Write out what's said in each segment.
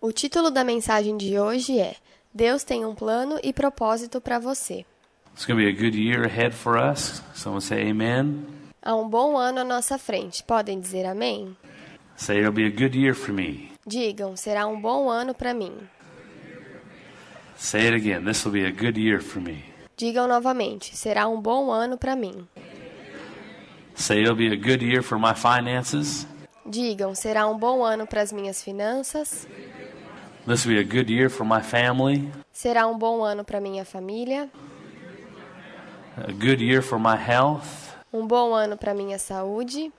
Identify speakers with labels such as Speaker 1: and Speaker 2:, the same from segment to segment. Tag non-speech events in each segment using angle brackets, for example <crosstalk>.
Speaker 1: O título da mensagem de hoje é Deus tem um plano e propósito para você.
Speaker 2: It's going to be a good year ahead for us. Someone say amen.
Speaker 1: Há um bom ano à nossa frente. Podem dizer amém?
Speaker 2: Say it'll be a good year for me.
Speaker 1: Digam, será um bom ano para mim.
Speaker 2: Say it again. This will be a good year for me.
Speaker 1: Digam novamente, será um bom ano para mim.
Speaker 2: Say it'll be a good year for my finances.
Speaker 1: Digam, será um bom ano para as minhas finanças.
Speaker 2: This will be a good year for my family.
Speaker 1: Será um bom ano para minha família.
Speaker 2: A good year for my health.
Speaker 1: Um bom ano para minha saúde.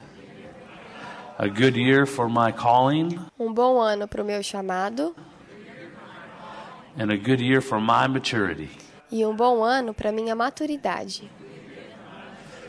Speaker 2: A good year for my calling.
Speaker 1: Um bom ano para o meu chamado.
Speaker 2: And a good year for my maturity.
Speaker 1: E um bom ano para minha maturidade.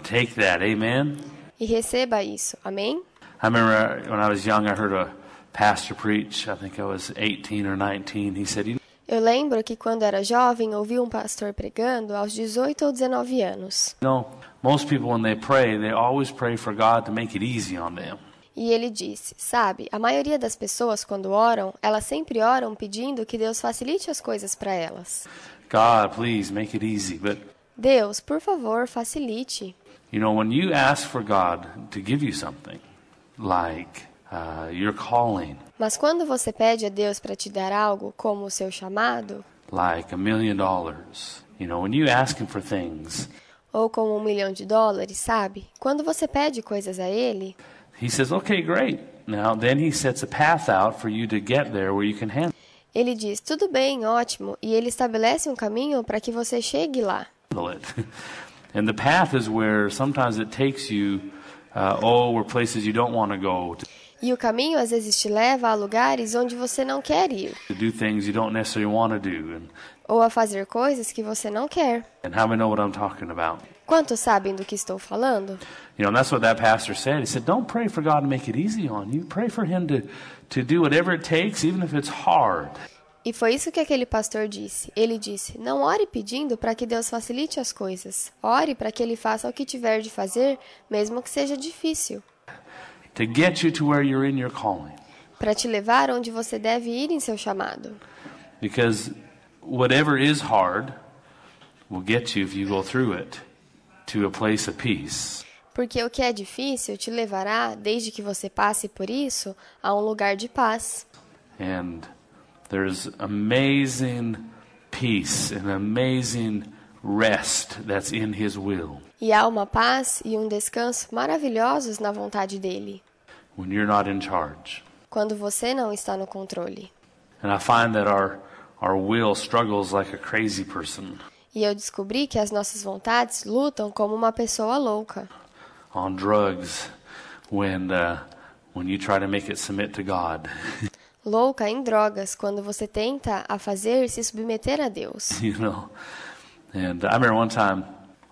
Speaker 2: Take that. Amen.
Speaker 1: E receba isso, amém?
Speaker 2: I remember when I was young, I heard a pastor preach. I think I was 18 or 19. He said, You
Speaker 1: Eu lembro que quando era jovem ouvi um pastor pregando aos 18 ou 19 anos.
Speaker 2: know, most people, when they pray, they always pray for God to make it easy on them.
Speaker 1: E ele disse: Sabe, a maioria das pessoas, quando oram, elas sempre oram pedindo que Deus facilite as coisas para elas.
Speaker 2: God, please make it easy. But,
Speaker 1: Deus, por favor, facilite.
Speaker 2: you know, when you ask for God to give you something, like uh, your calling,
Speaker 1: Mas quando você pede a Deus para te dar algo, como o seu chamado,
Speaker 2: like a million dollars, you know, when you ask Him for things,
Speaker 1: ou como um milhão de dólares, sabe? Quando você pede coisas a Ele,
Speaker 2: He says, okay, great. Now, then He sets a path out for you to get there where you can handle
Speaker 1: Ele diz: Tudo bem, ótimo, e Ele estabelece um caminho para que você chegue lá.
Speaker 2: it. <laughs> and the path is where sometimes it takes you, uh, oh, where places you don't want to go, to,
Speaker 1: E o caminho às vezes te leva a lugares onde você não quer ir,
Speaker 2: to do things you don't necessarily want to do. And,
Speaker 1: ou a fazer coisas que você não quer.
Speaker 2: and how many know what I'm talking about?
Speaker 1: Quantos sabem do que estou falando?
Speaker 2: You know, and that's what that pastor said. He said, Don't pray for God to make it easy on you. Pray for Him to, to do whatever it takes, even if it's hard.
Speaker 1: E foi isso que aquele pastor disse. Ele disse: Não ore pedindo para que Deus facilite as coisas. Ore para que ele faça o que tiver de fazer, mesmo que seja difícil,
Speaker 2: To get you to where you're in your calling.
Speaker 1: para te levar onde você deve ir em seu chamado.
Speaker 2: Because whatever is hard will get you, if you go through it, to a place of peace.
Speaker 1: Porque o que é difícil te levará, desde que você passe por isso, a um lugar de paz.
Speaker 2: And there's amazing peace and amazing rest that's in His will
Speaker 1: E há uma paz e um descanso maravilhosos na vontade dele,
Speaker 2: when you're not in charge.
Speaker 1: quando você não está no controle.
Speaker 2: And I find that our, our will struggles like a crazy person.
Speaker 1: E eu descobri que as nossas vontades lutam como uma pessoa louca.
Speaker 2: on drugs when uh, when you try to make it submit to God. <laughs>
Speaker 1: Louca em drogas, quando você tenta a fazer se submeter a Deus.
Speaker 2: you know, and I remember one time,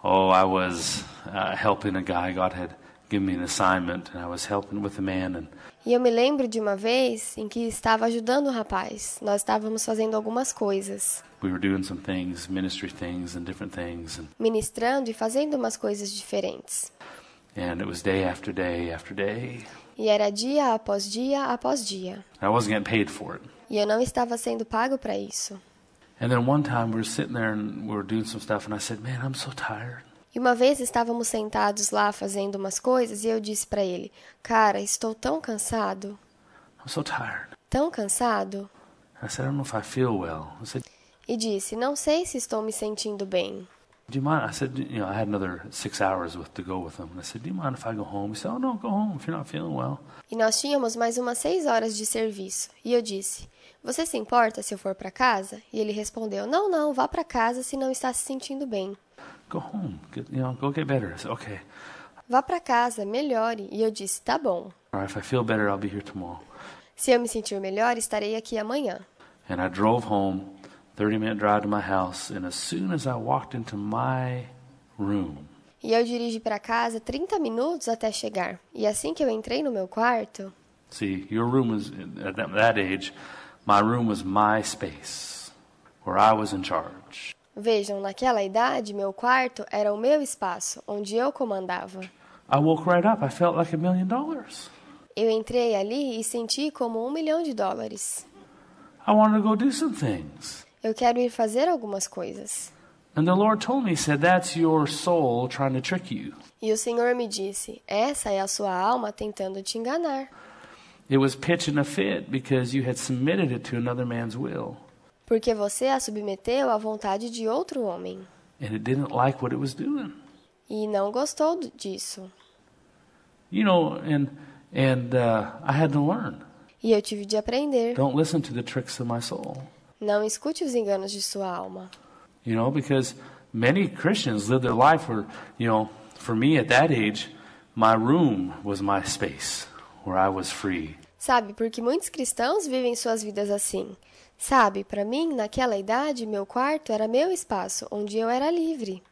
Speaker 2: oh, I was uh, helping a guy. God had given me an assignment, and I was helping with a man, and
Speaker 1: E eu me lembro de uma vez em que estava ajudando o rapaz. Nós estávamos fazendo algumas coisas,
Speaker 2: we were doing some things, ministry things, and different things, and
Speaker 1: ministrando e fazendo umas coisas diferentes.
Speaker 2: and it was day after day after day.
Speaker 1: E era dia após dia após dia.
Speaker 2: I wasn't getting paid for it.
Speaker 1: E eu não estava sendo pago para isso.
Speaker 2: And then one time we were sitting there and we were doing some stuff, and I said, "Man, I'm so tired."
Speaker 1: E uma vez estávamos sentados lá fazendo umas coisas e eu disse para ele: Cara, estou tão cansado,
Speaker 2: I'm so tired.
Speaker 1: tão cansado.
Speaker 2: I said, I don't know if I feel well. I said,
Speaker 1: E disse: Não sei se estou me sentindo bem.
Speaker 2: Do you mind? I said, you know, I had another six hours with, to go with him. And I said, do you mind if I go home? He said, oh, no, go home if you're not feeling well.
Speaker 1: E nós tínhamos mais umas seis horas de serviço. E eu disse: Você se importa se eu for para casa? E ele respondeu: Não, não, vá para casa se não está se sentindo bem.
Speaker 2: Go home. Get, you know, go get better. I said, okay.
Speaker 1: Vá para casa, melhore. E eu disse: Tá bom.
Speaker 2: All right, if I feel better, I'll be here tomorrow.
Speaker 1: Se eu me sentir melhor, estarei aqui amanhã.
Speaker 2: And I drove home, 30 minute drive to my house. And as soon as I walked into my room,
Speaker 1: E eu dirigi para casa 30 minutos até chegar. E assim que eu entrei no meu quarto,
Speaker 2: see, your room was, at that, that age, my room was my space where I was in charge.
Speaker 1: vejam, naquela idade, meu quarto era o meu espaço, onde eu comandava.
Speaker 2: I woke right up. I felt like a million dollars.
Speaker 1: Eu entrei ali e senti como um milhão de dólares.
Speaker 2: I wanted to go do some things.
Speaker 1: Eu quero ir fazer algumas coisas.
Speaker 2: And the Lord told me, He said, That's your soul trying to trick you.
Speaker 1: E o Senhor me disse: Essa é a sua alma tentando te enganar.
Speaker 2: It was pitching a fit because you had submitted it to another man's will,
Speaker 1: Porque você a submeteu à vontade de outro homem
Speaker 2: and it didn't like what it was doing.
Speaker 1: e não gostou d- disso.
Speaker 2: You know, and and uh, I had to learn.
Speaker 1: E eu tive de aprender.
Speaker 2: Don't listen to the tricks of my soul.
Speaker 1: Não escute os enganos de sua alma.
Speaker 2: You know, because many Christians live their life where, you know, for me at that age, my room was my space where I was free.
Speaker 1: Sabe, porque muitos cristãos vivem suas vidas assim. Sabe, para mim, naquela idade, meu quarto era meu espaço, onde eu era livre.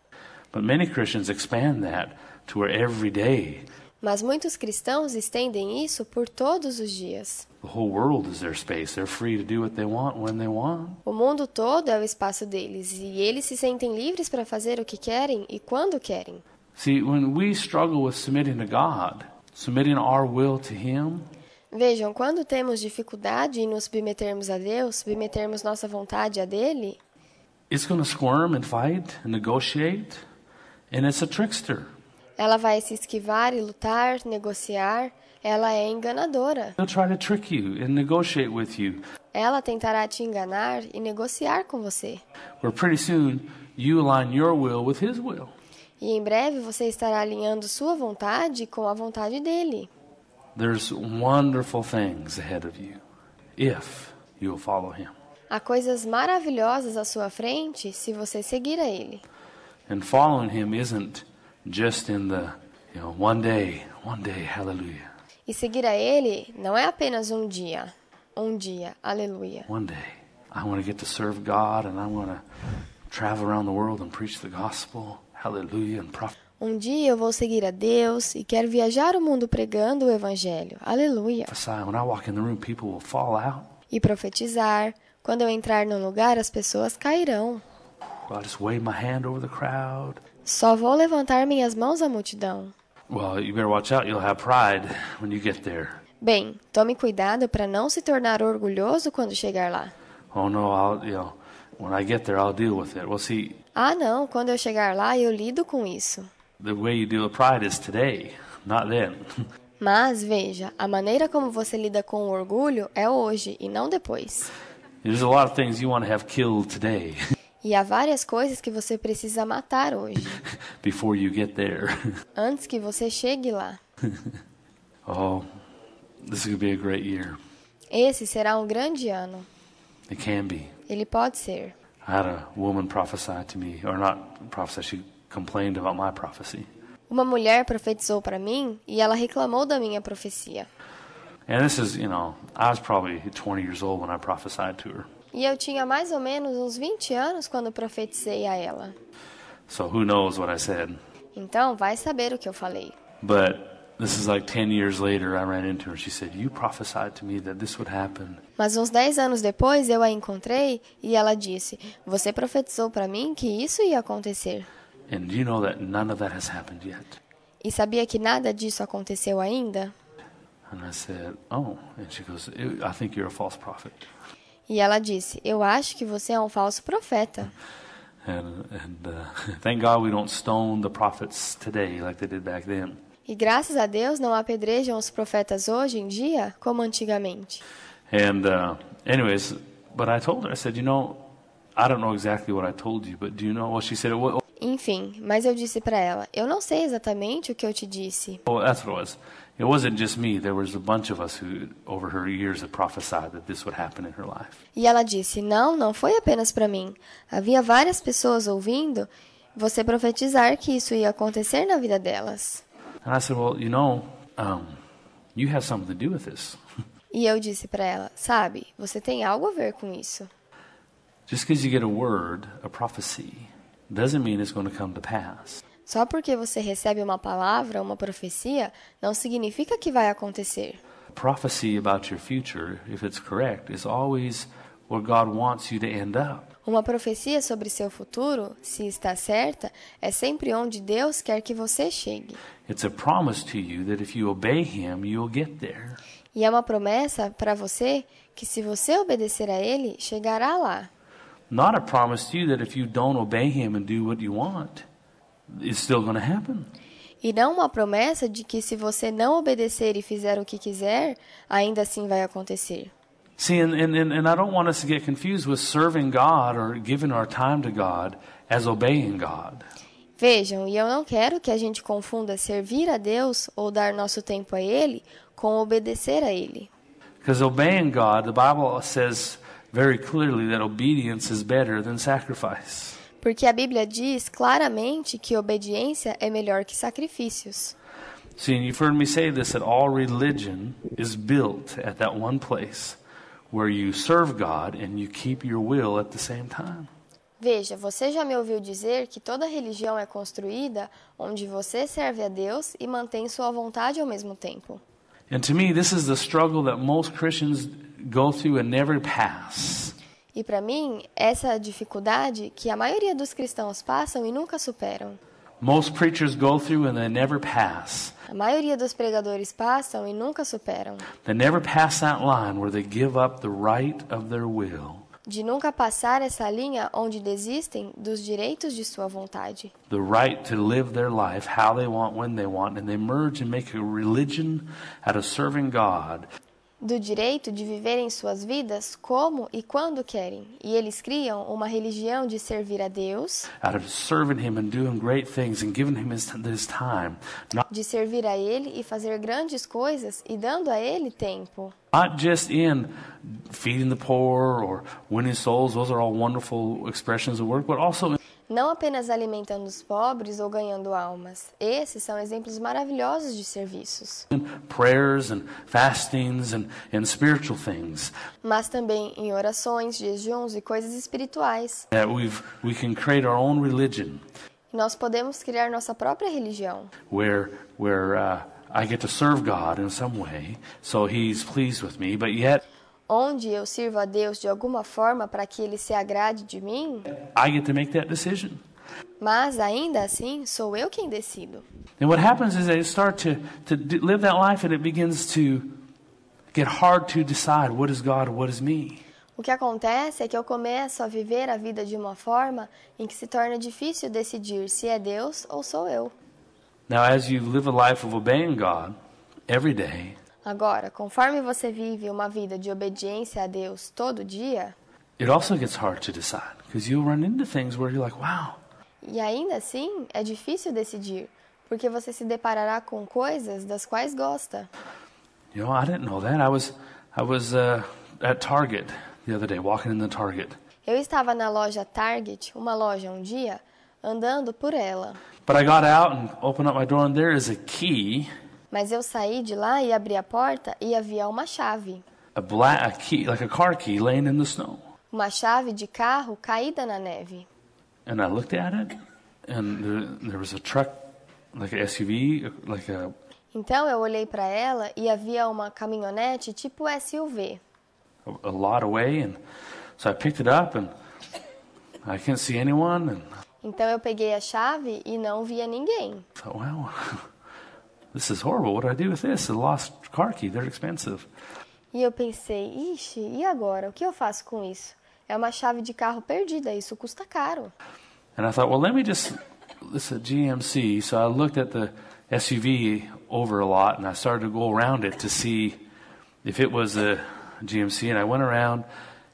Speaker 2: But many Christians expand that to where every day
Speaker 1: Mas muitos cristãos estendem isso por todos os dias.
Speaker 2: the whole world is their space. They're free to do what they want when they want.
Speaker 1: O mundo todo é o espaço deles e eles se sentem livres para fazer o que querem e quando querem.
Speaker 2: See, when we struggle with submitting to God, submitting our will to Him,
Speaker 1: Vejam, quando temos dificuldade em nos submetermos a Deus, submetermos nossa vontade a Dele,
Speaker 2: it's going to squirm and fight and negotiate, and it's a trickster.
Speaker 1: ela vai se esquivar e lutar, negociar, ela é enganadora.
Speaker 2: They'll try to trick you and negotiate with you,
Speaker 1: Ela tentará te enganar e negociar com você.
Speaker 2: where pretty soon you align your will with His will.
Speaker 1: E em breve você estará alinhando sua vontade com a vontade dele.
Speaker 2: There's wonderful things ahead of you if you'll follow Him.
Speaker 1: Há coisas maravilhosas à sua frente se você seguir a ele.
Speaker 2: And following him isn't just in the, you know, one day, one day, hallelujah,
Speaker 1: E seguir a ele não é apenas um dia. Um dia, aleluia.
Speaker 2: one day. I want to get to serve God and I want to travel around the world and preach the gospel, hallelujah, and prophet.
Speaker 1: Um dia eu vou seguir a Deus e quero viajar o mundo pregando o evangelho, aleluia.
Speaker 2: When I walk in the room, people will fall out.
Speaker 1: E profetizar. Quando eu entrar num lugar, as pessoas cairão.
Speaker 2: I'll just wave my hand over the crowd.
Speaker 1: Só vou levantar minhas mãos à multidão.
Speaker 2: Well, you better watch out. You'll have pride when you get there.
Speaker 1: Bem, tome cuidado para não se tornar orgulhoso quando chegar lá.
Speaker 2: Oh no, I'll, you know, when I get there, I'll deal with it. Well, see,
Speaker 1: Ah, não, quando eu chegar lá, eu lido com isso.
Speaker 2: the way you deal with pride is today, not then. <laughs>
Speaker 1: Mas veja, a maneira como você lida com o orgulho é hoje e não depois.
Speaker 2: There's a lot of things you want to have killed today. <laughs>
Speaker 1: E há várias coisas que você precisa matar hoje,
Speaker 2: before you get there. <laughs>
Speaker 1: antes que você chegue lá.
Speaker 2: oh, this is going to be a great year.
Speaker 1: Esse será um grande ano.
Speaker 2: It can be.
Speaker 1: Ele pode ser.
Speaker 2: I had a woman prophesy to me, or not prophesy, she complained about my prophecy.
Speaker 1: Uma mulher profetizou para mim e ela reclamou da minha profecia.
Speaker 2: And this is, you know, I was probably 20 years old when I prophesied to her.
Speaker 1: E eu tinha mais ou menos uns 20 anos quando profetizei a ela.
Speaker 2: So who knows what I said.
Speaker 1: Então, vai saber o que eu falei.
Speaker 2: But this is like 10 years later, I ran into her. She said, You prophesied to me that this would happen.
Speaker 1: Mas uns 10 anos depois eu a encontrei e ela disse: Você profetizou para mim que isso ia acontecer.
Speaker 2: And do you know that none of that has happened yet?
Speaker 1: E sabia que nada disso aconteceu ainda?
Speaker 2: And I said, Oh. And she goes, "I- I think you're a false prophet.
Speaker 1: E ela disse: Eu acho que você é um falso profeta.
Speaker 2: And, and uh, <laughs> thank God we don't stone the prophets today like they did back then.
Speaker 1: E graças a Deus não apedrejam os profetas hoje em dia como antigamente.
Speaker 2: And, uh, anyways, but I told her, I said, you know, I don't know exactly what I told you, but do you know? Well, she said, well,
Speaker 1: Enfim, mas eu disse para ela: Eu não sei exatamente o que eu te disse.
Speaker 2: oh, that's what it was. It wasn't just me. There was a bunch of us who, over her years, had prophesied that this would happen in her life.
Speaker 1: E ela disse: Não, não foi apenas para mim. Havia várias pessoas ouvindo você profetizar que isso ia acontecer na vida delas.
Speaker 2: And I said, well, you know, um, you have something to do with this.
Speaker 1: E eu disse para ela: Sabe, você tem algo a ver com isso.
Speaker 2: Just because you get a word, a prophecy, doesn't mean it's going to come to pass.
Speaker 1: Só porque você recebe uma palavra, uma profecia, não significa que vai acontecer.
Speaker 2: prophecy about your future, if it's correct, is always where God wants you to end up.
Speaker 1: Uma profecia sobre seu futuro, se está certa, é sempre onde Deus quer que você chegue.
Speaker 2: It's a promise to you that if you obey Him, you'll get there.
Speaker 1: E é uma promessa para você que, se você obedecer a Ele, chegará lá.
Speaker 2: Not a promise to you that if you don't obey Him and do what you want, it's still going to happen.
Speaker 1: E não uma promessa de que, se você não obedecer e fizer o que quiser, ainda assim vai acontecer.
Speaker 2: See, and, and, and, and I don't want us to get confused with serving God or giving our time to God as obeying God.
Speaker 1: Vejam, e eu não quero que a gente confunda servir a Deus ou dar nosso tempo a Ele com obedecer a Ele.
Speaker 2: Because obeying God, the Bible says very clearly that obedience is better than sacrifice.
Speaker 1: Porque a Bíblia diz claramente que obediência é melhor que sacrifícios.
Speaker 2: See, and you've heard me say this that all religion is built at that one place where you serve God and you keep your will at the same time.
Speaker 1: Veja, você já me ouviu dizer que toda religião é construída onde você serve a Deus e mantém sua vontade ao mesmo tempo.
Speaker 2: And to me, this is the struggle that most Christians go through and never pass.
Speaker 1: E para mim, essa é a dificuldade que a maioria dos cristãos passam e nunca superam.
Speaker 2: Most preachers go through and they never pass.
Speaker 1: A maioria dos pregadores passam e nunca superam.
Speaker 2: They never pass that line where they give up the right of their will,
Speaker 1: De nunca passar essa linha onde desistem dos direitos de sua vontade.
Speaker 2: the right to live their life how they want, when they want, and they merge and make a religion out of serving God.
Speaker 1: Do direito de viverem suas vidas como e quando querem. E eles criam uma religião de servir a Deus,
Speaker 2: Out of serving him and doing great things and giving him his, his time, not,
Speaker 1: de servir a Ele e fazer grandes coisas e dando a Ele tempo.
Speaker 2: not just in feeding the poor or winning souls, those are all wonderful expressions of work, but also in
Speaker 1: Não apenas alimentando os pobres ou ganhando almas. Esses são exemplos maravilhosos de serviços,
Speaker 2: and prayers and fastings and, and spiritual things
Speaker 1: mas também em orações, jejuns e coisas espirituais.
Speaker 2: that we've we can create our own religion
Speaker 1: Nós podemos criar nossa própria religião,
Speaker 2: where where uh, I get to serve God in some way, so He's pleased with me, but yet
Speaker 1: onde eu sirvo a Deus de alguma forma para que ele se agrade de mim,
Speaker 2: I get to make that decision.
Speaker 1: mas ainda assim sou eu quem decido.
Speaker 2: And what happens is they start to to d- live that life, and it begins to get hard to decide what is God, what is me.
Speaker 1: O que acontece é que eu começo a viver a vida de uma forma em que se torna difícil decidir se é Deus ou sou eu.
Speaker 2: Now, as you live a life of obeying God every day,
Speaker 1: Agora, conforme você vive uma vida de obediência a Deus todo dia,
Speaker 2: it also gets hard to decide because you'll run into things where you're like, wow.
Speaker 1: e ainda assim é difícil decidir, porque você se deparará com coisas das quais gosta.
Speaker 2: You know, I didn't know that. I was, I was uh, at Target the other day, walking in the Target,
Speaker 1: Eu estava na loja Target, uma loja um dia, andando por ela,
Speaker 2: but I got out and opened up my door, and there is a key,
Speaker 1: mas eu saí de lá e abri a porta e havia uma chave,
Speaker 2: a black a key, like a car key, laying in the snow.
Speaker 1: uma chave de carro caída na neve.
Speaker 2: And I looked at it, and there, there was a truck, like a SUV, like a,
Speaker 1: Então eu olhei para ela e havia uma caminhonete tipo SUV.
Speaker 2: a lot away, and so I picked it up, and I couldn't see anyone, and I
Speaker 1: Então eu peguei a chave e não via ninguém.
Speaker 2: thought, wow, <laughs> this is horrible. What do I do with this? A lost car key. They're expensive.
Speaker 1: E eu pensei, ixi, e agora? O que eu faço com isso? É uma chave de carro perdida, isso custa caro.
Speaker 2: And I thought, well, let me just, this is a GMC. So I looked at the SUV over a lot and I started to go around it to see if it was a GMC. And I went around,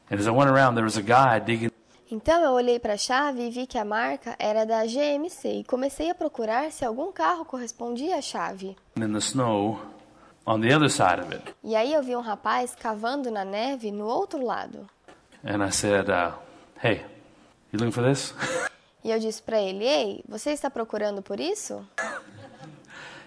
Speaker 2: and as I went around, there was a guy digging
Speaker 1: Então eu olhei para a chave e vi que a marca era da GMC e comecei a procurar se algum carro correspondia à chave.
Speaker 2: in the snow on the other side of it.
Speaker 1: E aí eu vi um rapaz cavando na neve no outro lado.
Speaker 2: And I said, uh, hey, you looking for this? <laughs>
Speaker 1: E eu disse para ele: "Ei, você está procurando por isso?"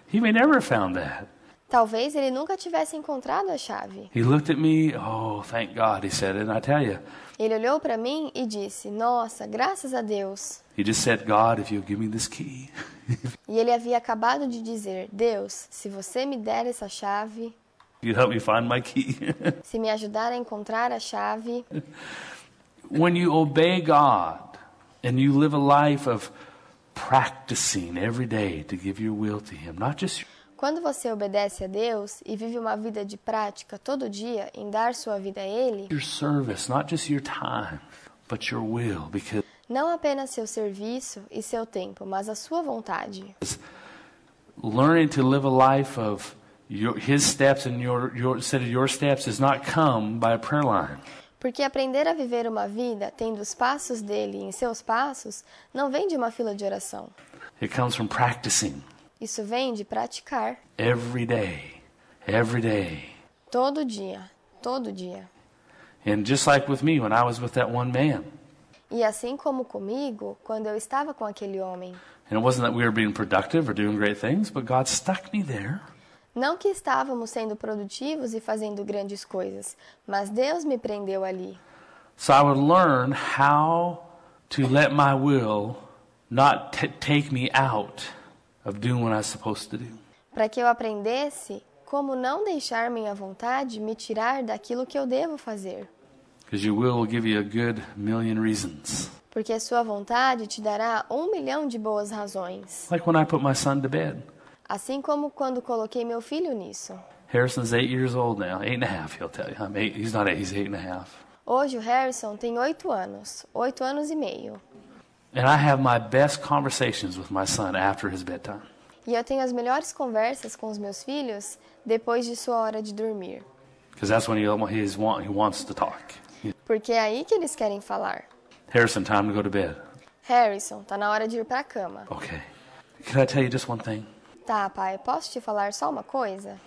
Speaker 2: he may never have found that.
Speaker 1: Talvez ele nunca tivesse encontrado a chave.
Speaker 2: He looked at me, oh, thank God, he said. And I tell you,
Speaker 1: Ele olhou para mim e disse: "Nossa, graças a Deus."
Speaker 2: he just said, God, if you'll give me this key. <laughs>
Speaker 1: E ele havia acabado de dizer: Deus, se você me der essa chave,
Speaker 2: You help me find my key. <laughs>
Speaker 1: se me ajudar a encontrar a chave,
Speaker 2: when you obey God and you live a life of practicing every day to give your will to Him, not just
Speaker 1: Quando você obedece a Deus e vive uma vida de prática todo dia em dar sua vida a Ele,
Speaker 2: Your service, not just your time, but your will, because
Speaker 1: não apenas seu serviço e seu tempo, mas a sua vontade.
Speaker 2: learning to live a life of your, His steps and your, your instead of your steps does not come by a prayer line.
Speaker 1: Porque aprender a viver uma vida tendo os passos dele em seus passos não vem de uma fila de oração.
Speaker 2: It comes from practicing
Speaker 1: Isso vem de praticar
Speaker 2: every day, every day.
Speaker 1: todo dia, todo dia.
Speaker 2: And just like with me, when I was with that one man,
Speaker 1: E assim como comigo, quando eu estava com aquele homem,
Speaker 2: and it wasn't that we were being productive or doing great things, but God stuck me there.
Speaker 1: não que estávamos sendo produtivos e fazendo grandes coisas, mas Deus me prendeu ali.
Speaker 2: So I would learn how to let my will not t- take me out of doing what I was supposed to do.
Speaker 1: para que eu aprendesse como não deixar minha vontade me tirar daquilo que eu devo fazer,
Speaker 2: Because your will will give you a good million reasons.
Speaker 1: porque sua vontade te dará um milhão de boas razões,
Speaker 2: Like when I put my son to bed.
Speaker 1: assim como quando coloquei meu filho nisso.
Speaker 2: Harrison's eight years old now, eight and a half, he'll tell you. I'm eight, he's not eight, he's eight and a half.
Speaker 1: Hoje o Harrison tem oito anos, oito anos e meio,
Speaker 2: And I have my best conversations with my son after his bedtime.
Speaker 1: e eu tenho as melhores conversas com os meus filhos depois de sua hora de dormir,
Speaker 2: Because that's when he, he's want, he wants to talk.
Speaker 1: porque é aí que eles querem falar.
Speaker 2: Harrison, time to go to bed.
Speaker 1: Harrison, tá na hora de ir pra cama.
Speaker 2: Okay. Can I tell you just one thing?
Speaker 1: Tá, pai, posso te falar só uma coisa?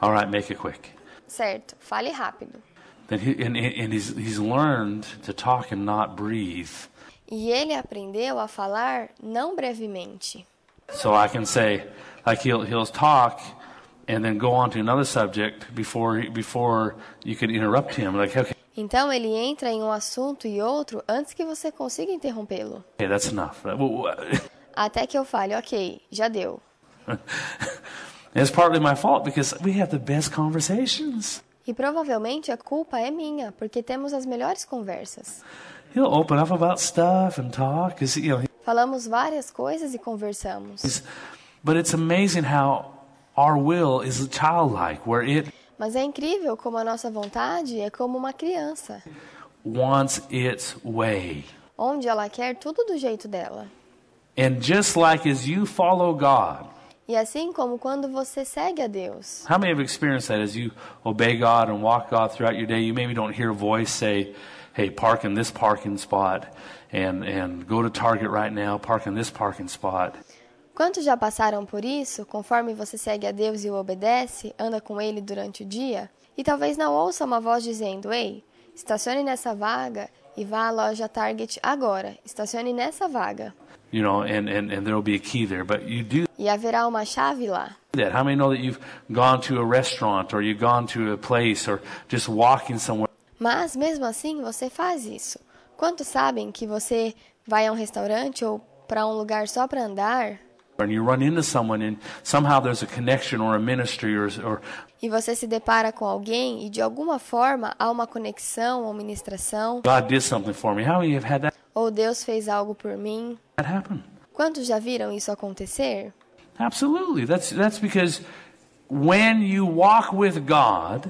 Speaker 2: All right, make it quick.
Speaker 1: Certo, fale rápido.
Speaker 2: Then he, and, and and he's, he's learned to talk and not breathe.
Speaker 1: E ele aprendeu a falar não brevemente.
Speaker 2: So I can say, like he'll, he'll talk and then go on to another subject before, he- before you can interrupt him. Like, okay,
Speaker 1: Então ele entra em um assunto e outro antes que você consiga interrompê-lo.
Speaker 2: okay that's enough. That- wh- wh-
Speaker 1: Até que eu fale, ok, já deu.
Speaker 2: <laughs> It's partly my fault because we have the best conversations.
Speaker 1: E provavelmente a culpa é minha, porque temos as melhores conversas.
Speaker 2: He'll open up about stuff and talk 'cause, you know,
Speaker 1: Falamos várias coisas e conversamos.
Speaker 2: he's, but it's amazing how our will is childlike, where it
Speaker 1: Mas é incrível como a nossa vontade é como uma criança,
Speaker 2: wants its way.
Speaker 1: onde ela quer tudo do jeito dela.
Speaker 2: And just like as you follow God,
Speaker 1: E assim como quando você segue a Deus.
Speaker 2: How many have experienced that as you obey God and walk God throughout your day? You maybe don't hear a voice say, hey, park in this parking spot and, and go to Target right now, park in this parking spot.
Speaker 1: Quantos já passaram por isso, conforme você segue a Deus e o obedece, anda com Ele durante o dia, e talvez não ouça uma voz dizendo: Ei, estacione nessa vaga e vá à loja Target agora, estacione nessa vaga,
Speaker 2: You know, and, and, and there will be a key there. But you do
Speaker 1: e haverá uma chave lá.
Speaker 2: that. How many know that you've gone to a restaurant or you've gone to a place or just walking somewhere
Speaker 1: Mas mesmo assim você faz isso. Quantos sabem que você vai a um restaurante ou para um lugar só para andar
Speaker 2: and you run into someone and somehow there's a connection or a ministry or, or
Speaker 1: e você se depara com alguém e de alguma forma há uma conexão ou ministração,
Speaker 2: God did something for me? How many have had that,
Speaker 1: ou Deus fez algo por mim?
Speaker 2: that happen?
Speaker 1: Quantos já viram isso acontecer?
Speaker 2: Absolutely. That's, that's because when you walk with God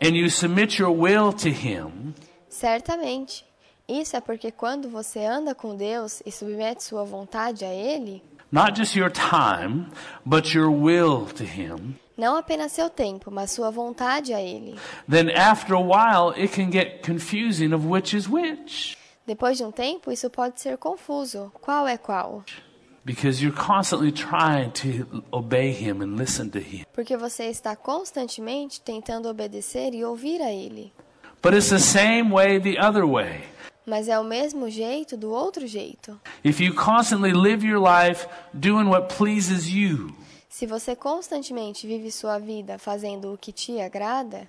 Speaker 2: and you submit your will to Him,
Speaker 1: Certamente. Isso é porque quando você anda com Deus e submete sua vontade a Ele,
Speaker 2: not just your time, but your will to Him,
Speaker 1: não apenas seu tempo, mas sua vontade a Ele.
Speaker 2: then after a while it can get confusing of which is which.
Speaker 1: Depois de um tempo, isso pode ser confuso. Qual é qual?
Speaker 2: Because you're constantly trying to obey Him and listen to Him.
Speaker 1: Porque você está constantemente tentando obedecer e ouvir a Ele.
Speaker 2: But it's the same way the other way.
Speaker 1: Mas é o mesmo jeito do outro jeito.
Speaker 2: If you constantly live your life doing what pleases you,
Speaker 1: Se você constantemente vive sua vida fazendo o que te agrada,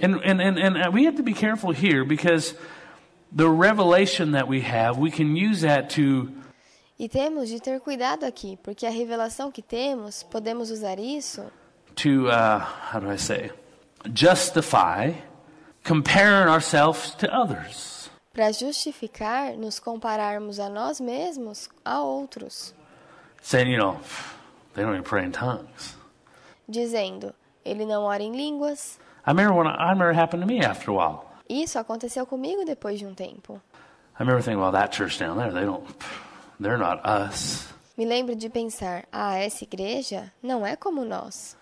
Speaker 2: And, and, and, and we have to be careful here because the revelation that we have, we can use that to
Speaker 1: E temos de ter cuidado aqui, porque a revelação que temos, podemos usar isso
Speaker 2: to uh, how do I say justify comparing ourselves to others.
Speaker 1: para justificar nos compararmos a nós mesmos a outros.
Speaker 2: Saying, you know, they don't even pray in tongues.
Speaker 1: dizendo: Ele não ora em línguas.
Speaker 2: I remember when I, I remember it happened to me after a while.
Speaker 1: Isso aconteceu comigo depois de um tempo.
Speaker 2: I remember thinking, well, that church down there, they don't, they're not us.
Speaker 1: Me lembro de pensar: Ah, essa igreja não é como nós.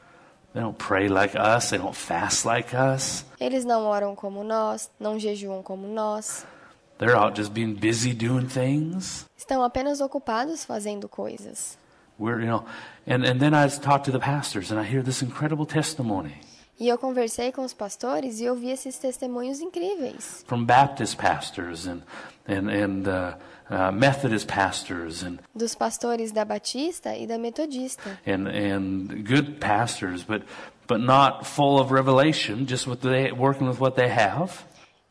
Speaker 2: They don't pray like us. They don't fast like us.
Speaker 1: Eles não oram como nós, não jejuam como nós,
Speaker 2: They're out just being busy doing things.
Speaker 1: estão apenas ocupados fazendo coisas.
Speaker 2: We're, you know, and, and then I talk to the pastors and I hear this incredible testimony
Speaker 1: E eu conversei com os pastores e ouvi esses testemunhos incríveis.
Speaker 2: from Baptist pastors and, and, and uh, uh, Methodist pastors and,
Speaker 1: dos pastores da Batista e da Metodista.
Speaker 2: and, and good pastors, but, but not full of revelation, just with they, working with what they have.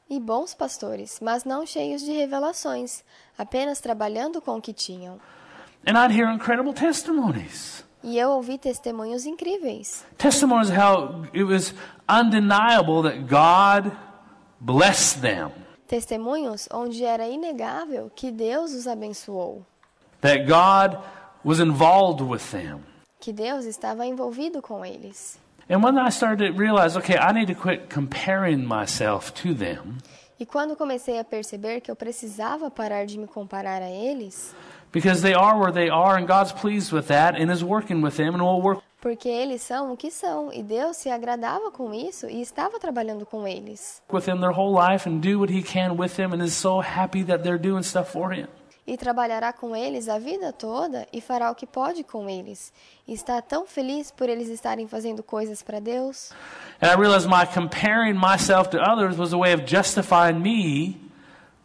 Speaker 1: E bons pastores, mas não cheios de revelações, apenas trabalhando com o que tinham.
Speaker 2: And I'd hear incredible testimonies.
Speaker 1: E eu ouvi testemunhos incríveis.
Speaker 2: Testimonies of how it was undeniable that God blessed them,
Speaker 1: Testemunhos onde era inegável que Deus os abençoou,
Speaker 2: that God was involved with them.
Speaker 1: que Deus estava envolvido com eles.
Speaker 2: And when I started to realize, okay, I need to quit comparing myself to them
Speaker 1: E quando comecei a perceber que eu precisava parar de me comparar a eles,
Speaker 2: because they are where they are and God's pleased with that and is working with them and will work
Speaker 1: porque eles são o que são, e Deus se agradava com isso e estava trabalhando com eles.
Speaker 2: with them their whole life and do what he can with them and is so happy that they're doing stuff for him.
Speaker 1: e trabalhará com eles a vida toda e fará o que pode com eles. E está tão feliz por eles estarem fazendo coisas para Deus.
Speaker 2: And I realized my comparing myself to others was a way of justifying me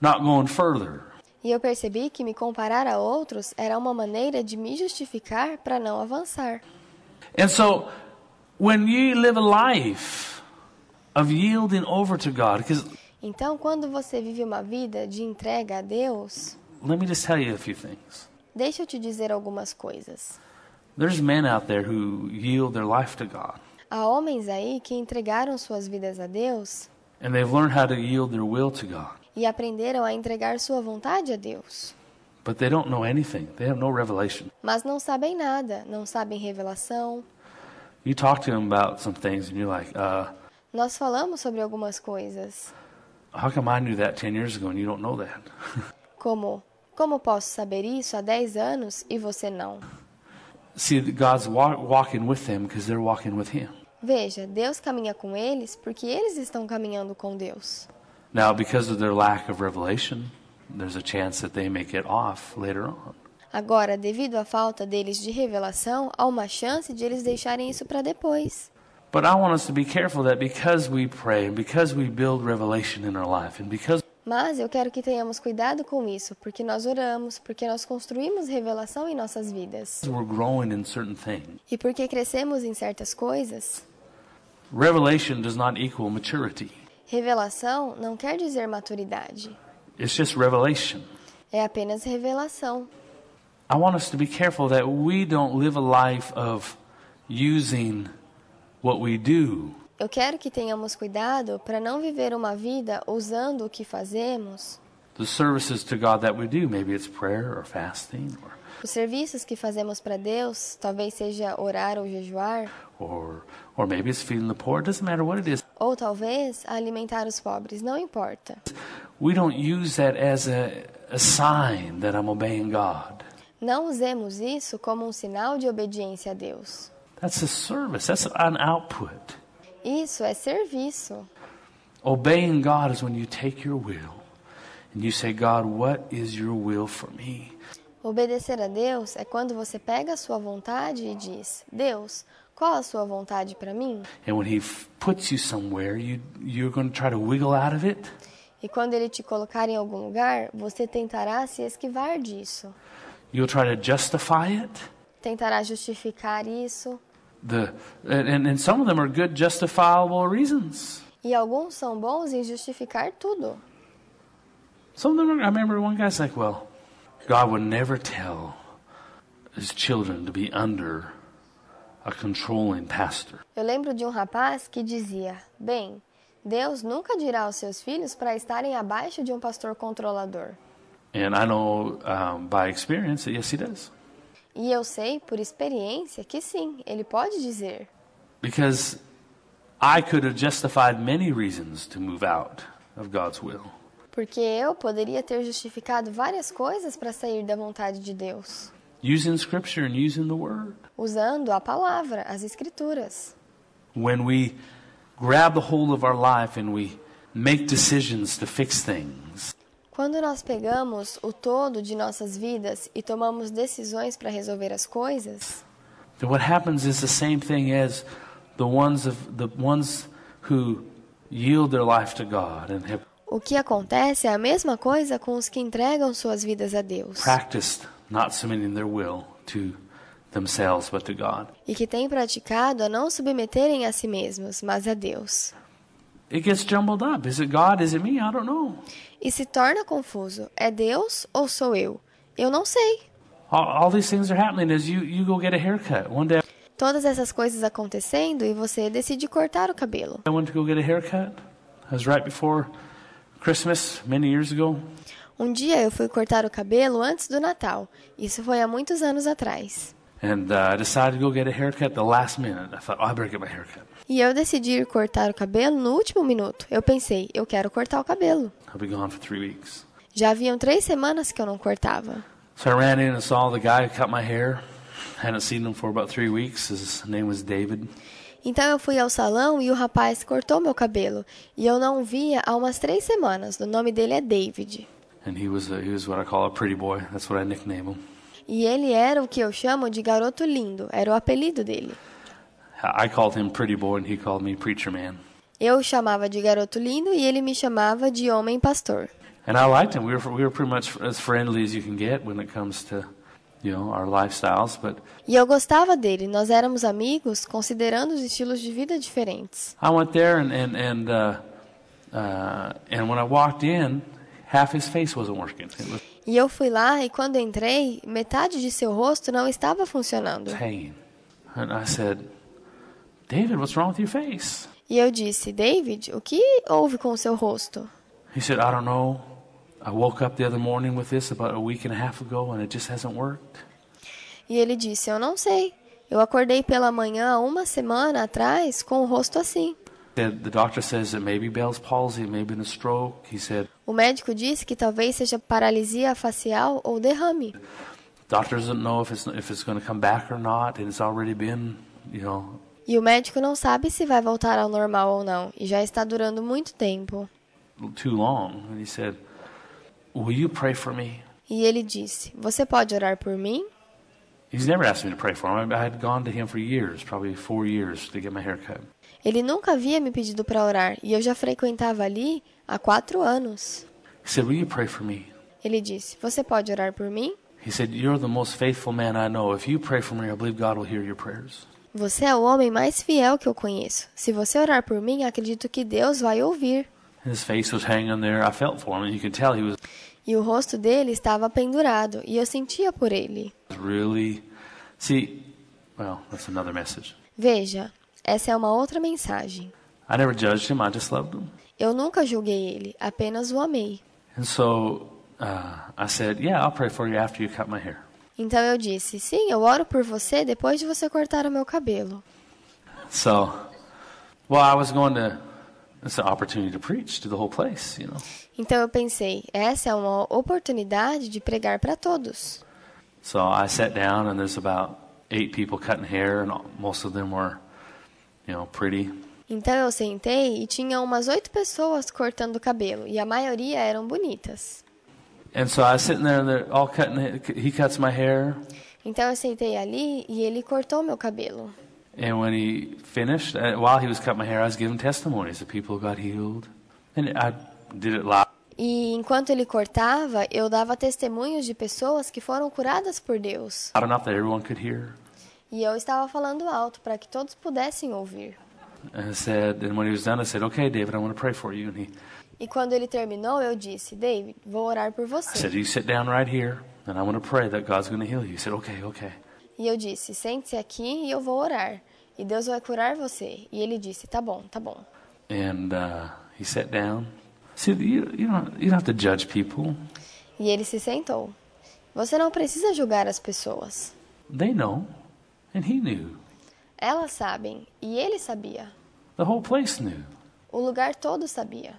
Speaker 2: not going further.
Speaker 1: E eu percebi que me comparar a outros era uma maneira de me justificar para não avançar.
Speaker 2: And so when you live a life of yielding over to God, because
Speaker 1: Então, quando você vive uma vida de entrega a Deus,
Speaker 2: let me just tell you a few things.
Speaker 1: deixa eu te dizer algumas coisas.
Speaker 2: There's men out there who yield their life to God,
Speaker 1: Há homens aí que entregaram suas vidas a Deus
Speaker 2: and they've learned how to yield their will to God,
Speaker 1: e aprenderam a entregar sua vontade a Deus.
Speaker 2: but they don't know anything. They have no revelation.
Speaker 1: Mas não sabem nada, não sabem revelação,
Speaker 2: You talk to them about some things, and you're like, uh,
Speaker 1: Nós falamos sobre algumas coisas,
Speaker 2: "How come I knew that ten years ago and you don't know that?" <laughs>
Speaker 1: como como posso saber isso há 10 anos e você não?
Speaker 2: See, that God's wa- walking with them because they're walking with Him.
Speaker 1: Veja, Deus caminha com eles porque eles estão caminhando com Deus.
Speaker 2: Now, because of their lack of revelation, there's a chance that they may get off later on.
Speaker 1: Agora, devido à falta deles de revelação, há uma chance de eles deixarem isso para depois.
Speaker 2: But I want us to be careful that because we pray and because we build revelation in our life and because
Speaker 1: Mas eu quero que tenhamos cuidado com isso, porque nós oramos, porque nós construímos revelação em nossas vidas
Speaker 2: we're growing in certain things,
Speaker 1: e porque crescemos em certas coisas.
Speaker 2: revelation does not equal maturity.
Speaker 1: Revelação não quer dizer maturidade,
Speaker 2: It's just revelation.
Speaker 1: é apenas revelação.
Speaker 2: I want us to be careful that we don't live a life of using what we do
Speaker 1: Eu quero que tenhamos cuidado para não viver uma vida usando o que fazemos,
Speaker 2: the services to God that we do. Maybe it's prayer or fasting or,
Speaker 1: os serviços que fazemos para Deus, talvez seja orar ou jejuar,
Speaker 2: or, or maybe it's feeding the poor. It doesn't matter what it is.
Speaker 1: ou talvez alimentar os pobres, não importa.
Speaker 2: We don't use that as a, a sign that I'm obeying God.
Speaker 1: Não usemos isso como um sinal de obediência a Deus.
Speaker 2: That's a service, that's an output.
Speaker 1: Isso é serviço.
Speaker 2: Obeying God is when you take your will and you say, God, what is your will for me?
Speaker 1: Obedecer a Deus é quando você pega a sua vontade e diz: Deus, qual a sua vontade para mim?
Speaker 2: And when He f- puts you somewhere, you, you're going to try to wiggle out of it.
Speaker 1: E quando ele te colocar em algum lugar, você tentará se esquivar disso.
Speaker 2: You'll try to justify it.
Speaker 1: tentará justificar isso.
Speaker 2: The, and, and- and some of them are good, justifiable reasons.
Speaker 1: E alguns são bons em justificar tudo.
Speaker 2: Some of them, are, I remember one guy's like, well, God would never tell his children to be under a controlling pastor.
Speaker 1: Eu lembro de um rapaz que dizia: Bem, Deus nunca dirá aos seus filhos para estarem abaixo de um pastor controlador.
Speaker 2: And I know um, by experience that yes, he does.
Speaker 1: E eu sei, por experiência, que sim, ele pode dizer.
Speaker 2: because I could have justified many reasons to move out of God's will.
Speaker 1: Porque eu poderia ter justificado várias coisas para sair da vontade de Deus,
Speaker 2: Using Scripture and using the Word.
Speaker 1: usando a palavra, as escrituras.
Speaker 2: When we grab the whole of our life and we make decisions to fix things,
Speaker 1: Quando nós pegamos o todo de nossas vidas e tomamos decisões para resolver as coisas,
Speaker 2: then what happens is the same thing as the ones of the ones who yield their life to God and have
Speaker 1: o que acontece é a mesma coisa com os que entregam suas vidas a Deus
Speaker 2: practiced not submitting their will to themselves but to God.
Speaker 1: e que têm praticado a não submeterem a si mesmos, mas a Deus.
Speaker 2: It gets jumbled up. Is it God? Is it me? I don't know.
Speaker 1: E se torna confuso: é Deus ou sou eu? Eu não sei.
Speaker 2: All, all these things are happening as you, you go get a haircut. One day
Speaker 1: Todas essas coisas acontecendo e você decide cortar o cabelo.
Speaker 2: I went to go get a haircut. It was right before Christmas, many years ago.
Speaker 1: Um dia eu fui cortar o cabelo antes do Natal. Isso foi há muitos anos atrás.
Speaker 2: And uh, I decided to go get a haircut the last minute. I thought, oh, I better get my haircut.
Speaker 1: E eu decidi ir cortar o cabelo no último minuto. Eu pensei, eu quero cortar o cabelo.
Speaker 2: I'll be gone for three weeks.
Speaker 1: Já haviam três semanas que eu não cortava.
Speaker 2: So I ran in and saw the guy who cut my hair. Hadn't seen him for about three weeks. His name was David.
Speaker 1: Então eu fui ao salão e o rapaz cortou meu cabelo. E eu não o via há umas três semanas. O nome dele é David.
Speaker 2: And he was, a, he was what I call a pretty boy. That's what I nickname him.
Speaker 1: E ele era o que eu chamo de garoto lindo. Era o apelido dele.
Speaker 2: I I called him pretty boy and he called me preacher man.
Speaker 1: Eu o chamava de garoto lindo e ele me chamava de homem pastor.
Speaker 2: And I liked him. We were, we were pretty much as friendly as you can get when it comes to, you know, our lifestyles. But
Speaker 1: E eu gostava dele, nós éramos amigos, considerando os estilos de vida diferentes.
Speaker 2: I went there and, and, and, uh, uh, and when I walked in, half his face wasn't working. It was
Speaker 1: E eu fui lá e quando entrei, metade de seu rosto não estava funcionando.
Speaker 2: hanging. And I said, David, what's wrong with your face?
Speaker 1: E eu disse: David, o que houve com o seu rosto?
Speaker 2: He said, I don't know. I woke up the other morning with this about a week and a half ago and it just hasn't worked.
Speaker 1: E ele disse: Eu não sei. Eu acordei pela manhã uma semana atrás com o rosto assim.
Speaker 2: The, the doctor says it may be Bell's palsy, it may have been a stroke. He said,
Speaker 1: O médico disse que talvez seja paralisia facial ou derrame.
Speaker 2: doctor doesn't know if it's, if it's going to come back or not, and it's already been, you know,
Speaker 1: E o médico não sabe se vai voltar ao normal ou não, e já está durando muito tempo.
Speaker 2: too long. And he said, Will you pray for me?
Speaker 1: E ele disse: Você pode orar por mim?
Speaker 2: He's never asked me to pray for him. I I had gone to him for years, probably four years, to get my hair cut.
Speaker 1: Ele nunca havia me pedido para orar e eu já frequentava ali há quatro anos.
Speaker 2: He said, Will you pray for me?
Speaker 1: Ele disse: Você pode orar por mim?
Speaker 2: He said, You're the most faithful man I know. If you pray for me, I believe God will hear your prayers.
Speaker 1: Você é o homem mais fiel que eu conheço. Se você orar por mim, acredito que Deus vai ouvir.
Speaker 2: And his face was hanging there. I felt for him, and you could tell he was
Speaker 1: E o rosto dele estava pendurado e eu sentia por ele.
Speaker 2: really. See, well, that's another message.
Speaker 1: Veja, essa é uma outra mensagem.
Speaker 2: I never judged him, I just loved him.
Speaker 1: Eu nunca julguei ele, apenas o amei.
Speaker 2: And so uh, I said, Yeah, I'll pray for you after you cut my hair.
Speaker 1: Então eu disse: Sim, eu oro por você depois de você cortar o meu cabelo.
Speaker 2: So, well, I was going to, it's an opportunity to preach to the whole place, you know.
Speaker 1: Então eu pensei: essa é uma oportunidade de pregar para todos.
Speaker 2: So I sat down, and there's about eight people cutting hair, and most of them were, you know, pretty.
Speaker 1: Então eu sentei e tinha umas oito pessoas cortando o cabelo, e a maioria eram bonitas.
Speaker 2: And so I was sitting there, and they're all cutting, he cuts my hair.
Speaker 1: Então eu sentei ali e ele cortou meu cabelo.
Speaker 2: And when he finished, uh, while he was cutting my hair, I was giving testimonies of people who got healed. And I did it live.
Speaker 1: E enquanto ele cortava, eu dava testemunhos de pessoas que foram curadas por Deus.
Speaker 2: loud enough that everyone could hear.
Speaker 1: E eu estava falando alto para que todos pudessem ouvir.
Speaker 2: And I said, and when he was done, I said, "Okay, David, I want to pray for you." And he,
Speaker 1: E quando ele terminou, eu disse: David, vou orar por
Speaker 2: I said,
Speaker 1: você.
Speaker 2: "You sit down right here, and I want to pray that God's going to heal you." He said, "Okay, okay."
Speaker 1: E eu disse: sente-se aqui e eu vou orar. E Deus vai curar você. E ele disse: tá bom, tá bom.
Speaker 2: And uh, he sat down. See, you, you don't you don't have to judge people.
Speaker 1: E ele se sentou. Você não precisa julgar as pessoas.
Speaker 2: They know, and he knew.
Speaker 1: Elas sabem e ele sabia.
Speaker 2: The whole place knew.
Speaker 1: O lugar todo sabia.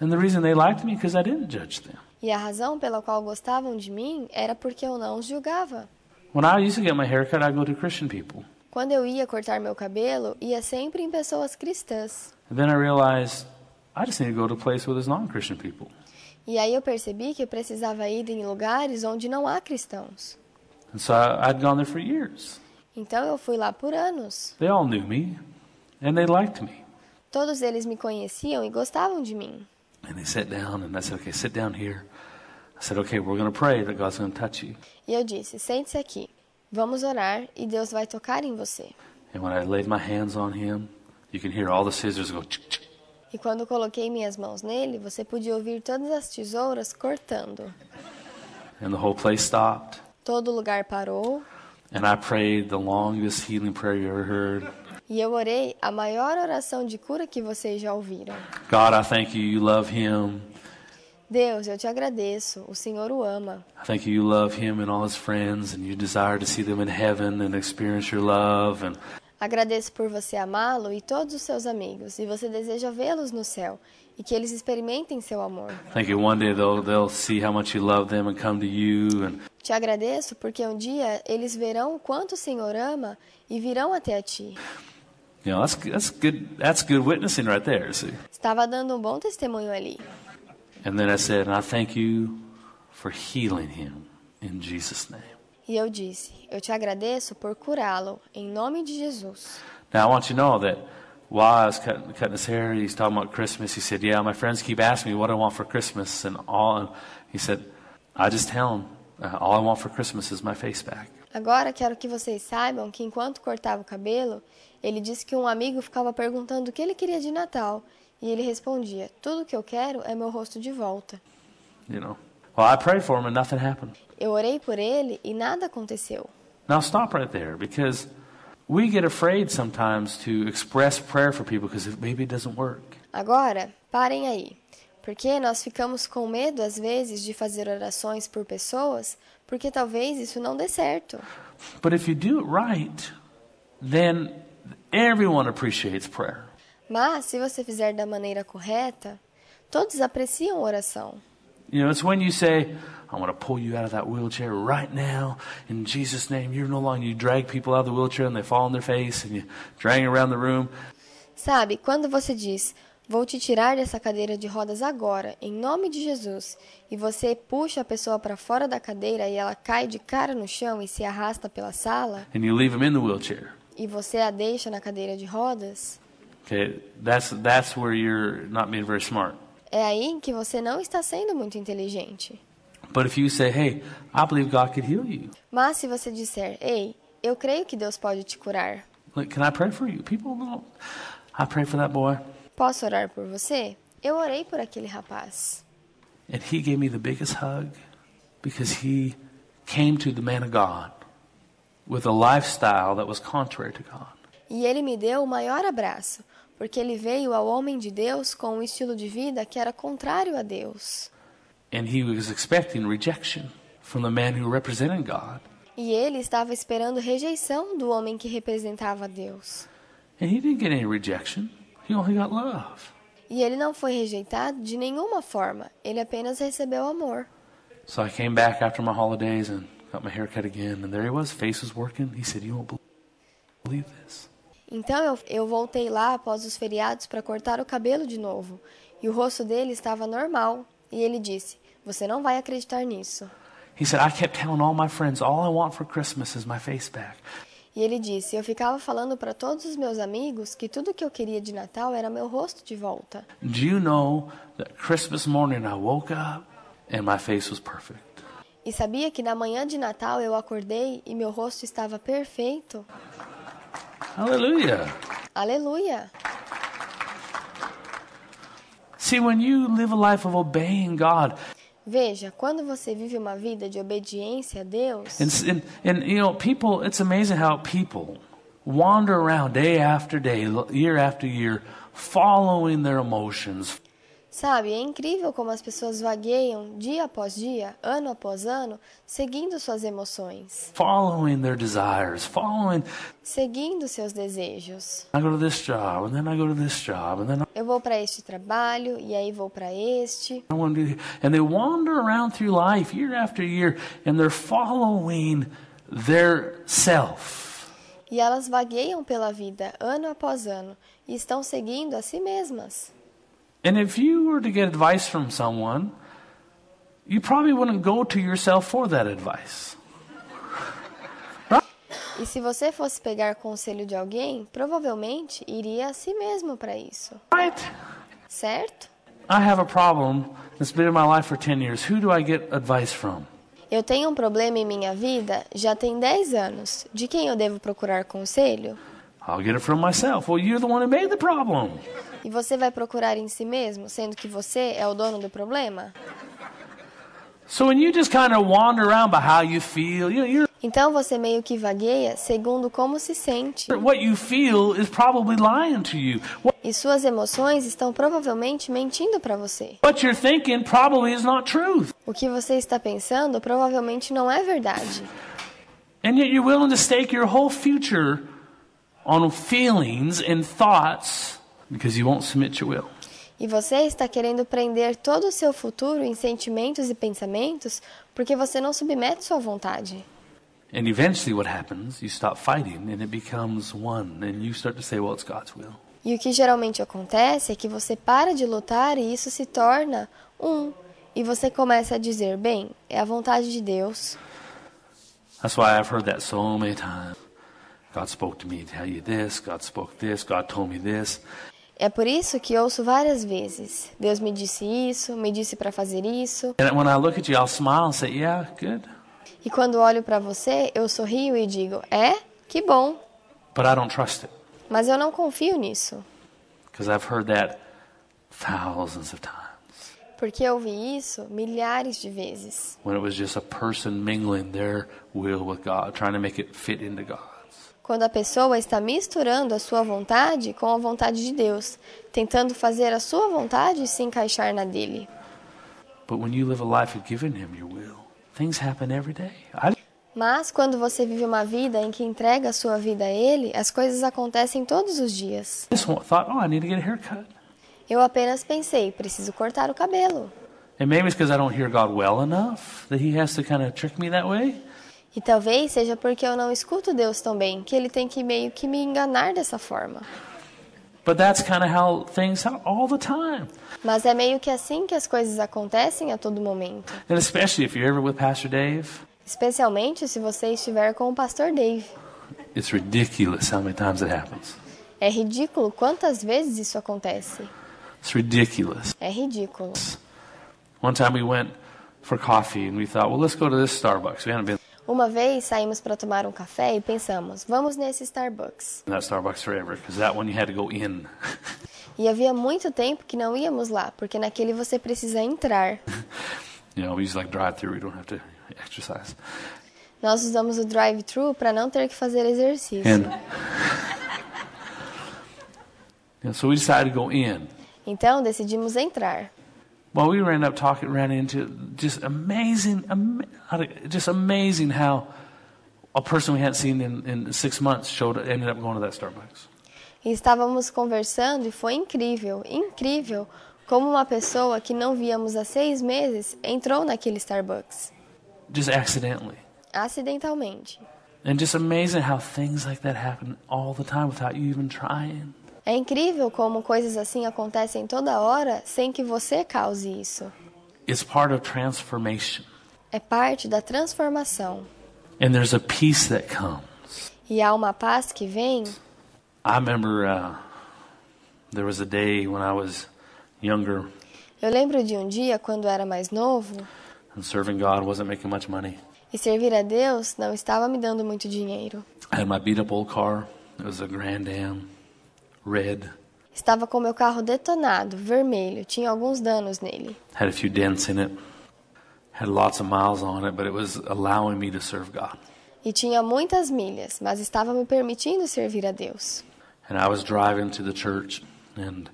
Speaker 2: And the reason they liked me because I didn't judge them.
Speaker 1: E a razão pela qual gostavam de mim era porque eu não os julgava.
Speaker 2: When I used to get my haircut, I'd go to Christian people.
Speaker 1: Quando eu ia cortar meu cabelo, ia sempre em pessoas cristãs.
Speaker 2: And then I realized I just need to go to a place where there's non-Christian people.
Speaker 1: E aí eu percebi que precisava ir em lugares onde não há cristãos.
Speaker 2: And so I, I'd gone there for years.
Speaker 1: Então eu fui lá por anos.
Speaker 2: They all knew me, and they liked me.
Speaker 1: Todos eles me conheciam e gostavam de mim.
Speaker 2: And they sat down, and I said, "Okay, sit down here." I said, "Okay, we're going to pray that God's going to touch you."
Speaker 1: E eu disse: sente-se aqui. Vamos orar e Deus vai tocar em você.
Speaker 2: And when I laid my hands on him, you can hear all the scissors go. Chick, chick.
Speaker 1: E quando coloquei minhas mãos nele, você podia ouvir todas as tesouras cortando.
Speaker 2: And the whole place stopped.
Speaker 1: Todo lugar parou
Speaker 2: And I prayed the longest healing prayer you ever heard.
Speaker 1: e eu orei a maior oração de cura que vocês já ouviram.
Speaker 2: God, I thank you. You love him.
Speaker 1: Deus, eu te agradeço. O Senhor o ama.
Speaker 2: I thank you. You love him and all his friends, and you desire to see them in heaven and experience your love. And
Speaker 1: Agradeço por você amá-lo e todos os seus amigos, e você deseja vê-los no céu e que eles experimentem seu amor.
Speaker 2: thank you. One day they'll they'll see how much you love them and come to you. And
Speaker 1: Te agradeço porque um dia eles verão o quanto o Senhor ama e virão até a ti.
Speaker 2: you know that's that's good. That's good witnessing right there. See.
Speaker 1: Estava dando um bom testemunho ali.
Speaker 2: And then I said, and I thank you for healing him in Jesus' name.
Speaker 1: E eu disse: Eu te agradeço por curá-lo, em nome de Jesus.
Speaker 2: Now, I want you to know that while I was cutting, cutting his hair, he's talking about Christmas. He said, Yeah, my friends keep asking me what I want for Christmas and all. And he said, I just tell them, uh, all I want for Christmas is my face back.
Speaker 1: Agora quero que vocês saibam que enquanto cortava o cabelo, ele disse que um amigo ficava perguntando o que ele queria de Natal. E ele respondia: Tudo que eu quero é meu rosto de volta.
Speaker 2: You know? Well, I prayed for him and nothing happened.
Speaker 1: Eu orei por ele e nada aconteceu.
Speaker 2: Now, stop right there because we get afraid sometimes to express prayer for people because maybe it doesn't work.
Speaker 1: Agora, parem aí. Porque nós ficamos com medo às vezes de fazer orações por pessoas, porque talvez isso não dê certo.
Speaker 2: But if you do it right, then everyone appreciates prayer.
Speaker 1: Mas se você fizer da maneira correta, todos apreciam a oração.
Speaker 2: You know, it's when you say, I want to pull you out of that wheelchair right now in Jesus' name. You're no longer, you drag people out of the wheelchair and they fall on their face and you drag around the room.
Speaker 1: Sabe, quando você diz, vou te tirar dessa cadeira de rodas agora, em nome de Jesus, e você puxa a pessoa para fora da cadeira e ela cai de cara no chão e se arrasta pela sala,
Speaker 2: And you leave them in the wheelchair.
Speaker 1: e você a deixa na cadeira de rodas,
Speaker 2: Okay, that's, that's where you're not being very smart.
Speaker 1: é aí que você não está sendo muito inteligente.
Speaker 2: But if you say, hey, I believe God could heal you.
Speaker 1: Mas se você disser, ei, eu creio que Deus pode te curar,
Speaker 2: Look, can I pray for you? People don't. I pray for that boy.
Speaker 1: posso orar por você? Eu orei por aquele rapaz.
Speaker 2: And he gave me the biggest hug because he came to the man of God with a lifestyle that was contrary to God.
Speaker 1: E ele me deu o maior abraço, porque ele veio ao homem de Deus com um estilo de vida que era contrário a Deus.
Speaker 2: And he was expecting rejection from the man who represented God.
Speaker 1: E ele estava esperando rejeição do homem que representava a Deus.
Speaker 2: And he didn't get any rejection, he only got love.
Speaker 1: E ele não foi rejeitado de nenhuma forma, ele apenas recebeu amor.
Speaker 2: So I came back after my holidays and got my hair cut again. And there he was, face was working. He said, You won't believe this.
Speaker 1: Então eu, eu voltei lá após os feriados para cortar o cabelo de novo, e o rosto dele estava normal. E ele disse: Você não vai acreditar nisso.
Speaker 2: He said, I kept telling all my friends, All I want for Christmas is my face back.
Speaker 1: E ele disse: Eu ficava falando para todos os meus amigos que tudo que eu queria de Natal era meu rosto de volta.
Speaker 2: Do you know that Christmas morning I woke up and my face was perfect?
Speaker 1: E sabia que na manhã de Natal eu acordei e meu rosto estava perfeito?
Speaker 2: Hallelujah.
Speaker 1: Aleluia!
Speaker 2: See, when you live a life of obeying God,
Speaker 1: Veja, quando você vive uma vida de obediência a Deus,
Speaker 2: And, s- and, and you know, people, it's amazing how people wander around day after day, l- year after year, following their emotions,
Speaker 1: Sabe, é incrível como as pessoas vagueiam dia após dia, ano após ano, seguindo suas emoções,
Speaker 2: following their desires, following.
Speaker 1: seguindo seus desejos.
Speaker 2: I go to this job, and then I go to this job, and then
Speaker 1: Eu vou para este trabalho e aí vou para este.
Speaker 2: I want to do. And they wander around through life year after year, and they're following their self.
Speaker 1: E elas vagueiam pela vida ano após ano e estão seguindo a si mesmas.
Speaker 2: And if you were to get advice from someone, you probably wouldn't go to yourself for that advice.
Speaker 1: E se você fosse pegar conselho de alguém, provavelmente iria a si mesmo para isso,
Speaker 2: Right?
Speaker 1: certo?
Speaker 2: I have a problem that's been in my life for 10 years. Who do I get advice from?
Speaker 1: Eu tenho um problema em minha vida já tem 10 anos. De quem eu devo procurar conselho?
Speaker 2: I'll get it from myself. Well, you're the one who made the problem.
Speaker 1: E você vai procurar em si mesmo, sendo que você é o dono do problema?
Speaker 2: So when you just kind of wander around by how you feel, you know, you're,
Speaker 1: Então você meio que vagueia segundo como se sente,
Speaker 2: what you feel is probably lying to you. What,
Speaker 1: e suas emoções estão provavelmente mentindo para você.
Speaker 2: what you're thinking probably is not truth.
Speaker 1: O que você está pensando provavelmente não é verdade.
Speaker 2: And yet you're willing to stake your whole future on feelings and thoughts because you won't submit your will.
Speaker 1: E você está querendo prender todo o seu futuro em sentimentos e pensamentos porque você não submete sua vontade.
Speaker 2: And eventually what happens, you stop fighting and it becomes one. And you start to say, well, it's God's will.
Speaker 1: E o que geralmente acontece é que você para de lutar e isso se torna um. E você começa a dizer, bem, é a vontade de Deus.
Speaker 2: That's why I've heard that so many times. God spoke to me to tell you this. God spoke this. God told me this.
Speaker 1: É por isso que ouço várias vezes: Deus me disse isso, me disse para fazer isso.
Speaker 2: And when I look at you, I'll smile and say, yeah, good.
Speaker 1: E quando olho para você, eu sorrio e digo: é? Que bom.
Speaker 2: But I don't trust it
Speaker 1: Mas eu não confio nisso.
Speaker 2: because I've heard that thousands of times
Speaker 1: Porque eu vi isso milhares de vezes.
Speaker 2: when it was just a person mingling their will with God, trying to make it fit into God's.
Speaker 1: Quando a pessoa está misturando a sua vontade com a vontade de Deus, tentando fazer a sua vontade se encaixar na dele.
Speaker 2: But when you live a life of giving Him your will, things happen every day. I,
Speaker 1: Mas quando você vive uma vida em que entrega a sua vida a Ele, as coisas acontecem todos os dias.
Speaker 2: just wa- thought, oh, I need to get a haircut.
Speaker 1: Eu apenas pensei, preciso cortar o cabelo.
Speaker 2: And maybe it's because I don't hear God well enough that He has to kind of trick me that way.
Speaker 1: E talvez seja porque eu não escuto Deus tão bem, que Ele tem que meio que me enganar dessa forma.
Speaker 2: But that's kind of how things happen all the time.
Speaker 1: Mas é meio que assim que as coisas acontecem a todo momento.
Speaker 2: And especially if you're ever with Pastor Dave,
Speaker 1: Especialmente se você estiver com o pastor Dave.
Speaker 2: it's ridiculous how many times it happens.
Speaker 1: É ridículo quantas vezes isso acontece.
Speaker 2: It's ridiculous.
Speaker 1: É ridículo.
Speaker 2: One time we went for coffee and we thought, well, let's go to this Starbucks. We hadn't been
Speaker 1: Uma vez saímos para tomar um café e pensamos, vamos nesse Starbucks.
Speaker 2: in that Starbucks forever because that one you had to go in. <laughs>
Speaker 1: E havia muito tempo que não íamos lá, porque naquele você precisa entrar.
Speaker 2: you know, we use like drive through, we don't have to exercise.
Speaker 1: Nós usamos o drive-thru para não ter que fazer exercício.
Speaker 2: And <laughs> Yeah, so we decided to go in.
Speaker 1: Então decidimos entrar.
Speaker 2: Well, we ran up talking, ran into just amazing, ama- just amazing how a person we hadn't seen in, in six months showed ended up going to that Starbucks.
Speaker 1: E estávamos conversando e foi incrível, incrível, como uma pessoa que não víamos há seis meses entrou naquele Starbucks,
Speaker 2: just accidentally.
Speaker 1: acidentalmente.
Speaker 2: And just amazing how things like that happen all the time without you even trying.
Speaker 1: É incrível como coisas assim acontecem toda hora sem que você cause isso.
Speaker 2: It's part of transformation.
Speaker 1: É parte da transformação.
Speaker 2: And there's a peace that comes.
Speaker 1: E há uma paz que vem.
Speaker 2: I remember uh, there was a day when I was younger
Speaker 1: Eu lembro de um dia quando era mais novo
Speaker 2: and serving God wasn't making much money.
Speaker 1: e servir a Deus não estava me dando muito dinheiro.
Speaker 2: I had my beat up old car. It was a Grand Am, red.
Speaker 1: Estava com meu carro detonado, vermelho, tinha alguns danos nele.
Speaker 2: Had a few dents in it. Had lots of miles on it, but it was allowing me to serve God.
Speaker 1: e tinha muitas milhas, mas estava me permitindo servir a Deus.
Speaker 2: And I was driving to the church, and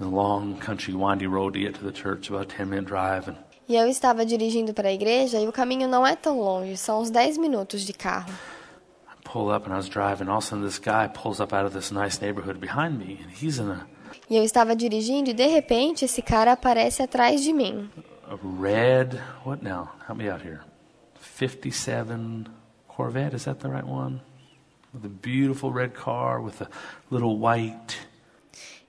Speaker 2: a long country windy road to get to the church, about a 10 minute drive. And
Speaker 1: E eu estava dirigindo para a igreja e o caminho não é tão longe, são uns 10 minutos de carro.
Speaker 2: I pull up and I was driving. All of a sudden, this guy pulls up out of this nice neighborhood behind me, and he's in a,
Speaker 1: E eu estava dirigindo e de repente esse cara aparece atrás de mim.
Speaker 2: a red, what now? Help me out here. 57 Corvette, is that the right one? With a beautiful red car with a little white.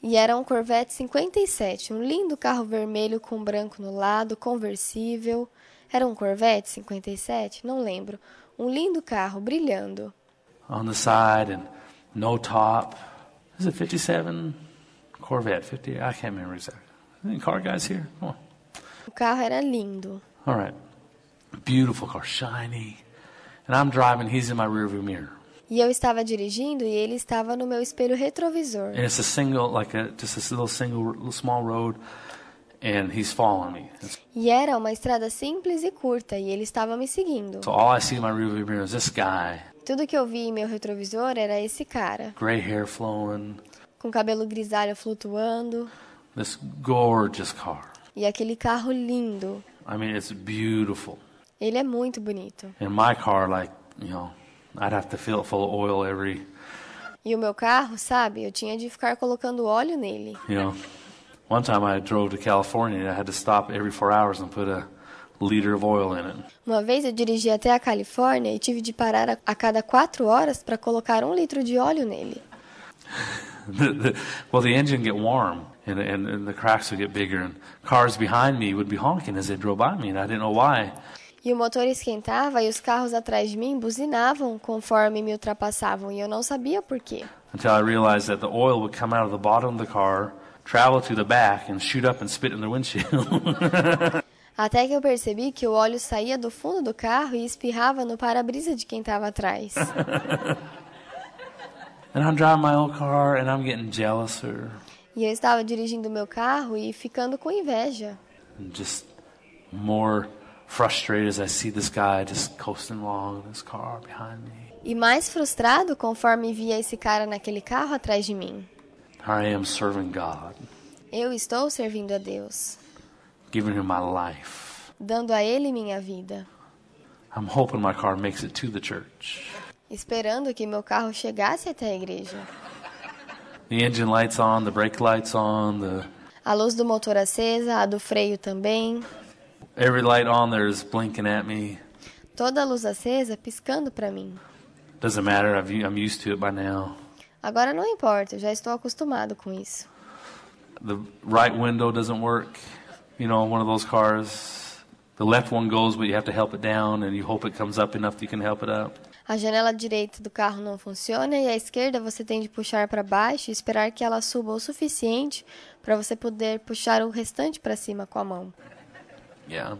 Speaker 1: E era um Corvette 57, um lindo carro vermelho com branco no lado, conversível. Era um Corvette 57? Não lembro. Um lindo carro brilhando.
Speaker 2: on the side and no top. Is it 57 Corvette? 50? I can't remember exactly. Any car guys here? Come on.
Speaker 1: O carro era lindo.
Speaker 2: All right. Beautiful car, shiny. And I'm driving, he's in my rearview mirror.
Speaker 1: E eu estava dirigindo e ele estava no meu espelho retrovisor.
Speaker 2: And it's a single, like a, just this little single, little small road, and he's following me. And
Speaker 1: E era uma estrada simples e curta e ele estava me seguindo.
Speaker 2: so all I see in my rearview mirror is this guy,
Speaker 1: Tudo que eu vi em meu retrovisor era esse cara,
Speaker 2: gray hair flowing,
Speaker 1: com cabelo grisalho flutuando
Speaker 2: this gorgeous car.
Speaker 1: e aquele carro lindo.
Speaker 2: I mean, it's beautiful.
Speaker 1: Ele é muito bonito.
Speaker 2: And my car, like, you know, I'd have to fill it full of oil every
Speaker 1: E o meu carro, sabe, eu tinha de ficar colocando óleo nele.
Speaker 2: You know, one time I drove to California and I had to stop every four hours and put a liter of oil in it. <laughs>
Speaker 1: Uma vez eu dirigi até a Califórnia e tive de parar a, a cada quatro horas para colocar um litro de óleo nele.
Speaker 2: The, the, well, the engine get warm and, and, and the cracks would get bigger and cars behind me would be honking as they drove by me and I didn't know why.
Speaker 1: E o motor esquentava e os carros atrás de mim buzinavam conforme me ultrapassavam e eu não sabia por quê.
Speaker 2: Until I realized that the oil would come out of the bottom of the car, travel to the back, and shoot up and spit in the windshield. <laughs>
Speaker 1: Até que eu percebi que o óleo saía do fundo do carro e espirrava no para-brisa de quem estava atrás.
Speaker 2: and I'm driving my old car and I'm getting jealouser
Speaker 1: E eu estava dirigindo meu carro e ficando com inveja.
Speaker 2: and just more frustrated as I see this guy just coasting along in his car behind me.
Speaker 1: E mais frustrado conforme via esse cara naquele carro atrás de mim.
Speaker 2: I am serving God,
Speaker 1: Eu estou servindo a Deus,
Speaker 2: giving Him my life.
Speaker 1: dando a Ele minha vida,
Speaker 2: I'm hoping my car makes it to the church.
Speaker 1: esperando que meu carro chegasse até a igreja.
Speaker 2: The engine light's on, the brake light's on, the
Speaker 1: A luz do motor acesa, a do freio também,
Speaker 2: every light on there is blinking at me.
Speaker 1: toda a luz acesa piscando para mim.
Speaker 2: Doesn't matter. I've, I'm used to it by now.
Speaker 1: Agora não importa, eu já estou acostumado com isso.
Speaker 2: The right window doesn't work. You know, one of those cars. The left one goes, but you have to help it down, and you hope it comes up enough that you can help it up.
Speaker 1: A janela direita do carro não funciona e a esquerda você tem de puxar para baixo e esperar que ela suba o suficiente para você poder puxar o restante para cima com a mão.
Speaker 2: Yeah.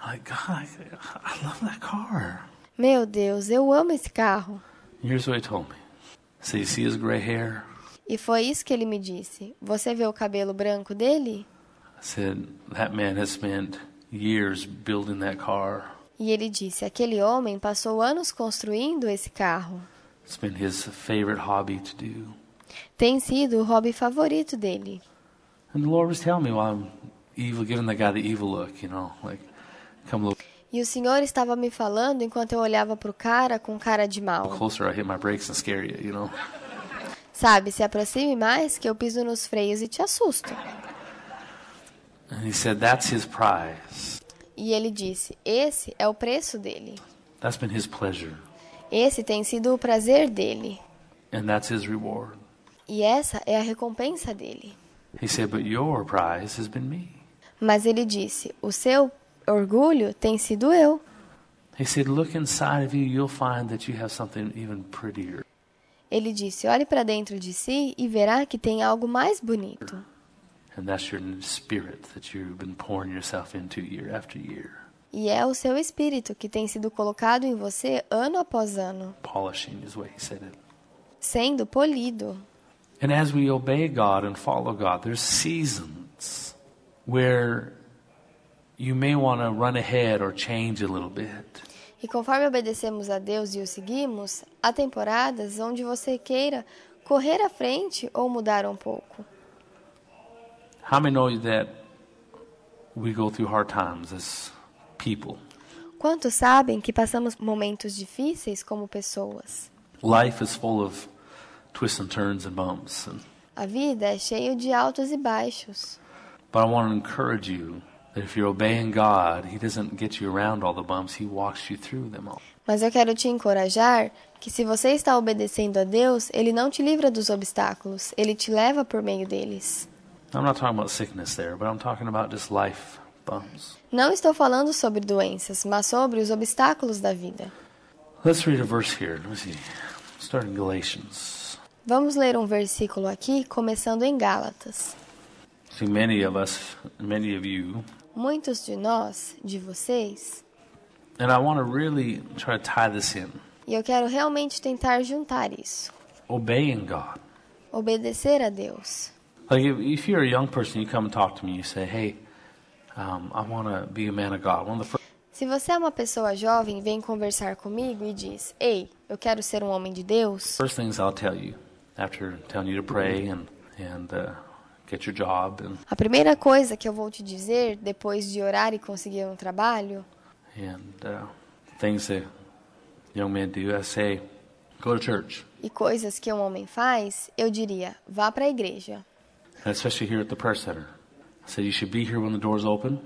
Speaker 2: I'm like God, I, I love that car.
Speaker 1: Meu Deus, eu amo esse carro.
Speaker 2: Here's what he told me. So you see his gray hair.
Speaker 1: E foi isso que ele me disse. Você vê o cabelo branco dele?
Speaker 2: I said, That man has spent years building that car.
Speaker 1: E ele disse: aquele homem passou anos construindo esse carro.
Speaker 2: It's been his favorite hobby to do.
Speaker 1: Tem sido o hobby favorito dele.
Speaker 2: And the Lord was telling me, Well, I'm evil, giving the guy the evil look, you know, like, come a little
Speaker 1: E o senhor estava me falando enquanto eu olhava para o cara com cara de mal.
Speaker 2: closer, I hit my brakes and scare you, you know.
Speaker 1: Sabe, se aproxime mais que eu piso nos freios e te assusto.
Speaker 2: And he said, That's his prize.
Speaker 1: E ele disse: Esse é o preço dele.
Speaker 2: That's been his pleasure.
Speaker 1: Esse tem sido o prazer dele.
Speaker 2: And that's his reward.
Speaker 1: E essa é a recompensa dele.
Speaker 2: He said, But your prize has been me.
Speaker 1: Mas ele disse: O seu orgulho tem sido eu.
Speaker 2: He said, Look inside of you, you'll find that you have something even prettier.
Speaker 1: Ele disse: Olhe para dentro de si e verá que tem algo mais bonito.
Speaker 2: And that's your spirit that you've been pouring yourself into year after year,
Speaker 1: E é o seu espírito que tem sido colocado em você ano após ano,
Speaker 2: polishing is what he said it.
Speaker 1: sendo polido.
Speaker 2: And as we obey God and follow God, there's seasons where you may want to run ahead or change a little bit.
Speaker 1: E conforme obedecemos a Deus e o seguimos, há temporadas onde você queira correr à frente ou mudar um pouco.
Speaker 2: How many know that we go through hard times as people?
Speaker 1: Quantos sabem que passamos momentos difíceis como pessoas?
Speaker 2: Life is full of twists and turns and bumps. And,
Speaker 1: A vida é cheia de altos e baixos.
Speaker 2: but I want to encourage you that if you're obeying God, He doesn't get you around all the bumps, He walks you through them all.
Speaker 1: Mas eu quero te encorajar que se você está obedecendo a Deus, ele não te livra dos obstáculos, ele te leva por meio deles.
Speaker 2: I'm not talking about sickness there, but I'm talking about just life bumps.
Speaker 1: Não estou falando sobre doenças, mas sobre os obstáculos da vida.
Speaker 2: Let's read a verse here. Let me see. Start in Galatians.
Speaker 1: Vamos ler um versículo aqui, começando em Gálatas.
Speaker 2: See, many of us, many of you,
Speaker 1: Muitos de nós, de vocês,
Speaker 2: and I want to really try to tie this in
Speaker 1: e eu quero realmente tentar juntar isso,
Speaker 2: obeying God.
Speaker 1: obedecer a Deus.
Speaker 2: Like if, if you're a young person, you come and talk to me. You say, "Hey, um, I want to be a man of God." One of the first
Speaker 1: Se você é uma pessoa jovem, vem conversar comigo e diz: Ei, eu quero ser um homem de Deus.
Speaker 2: first things I'll tell you after telling you to pray and and uh, get your job and
Speaker 1: A primeira coisa que eu vou te dizer depois de orar e conseguir um trabalho
Speaker 2: and uh, things that young men do, I say, "Go to church,"
Speaker 1: e coisas que um homem faz, eu diria: vá para a igreja.
Speaker 2: and especially here at the prayer center. I say you should be here when the doors open,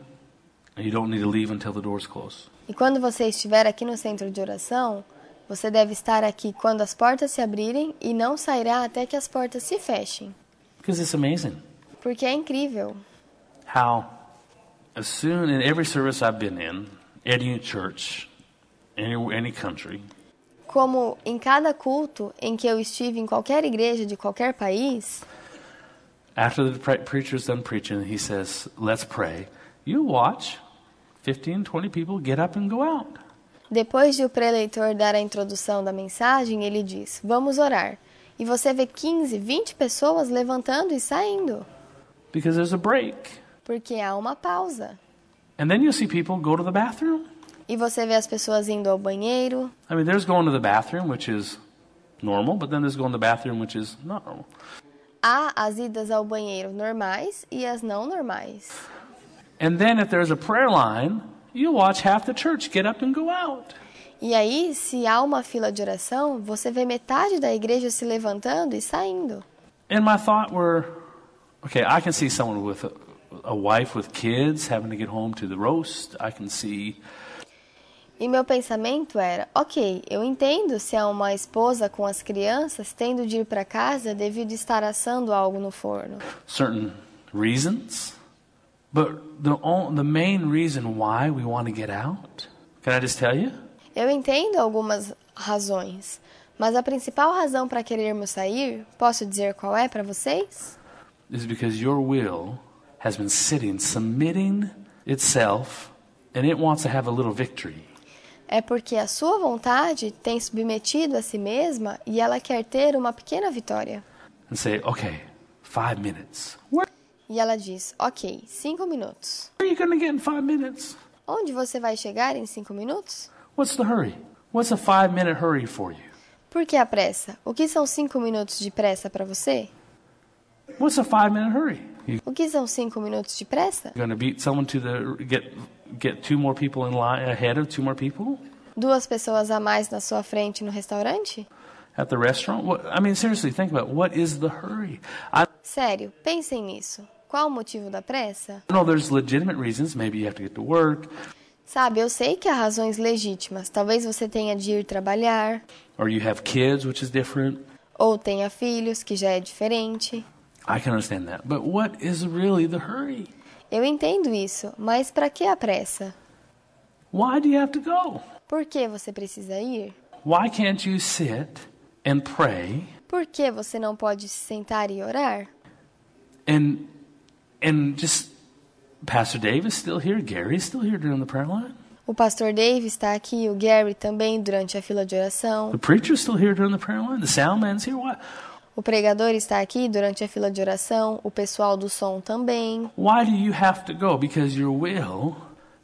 Speaker 2: and you don't need to leave until the doors close.
Speaker 1: E quando você estiver aqui no centro de oração, você deve estar aqui quando as portas se abrirem e não sairá até que as portas se fechem.
Speaker 2: Because it's amazing
Speaker 1: Porque é incrível.
Speaker 2: how, as soon in every service I've been in, any church, any any country.
Speaker 1: Como em cada culto em que eu estive em qualquer igreja de qualquer país,
Speaker 2: After the pre- preacher's done preaching, he says, Let's pray. You watch 15, 20 people get up and go out.
Speaker 1: Depois de o preleitor dar a introdução da mensagem, ele diz: Vamos orar. E você vê 15, 20 pessoas levantando e saindo,
Speaker 2: Because there's a break.
Speaker 1: porque há uma pausa.
Speaker 2: And then you see people go to the bathroom.
Speaker 1: E você vê as pessoas indo ao banheiro.
Speaker 2: I mean, there's going to the bathroom, which is normal, but then there's going to the bathroom, which is not normal.
Speaker 1: Há as idas ao banheiro normais e as não normais.
Speaker 2: And then if there's a prayer line, you watch half the church get up and go out.
Speaker 1: E aí, se há uma fila de oração, você vê metade da igreja se levantando e saindo.
Speaker 2: And my thought were, okay, I can see someone with a, a wife with kids having to get home to the roast. I can see
Speaker 1: E meu pensamento era: ok, eu entendo se é uma esposa com as crianças tendo de ir para casa devido estar assando algo no forno.
Speaker 2: certain reasons, but the on, the main reason why we want to get out, can I just tell you?
Speaker 1: Eu entendo algumas razões, mas a principal razão para querermos sair, posso dizer qual é para vocês?
Speaker 2: Is because your will has been sitting, submitting itself, and it wants to have a little victory.
Speaker 1: É porque a sua vontade tem submetido a si mesma e ela quer ter uma pequena vitória.
Speaker 2: And say, okay, five minutes.
Speaker 1: E ela diz: Ok, cinco minutos.
Speaker 2: Where are you going to get in five minutes?
Speaker 1: Onde você vai chegar em cinco minutos?
Speaker 2: What's the hurry? What's a five minute hurry for you?
Speaker 1: Por que a pressa? O que são cinco minutos de pressa para você?
Speaker 2: What's a five minute hurry? You're
Speaker 1: O que são cinco minutos de pressa?
Speaker 2: going to beat someone to the get get two more people in line ahead of two more people
Speaker 1: Duas pessoas a mais na sua frente no restaurante?
Speaker 2: at the restaurant. What, I mean, seriously, think about it. what is the hurry? I
Speaker 1: Sério, pensem nisso. Qual o motivo da pressa?
Speaker 2: know there's legitimate reasons. Maybe you have to get to work,
Speaker 1: Sabe, eu sei que há razões legítimas. Talvez você tenha de ir trabalhar,
Speaker 2: or you have kids, which is different.
Speaker 1: ou tenha filhos, que já é diferente.
Speaker 2: I can understand that. But what is really the hurry?
Speaker 1: Eu entendo isso, mas para que a pressa?
Speaker 2: Why do you have to go?
Speaker 1: Por que você precisa ir?
Speaker 2: Why can't you sit and pray
Speaker 1: Por que você não pode se sentar e orar?
Speaker 2: and and just Pastor Dave is still here, Gary's still here during the prayer line.
Speaker 1: O pastor Dave está aqui, o Gary também durante a fila de oração.
Speaker 2: The preacher's still here during the prayer line. The sound man's here. Why?
Speaker 1: O pregador está aqui durante a fila de oração, o pessoal do som também.
Speaker 2: Why do you have to go? Because your will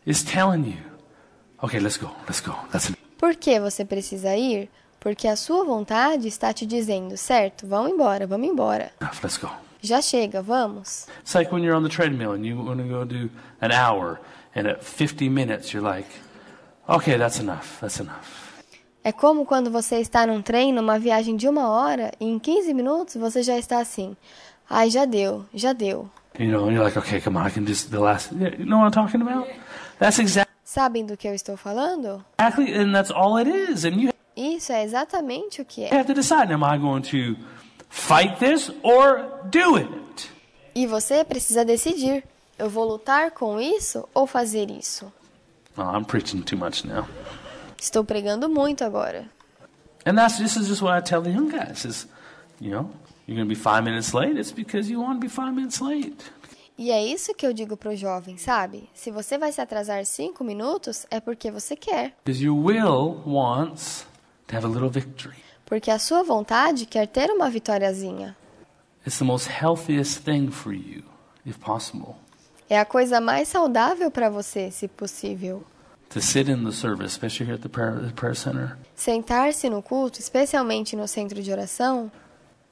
Speaker 2: is telling you, okay, let's go, let's go. That's it.
Speaker 1: Por que você precisa ir? Porque a sua vontade está te dizendo, certo, vamos embora, vamos embora.
Speaker 2: enough. Let's go.
Speaker 1: Já chega, vamos.
Speaker 2: It's like when you're on the treadmill and you want to go do an hour, and at 50 minutes, you're like, okay, that's enough, that's enough.
Speaker 1: É como quando você está num trem, numa viagem de uma hora, e em 15 minutos você já está assim. Ai, já deu, já deu.
Speaker 2: You know, and you're like, okay, come on, I can just, the last, yeah, you know what I'm talking about? That's exactly,
Speaker 1: Sabem do que eu estou falando?
Speaker 2: and that's all it is. And you
Speaker 1: Isso é exatamente o que é.
Speaker 2: have to decide, am I going to fight this or do it?
Speaker 1: E você precisa decidir: eu vou lutar com isso ou fazer isso?
Speaker 2: Oh, I'm preaching too much now.
Speaker 1: Estou pregando muito agora.
Speaker 2: And that's this is just what I tell the young guys is, you know, you're gonna be five minutes late. It's because you want to be five minutes late.
Speaker 1: E é isso que eu digo pro jovem, sabe? Se você vai se atrasar cinco minutos, é porque você quer.
Speaker 2: Because your will wants to have a little victory.
Speaker 1: Porque a sua vontade quer ter uma vitóriazinha.
Speaker 2: It's the most healthiest thing for you, if possible,
Speaker 1: É a coisa mais saudável para você, se possível.
Speaker 2: to sit in the service, especially here at the prayer, the prayer center,
Speaker 1: Sentar-se no culto, especialmente no centro de oração,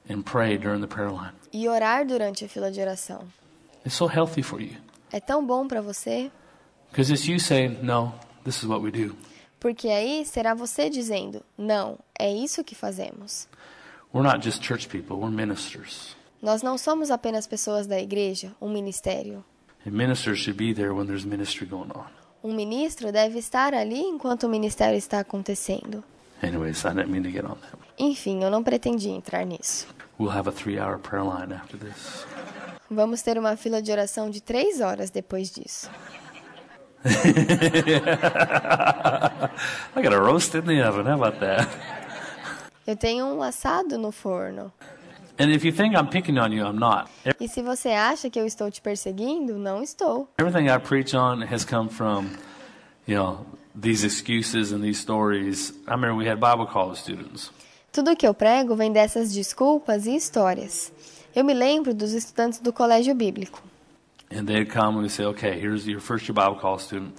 Speaker 2: and pray during the prayer line.
Speaker 1: e orar durante a fila de oração.
Speaker 2: It's so healthy for you
Speaker 1: É tão bom para você,
Speaker 2: because it's you saying, "No, this is what we do.
Speaker 1: porque aí será você dizendo: não, é isso que fazemos.
Speaker 2: We're not just church people. We're ministers,
Speaker 1: Nós não somos apenas pessoas da igreja, um ministério.
Speaker 2: and ministers should be there when there's ministry going on."
Speaker 1: Um ministro deve estar ali enquanto o ministério está acontecendo.
Speaker 2: Anyways, I didn't mean to get on that.
Speaker 1: Enfim, eu não pretendi entrar nisso.
Speaker 2: We'll have a three hour prayer line after <laughs> this.
Speaker 1: Vamos ter uma fila de oração de três horas depois disso.
Speaker 2: I got a roast in the oven. How about that?
Speaker 1: Eu tenho um assado no forno.
Speaker 2: And if you think I'm picking on you, I'm not. Ev-
Speaker 1: E se você acha que eu estou te perseguindo, não estou.
Speaker 2: Everything I preach on has come from, you know, these excuses and these stories. I remember we had Bible college students,
Speaker 1: Tudo que eu prego vem dessas desculpas e histórias. Eu me lembro dos estudantes do colégio bíblico.
Speaker 2: and they'd come and we'd say, okay, here's your first year Bible college student.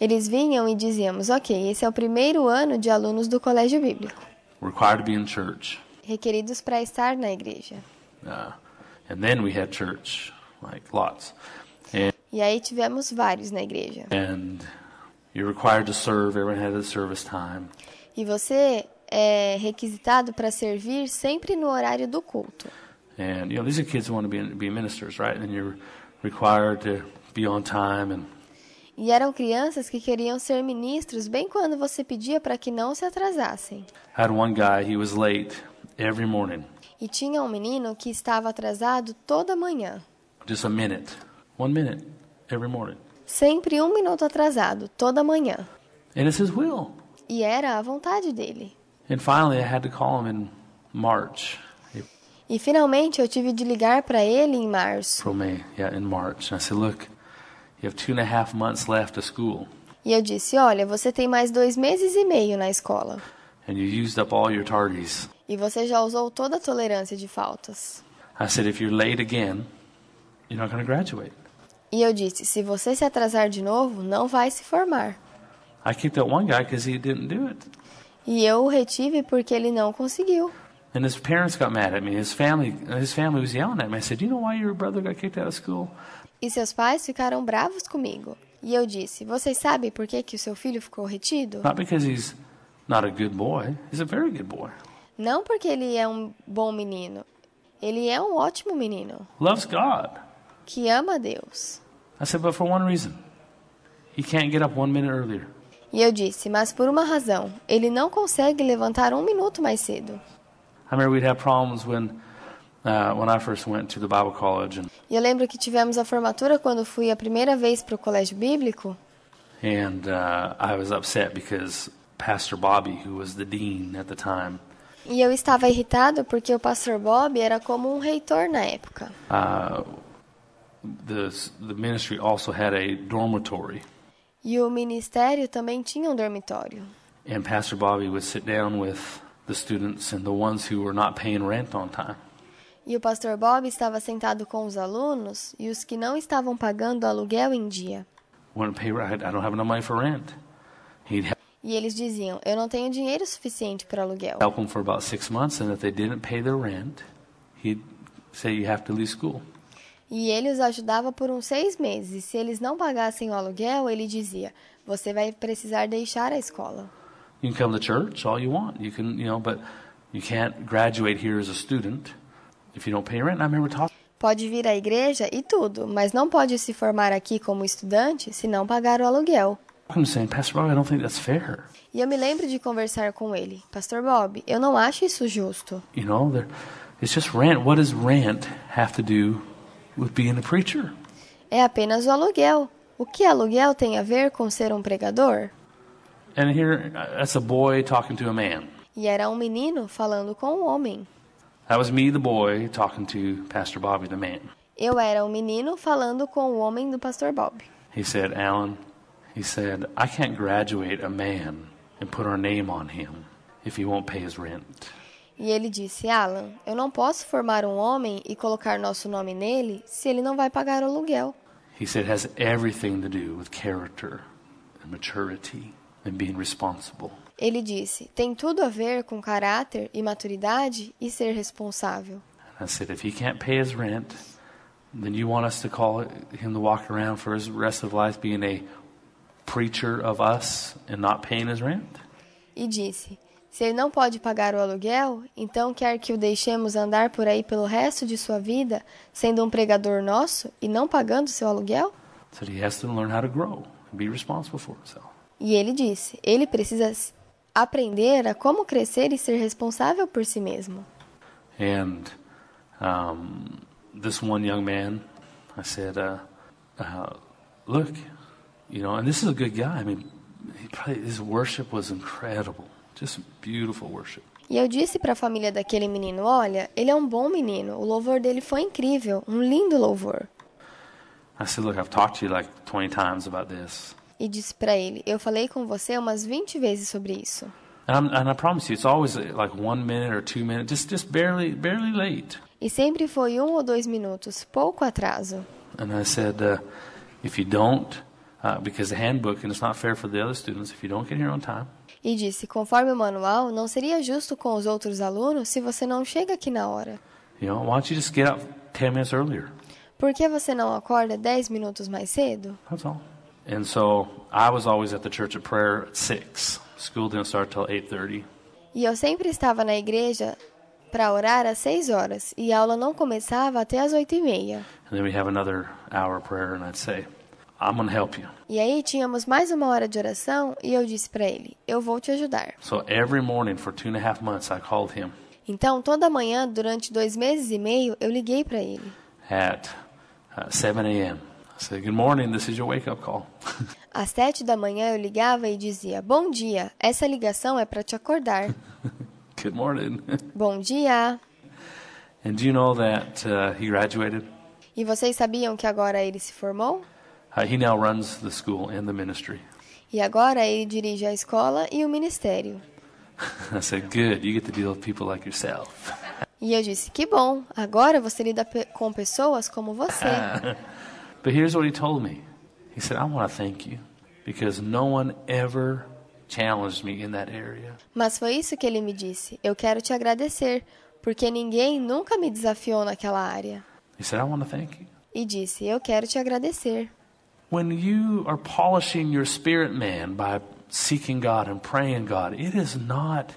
Speaker 1: Eles vinham e dizíamos: Ok, esse é o primeiro ano de alunos do colégio bíblico,
Speaker 2: Required to be in church.
Speaker 1: requeridos para estar na igreja.
Speaker 2: Uh, and then we had church, like lots. And
Speaker 1: E aí tivemos vários na igreja.
Speaker 2: and you're required to serve. Everyone had a service time.
Speaker 1: E você é requisitado para servir sempre no horário do culto.
Speaker 2: And you know, these are kids who want to be be ministers, right? And you're required to be on time. And
Speaker 1: E eram crianças que queriam ser ministros bem quando você pedia para que não se atrasassem.
Speaker 2: I had one guy; he was late every morning,
Speaker 1: E tinha um menino que estava atrasado toda manhã,
Speaker 2: just a minute, one minute every morning,
Speaker 1: sempre um minuto atrasado toda manhã.
Speaker 2: and it's his will.
Speaker 1: E era a vontade dele.
Speaker 2: And finally, I had to call him in March,
Speaker 1: E finalmente eu tive de ligar para ele em março.
Speaker 2: April, May, yeah, in March. And I said, "Look, you have two and a half months left of school,
Speaker 1: E eu disse: Olha, você tem mais dois meses e meio na escola.
Speaker 2: and you used up all your tardies."
Speaker 1: E você já usou toda a tolerância de faltas.
Speaker 2: I said, "If you're late again, you're not going to graduate."
Speaker 1: E eu disse: se você se atrasar de novo, não vai se formar.
Speaker 2: I kicked that one guy because he didn't do it.
Speaker 1: E eu o retive porque ele não conseguiu.
Speaker 2: And his parents got mad at me. His family, his family was yelling at me. I said, "Do you know why your brother got kicked out of school?"
Speaker 1: E seus pais ficaram bravos comigo. E eu disse: vocês sabem por que, que o seu filho ficou retido?
Speaker 2: Not because he's not a good boy. He's a very good boy.
Speaker 1: Não porque ele é um bom menino. Ele é um ótimo menino
Speaker 2: Loves God.
Speaker 1: que ama a Deus.
Speaker 2: I said, but for one reason, he can't get up one minute earlier.
Speaker 1: E eu disse: mas por uma razão, ele não consegue levantar um minuto mais cedo.
Speaker 2: I remember we'd have problems when, uh, when I first went to the Bible college, and
Speaker 1: E eu lembro que tivemos a formatura quando fui a primeira vez para o colégio bíblico.
Speaker 2: and uh, I was upset because Pastor Bobby, who was the dean at the time,
Speaker 1: E eu estava irritado porque o pastor Bob era como um reitor na época.
Speaker 2: uh, the the ministry also had a dormitory.
Speaker 1: E o ministério também tinha um dormitório.
Speaker 2: And Pastor Bobby would sit down with the students and the ones who were not paying rent on time.
Speaker 1: E o pastor Bob estava sentado com os alunos e os que não estavam pagando aluguel em dia.
Speaker 2: Wouldn't pay rent. I don't have enough money for rent. He'd
Speaker 1: E eles diziam: Eu não tenho dinheiro suficiente para aluguel.
Speaker 2: help them for about six months, and if they didn't pay their rent, he'd say you have to leave school.
Speaker 1: E ele os ajudava por uns seis meses. E se eles não pagassem o aluguel, ele dizia: Você vai precisar deixar a escola.
Speaker 2: You can come to church all you want. You can, you know, but you can't graduate here as a student if you don't pay rent. And I remember talking
Speaker 1: Pode vir à igreja e tudo, mas não pode se formar aqui como estudante se não pagar o aluguel.
Speaker 2: to him saying, Pastor Bob, I don't think that's fair.
Speaker 1: E eu me lembro de conversar com ele: Pastor Bob, eu não acho isso justo.
Speaker 2: You know, there, it's just rent. What does rent have to do with being a preacher?
Speaker 1: É apenas o aluguel. O que aluguel tem a ver com ser um pregador?
Speaker 2: And here, uh, that's a boy talking to a man.
Speaker 1: E era um menino falando com um homem.
Speaker 2: That was me, the boy, talking to Pastor Bobby, the man.
Speaker 1: Eu era um menino falando com o homem do Pastor Bob.
Speaker 2: He said, Alan, he said, I can't graduate a man and put our name on him if he won't pay his rent.
Speaker 1: E ele disse: Alan, eu não posso formar um homem e colocar nosso nome nele se ele não vai pagar o aluguel.
Speaker 2: He said, it has everything to do with character and maturity and being responsible.
Speaker 1: Ele disse: tem tudo a ver com caráter e maturidade e ser responsável.
Speaker 2: And I said, if he can't pay his rent, then you want us to call him to walk around for his rest of life being a preacher of us and not paying his rent?
Speaker 1: E disse: se ele não pode pagar o aluguel, então quer que o deixemos andar por aí pelo resto de sua vida sendo um pregador nosso e não pagando seu aluguel?
Speaker 2: I said, he has to learn how to grow and be responsible for himself.
Speaker 1: E ele disse: ele precisa s- aprender a como crescer e ser responsável por si mesmo.
Speaker 2: And um, this one young man, I said, uh, uh, look, you know, and this is a good guy. I mean, he probably, his worship was incredible, just beautiful worship.
Speaker 1: E eu disse para a família daquele menino: olha, ele é um bom menino, o louvor dele foi incrível, um lindo louvor.
Speaker 2: I said, look, I've talked to you like 20 times about this.
Speaker 1: E disse para ele: eu falei com você umas 20 vezes sobre isso.
Speaker 2: And, I'm, and I promise you, it's always uh, like one minute or two minutes, just, just barely, barely late.
Speaker 1: E sempre foi um ou dois minutos, pouco atraso.
Speaker 2: And I said, uh, if you don't, uh, because the handbook, and it's not fair for the other students, if you don't get here on time,
Speaker 1: E disse: conforme o manual, não seria justo com os outros alunos se você não chega aqui na hora.
Speaker 2: you know, why don't you just get up 10 minutes earlier?
Speaker 1: Por que você não acorda 10 minutos mais cedo?
Speaker 2: That's all. And so I was always at the church at prayer at six. School didn't start till eight thirty.
Speaker 1: E eu sempre estava na igreja para orar às 6 horas e a aula não começava até às 8 e meia.
Speaker 2: And then we have another hour of prayer, and I'd say, I'm going to help you.
Speaker 1: E aí tínhamos mais uma hora de oração e eu disse para ele: Eu vou te ajudar.
Speaker 2: So every morning for two and a half months, I called him
Speaker 1: Então, toda manhã, durante dois meses e meio, eu liguei para ele.
Speaker 2: at uh, 7 a.m. I said, Good morning, this is your wake up call. <laughs>
Speaker 1: Às sete da manhã, eu ligava e dizia: Bom dia, essa ligação é para te acordar.
Speaker 2: Good morning. <laughs>
Speaker 1: Bom dia.
Speaker 2: and do you know that uh, he graduated?
Speaker 1: E vocês sabiam que agora ele se formou?
Speaker 2: Uh, he now runs the school and the ministry. <laughs>
Speaker 1: E agora ele dirige a escola e o ministério.
Speaker 2: I said, Good, you get to deal with people like yourself. <laughs>
Speaker 1: E eu disse: Que bom, agora você lida pe- com pessoas como você.
Speaker 2: Ah. <laughs> But here's what he told me. He said, I want to thank you because no one ever challenged me in that area.
Speaker 1: Mas foi isso que ele me disse: Eu quero te agradecer, porque ninguém nunca me desafiou naquela área.
Speaker 2: He said, I want to thank you.
Speaker 1: E disse: Eu quero te agradecer.
Speaker 2: When you are polishing your spirit man by seeking God and praying God, it is not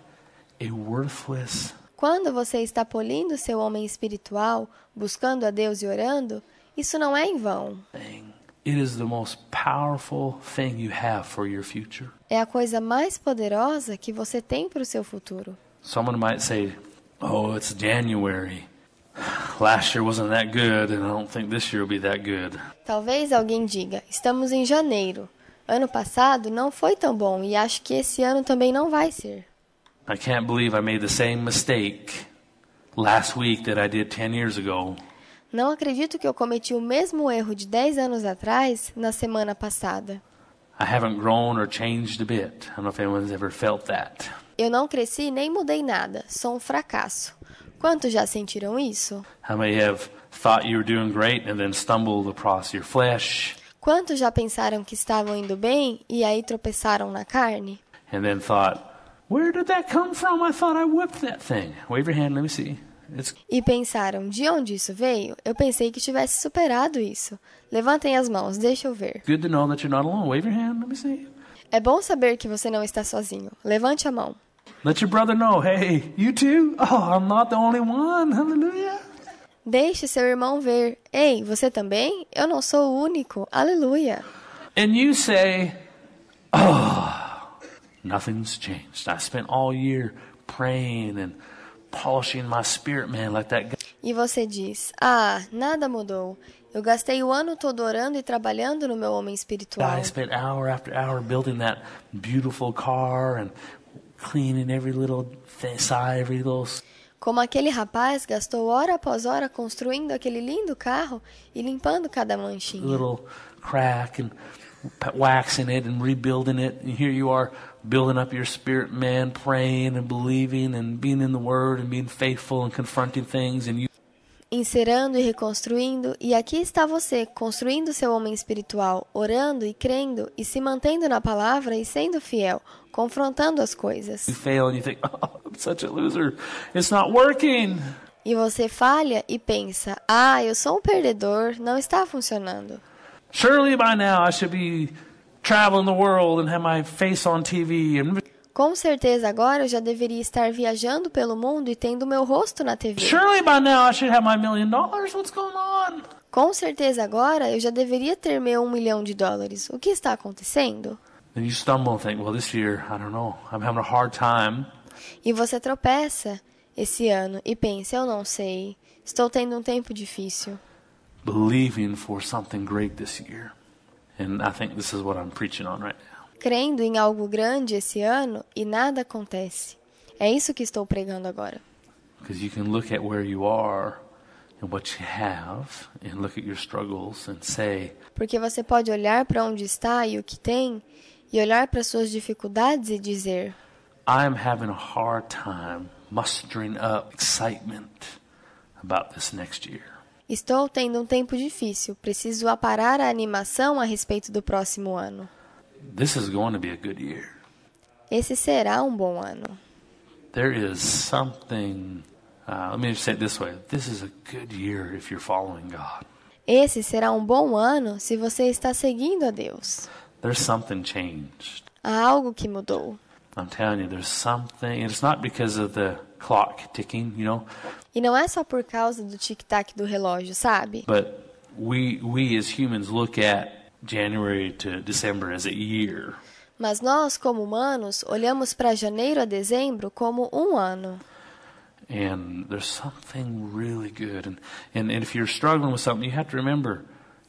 Speaker 2: a worthless
Speaker 1: Quando você está polindo seu homem espiritual, buscando a Deus e orando, isso não é em vão.
Speaker 2: thing. It is the most powerful thing you have for your future.
Speaker 1: É a coisa mais poderosa que você tem para o seu futuro.
Speaker 2: Someone might say, Oh, it's January. <sighs> Last year wasn't that good, and I don't think this year will be that good.
Speaker 1: Talvez alguém diga: Estamos em janeiro. Ano passado não foi tão bom e acho que esse ano também não vai ser.
Speaker 2: I can't believe I made the same mistake last week that I did 10 years ago.
Speaker 1: Não acredito que eu cometi o mesmo erro de 10 anos atrás na semana passada.
Speaker 2: I haven't grown or changed a bit. I don't know if anyone's ever felt that.
Speaker 1: Eu não cresci nem mudei nada, sou um fracasso. Quantos já sentiram isso?
Speaker 2: How many have thought you were doing great and then stumbled across your flesh
Speaker 1: Quantos já pensaram que estavam indo bem e aí tropeçaram na carne?
Speaker 2: and then thought, where did that come from? I thought I whipped that thing. Wave your hand, let me see. It's
Speaker 1: E pensaram, de onde isso veio? Eu pensei que tivesse superado isso. Levantem as mãos, deixa eu ver.
Speaker 2: good to know that you're not alone. Wave your hand. Let me see.
Speaker 1: É bom saber que você não está sozinho. Levante a mão.
Speaker 2: Let your brother know. Hey, you too? Oh, I'm not the only one. Hallelujah.
Speaker 1: Deixe seu irmão ver. Ei, você também? Eu não sou o único. Aleluia.
Speaker 2: And you say, Oh, nothing's changed. I spent all year praying and polishing my spirit, man, like that guy.
Speaker 1: E você diz: Ah, nada mudou. Eu gastei o ano todo orando e trabalhando no meu homem espiritual.
Speaker 2: I spent hour after hour building that beautiful car and cleaning every little th- side, every little. s-
Speaker 1: Como aquele rapaz gastou hora após hora construindo aquele lindo carro e limpando cada manchinha.
Speaker 2: little crack and p- waxing it and rebuilding it. And here you are building up your spirit, man, praying and believing and being in the Word and being faithful and confronting things. And you
Speaker 1: Encerando e reconstruindo, e aqui está você, construindo seu homem espiritual, orando e crendo e se mantendo na palavra e sendo fiel, confrontando as coisas.
Speaker 2: fail and you think, <laughs> oh, I'm such a loser. It's not working.
Speaker 1: E você falha e pensa: Ah, eu sou um perdedor, não está funcionando.
Speaker 2: Surely by now I should be traveling the world and have my face on TV and
Speaker 1: Com certeza agora eu já deveria estar viajando pelo mundo e tendo meu rosto na TV.
Speaker 2: surely by now I should have my million dollars. What's going on?
Speaker 1: Com certeza agora eu já deveria ter meu um milhão de dólares. O que está acontecendo?
Speaker 2: Then you stumble and think, well, this year, I don't know. I'm having a hard time.
Speaker 1: E você tropeça esse ano e pensa: Eu não sei, estou tendo um tempo difícil.
Speaker 2: believing for something great this year. And I think this is what I'm preaching on right now.
Speaker 1: Crendo em algo grande esse ano e nada acontece. É isso que estou pregando agora.
Speaker 2: Because you can look at where you are and what you have and look at your struggles and say,
Speaker 1: Porque você pode olhar para onde está e o que tem, e olhar para suas dificuldades e dizer:
Speaker 2: I'm having a hard time mustering up excitement about this next year.
Speaker 1: Estou tendo um tempo difícil, preciso aparar a animação a respeito do próximo ano.
Speaker 2: This is going to be a good year.
Speaker 1: Esse será um bom ano.
Speaker 2: There is something, uh, let me just say it this way this is a good year if you're following God.
Speaker 1: Esse será um bom ano se você está seguindo a Deus.
Speaker 2: There's something changed.
Speaker 1: Há algo que mudou.
Speaker 2: I'm telling you, there's something. It's not because of the clock ticking, you know,
Speaker 1: E não é só por causa do tic-tac do relógio, sabe?
Speaker 2: but we we as humans look at January to December as a year.
Speaker 1: Mas nós, como humanos, olhamos para janeiro a dezembro como um ano.
Speaker 2: And there's something really good. And, and, and if you're struggling with something, you have to remember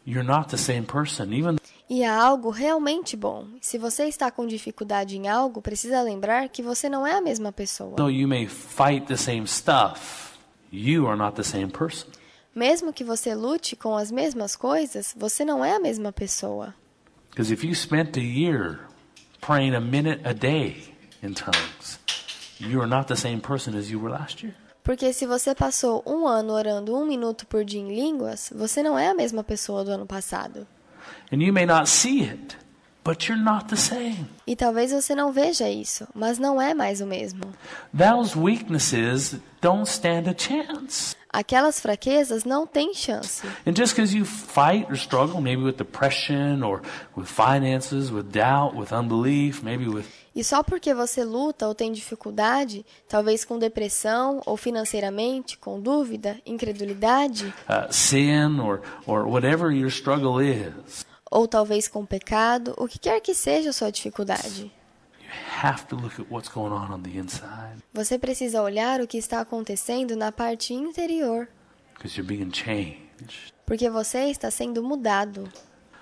Speaker 2: you're not the same person. Even
Speaker 1: E há algo realmente bom. Se você está com dificuldade em algo, precisa lembrar que você não é a mesma pessoa.
Speaker 2: though you may fight the same stuff, you are not the same person.
Speaker 1: Mesmo que você lute com as mesmas coisas, você não é a mesma pessoa.
Speaker 2: Because if you spent a year praying a minute a day in tongues, you are not the same person as you were last year.
Speaker 1: Porque se você passou um ano orando um minuto por dia em línguas, você não é a mesma pessoa do ano passado.
Speaker 2: And you may not see it, but you're not the same.
Speaker 1: E talvez você não veja isso, mas não é mais o mesmo.
Speaker 2: Those weaknesses don't stand a chance.
Speaker 1: Aquelas fraquezas não têm chance.
Speaker 2: And just because you fight or struggle, maybe with depression or with finances, with doubt, with unbelief, maybe with
Speaker 1: E só porque você luta ou tem dificuldade, talvez com depressão ou financeiramente, com dúvida, incredulidade,
Speaker 2: uh, sin or, or whatever your struggle is,
Speaker 1: ou talvez com pecado, o que quer que seja a sua dificuldade.
Speaker 2: you have to look at what's going on on the inside
Speaker 1: Você precisa olhar o que está acontecendo na parte interior,
Speaker 2: because you're being changed.
Speaker 1: porque você está sendo mudado.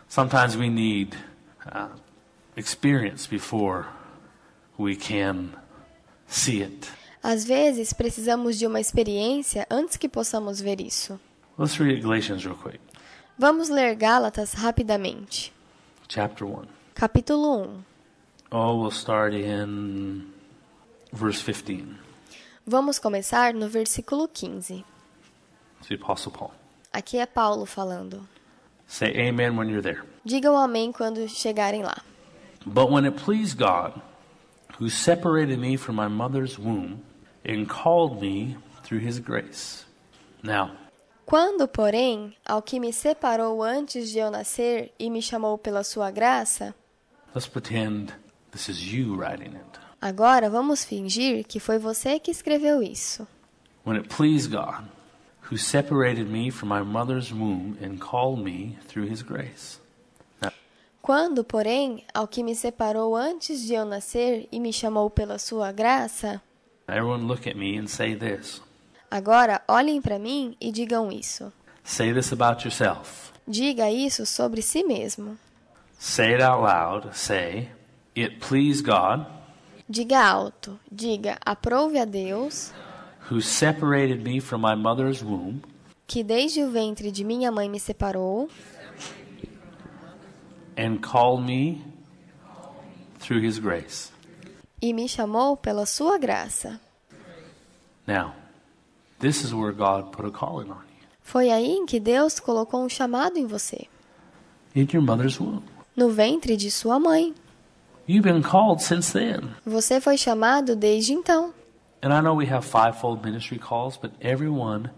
Speaker 2: Sometimes we need uh, experience before we can see it.
Speaker 1: Às vezes, precisamos de uma experiência antes que possamos ver isso.
Speaker 2: Let's read Galatians real quick.
Speaker 1: Vamos ler Gálatas rapidamente.
Speaker 2: chapter 1.
Speaker 1: Capítulo 1.
Speaker 2: Oh, we'll start in verse 15.
Speaker 1: Vamos começar no versículo 15.
Speaker 2: It's the Apostle Paul.
Speaker 1: Aqui é Paulo falando.
Speaker 2: Say amen when you're there.
Speaker 1: Digam amém quando chegarem lá.
Speaker 2: But when it pleased God, who separated me from my mother's womb and called me through his grace. Now,
Speaker 1: Quando, porém, ao que me separou antes de eu nascer e me chamou pela sua graça,
Speaker 2: let's pretend this is you writing it.
Speaker 1: agora vamos fingir que foi você que escreveu isso.
Speaker 2: When it pleased God, who separated me from my mother's womb and called me through his grace.
Speaker 1: Quando, porém, ao que me separou antes de eu nascer e me chamou pela sua graça,
Speaker 2: Everyone look at me and say this.
Speaker 1: agora olhem para mim e digam isso.
Speaker 2: Say this about yourself.
Speaker 1: Diga isso sobre si mesmo.
Speaker 2: Say it out loud. Say, It pleased God,
Speaker 1: Diga alto, diga aprove a Deus,
Speaker 2: who separated me from my mother's womb
Speaker 1: que desde o ventre de minha mãe me separou
Speaker 2: and called me through his grace.
Speaker 1: e me chamou pela sua graça.
Speaker 2: Now, this is where God put a calling on you
Speaker 1: Foi aí em que Deus colocou um chamado em você,
Speaker 2: in your mother's womb.
Speaker 1: no ventre de sua mãe.
Speaker 2: You've been called since then.
Speaker 1: Você foi chamado desde então.
Speaker 2: And I know we have fivefold ministry calls, but everyone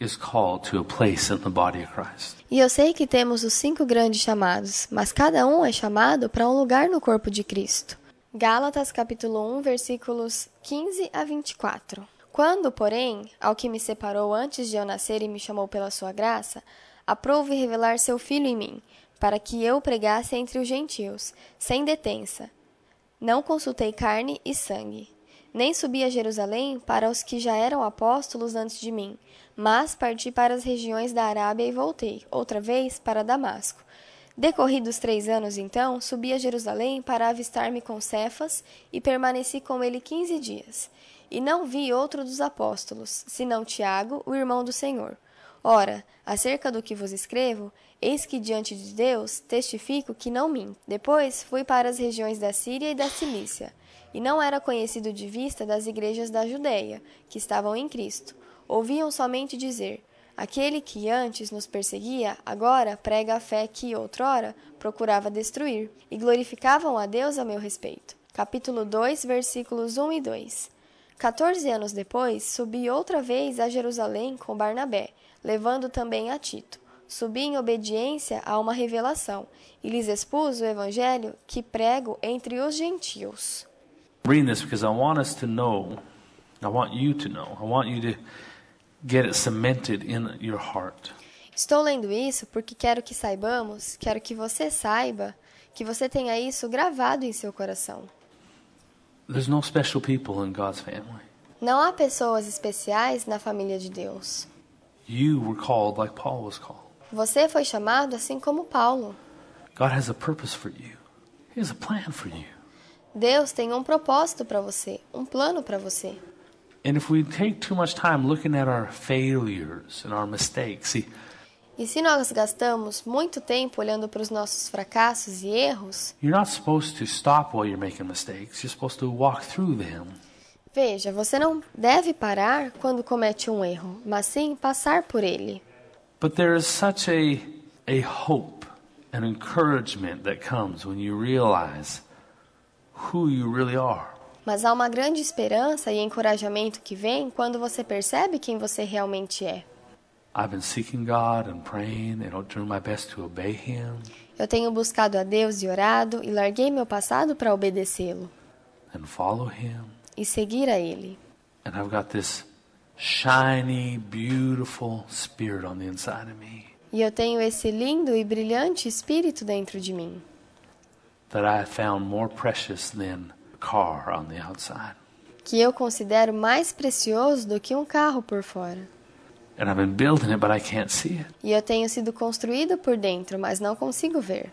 Speaker 2: is called to a place in the body of Christ.
Speaker 1: E eu sei que temos os cinco grandes chamados, mas cada um é chamado para um lugar no corpo de Cristo. Gálatas capítulo 1, versículos 15 a 24. Quando, porém, ao que me separou antes de eu nascer e me chamou pela sua graça, aprouve revelar seu filho em mim, para que eu pregasse entre os gentios, sem detença. Não consultei carne e sangue. Nem subi a Jerusalém para os que já eram apóstolos antes de mim, mas parti para as regiões da Arábia e voltei, outra vez, para Damasco. Decorridos três anos, então, subi a Jerusalém para avistar-me com Cefas e permaneci com ele quinze dias. E não vi outro dos apóstolos, senão Tiago, o irmão do Senhor. Ora, acerca do que vos escrevo, eis que diante de Deus testifico que não minto. Depois fui para as regiões da Síria e da Cilícia, e não era conhecido de vista das igrejas da Judéia, que estavam em Cristo. Ouviam somente dizer: Aquele que antes nos perseguia, agora prega a fé que outrora procurava destruir, e glorificavam a Deus a meu respeito. Capítulo 2, versículos 1 e 2. 14 anos depois, subi outra vez a Jerusalém com Barnabé, levando também a Tito. Subi em obediência a uma revelação e lhes expus o evangelho que prego entre os gentios.
Speaker 2: I'm reading this because I want us to know, I want you to know, I want you to get it cemented in your heart.
Speaker 1: Estou lendo isso porque quero que saibamos, quero que você saiba, que você tenha isso gravado em seu coração.
Speaker 2: There's no special people in God's family.
Speaker 1: Não há pessoas especiais na família de Deus.
Speaker 2: You were called like Paul was called.
Speaker 1: Você foi chamado assim como Paulo.
Speaker 2: God has a purpose for you, He has a plan for you.
Speaker 1: Deus tem um propósito para você, um plano para você.
Speaker 2: And if we take too much time looking at our failures and our mistakes, see,
Speaker 1: E se nós gastamos muito tempo olhando para os nossos fracassos e erros,
Speaker 2: you're not supposed to stop while you're making mistakes. You're supposed to walk through them.
Speaker 1: veja, você não deve parar quando comete um erro, mas sim passar por ele.
Speaker 2: But there is such a, a hope and encouragement that comes when you realize who you really are.
Speaker 1: Mas há uma grande esperança e encorajamento que vem quando você percebe quem você realmente é.
Speaker 2: I've been seeking God and praying and doing my best to obey Him.
Speaker 1: Eu tenho buscado a Deus e orado e larguei meu passado para obedecê-lo
Speaker 2: and follow him.
Speaker 1: e seguir a ele.
Speaker 2: And I've got this shiny, beautiful spirit on the inside of me
Speaker 1: E eu tenho esse lindo e brilhante espírito dentro de mim,
Speaker 2: that I found more precious than a car on the outside.
Speaker 1: que eu considero mais precioso do que um carro por fora.
Speaker 2: And I've been building it, but I can't see it.
Speaker 1: E eu tenho sido construído por dentro, mas não consigo ver.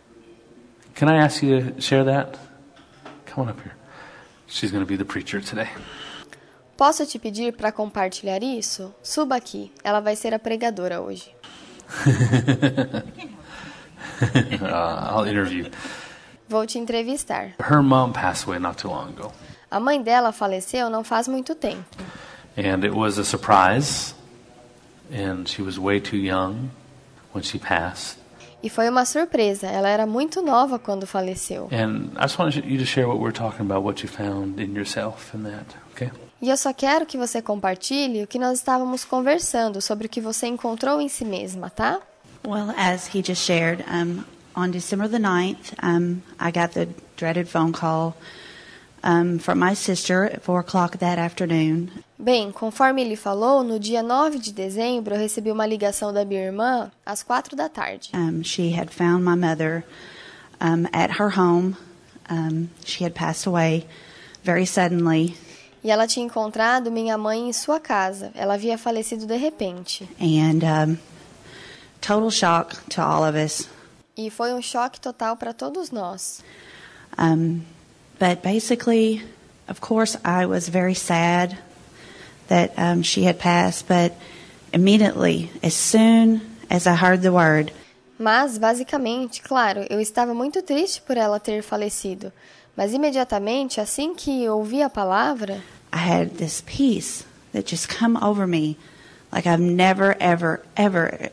Speaker 2: Can I ask you to share that? Come on up here. She's going to be the preacher today. <laughs>
Speaker 1: Posso te pedir para compartilhar isso? Suba aqui, ela vai ser a pregadora hoje.
Speaker 2: Uh, I'll interview.
Speaker 1: Vou te entrevistar.
Speaker 2: Her mom passed away not too long ago.
Speaker 1: A mãe dela faleceu não faz muito tempo.
Speaker 2: And it was a surprise. And she was way too young when she passed.
Speaker 1: E foi uma surpresa, ela era muito nova quando faleceu.
Speaker 2: And I just wanted you to share what we're talking about, what you found in yourself and that, okay?
Speaker 1: E eu só quero que você compartilhe o que nós estávamos conversando sobre o que você encontrou em si mesma, tá?
Speaker 3: Well, as he just shared, um, on December the 9th, um, I got the dreaded phone call um, from my sister at 4 o'clock that afternoon.
Speaker 1: Bem, conforme ele falou, no dia 9 de dezembro eu recebi uma ligação da minha irmã às quatro da tarde.
Speaker 3: Um, she had found my mother um, at her home. Um, she had passed away very suddenly,
Speaker 1: E ela tinha encontrado minha mãe em sua casa. Ela havia falecido de repente.
Speaker 3: and um, total shock to all of us.
Speaker 1: E foi um choque total para todos nós.
Speaker 3: Um, but basically, of course, I was very sad that um, she had passed, but immediately, as soon as I heard the word,
Speaker 1: Mas, basicamente, claro, eu estava muito triste por ela ter falecido. Mas imediatamente, assim que ouvi a palavra,
Speaker 3: I had this peace that just come over me like I've never, ever, ever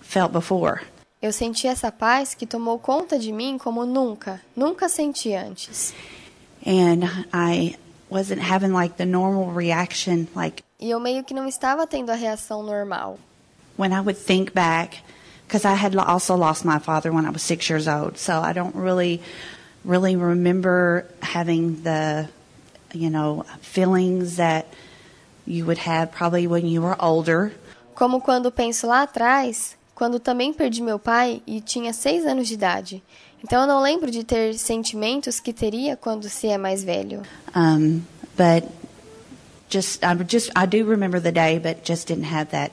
Speaker 3: felt before.
Speaker 1: eu senti essa paz que tomou conta de mim como nunca, nunca senti antes.
Speaker 3: And I wasn't having like the normal reaction. Like
Speaker 1: E eu meio que não estava tendo a reação normal.
Speaker 3: when I would think back, because I had lo- also lost my father when I was six years old. So I don't really, really remember having the, you know, feelings that you would have probably when you were older.
Speaker 1: Como quando penso lá atrás, quando também perdi meu pai e tinha seis anos de idade. Então eu não lembro de ter sentimentos que teria quando se é mais velho.
Speaker 3: Um, but just I would just I do remember the day, but just didn't have that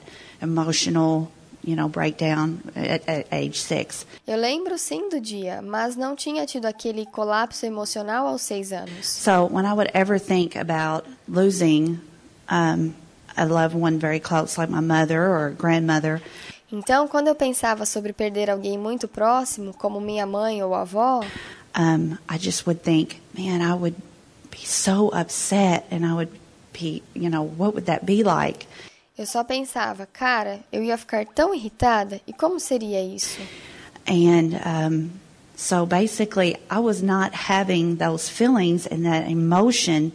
Speaker 3: emotional, you know, breakdown at, at age six.
Speaker 1: Eu lembro sim do dia, mas não tinha tido aquele colapso emocional aos seis anos.
Speaker 3: So when I would ever think about losing um, a loved one very close, like my mother or grandmother,
Speaker 1: Então, quando eu pensava sobre perder alguém muito próximo, como minha mãe ou avó,
Speaker 3: um, I just would think, man, I would be so upset, and I would be, you know, what would that be like?
Speaker 1: eu só pensava, cara, eu ia ficar tão irritada e como seria isso?
Speaker 3: And um, so basically, I was not having those feelings and that emotion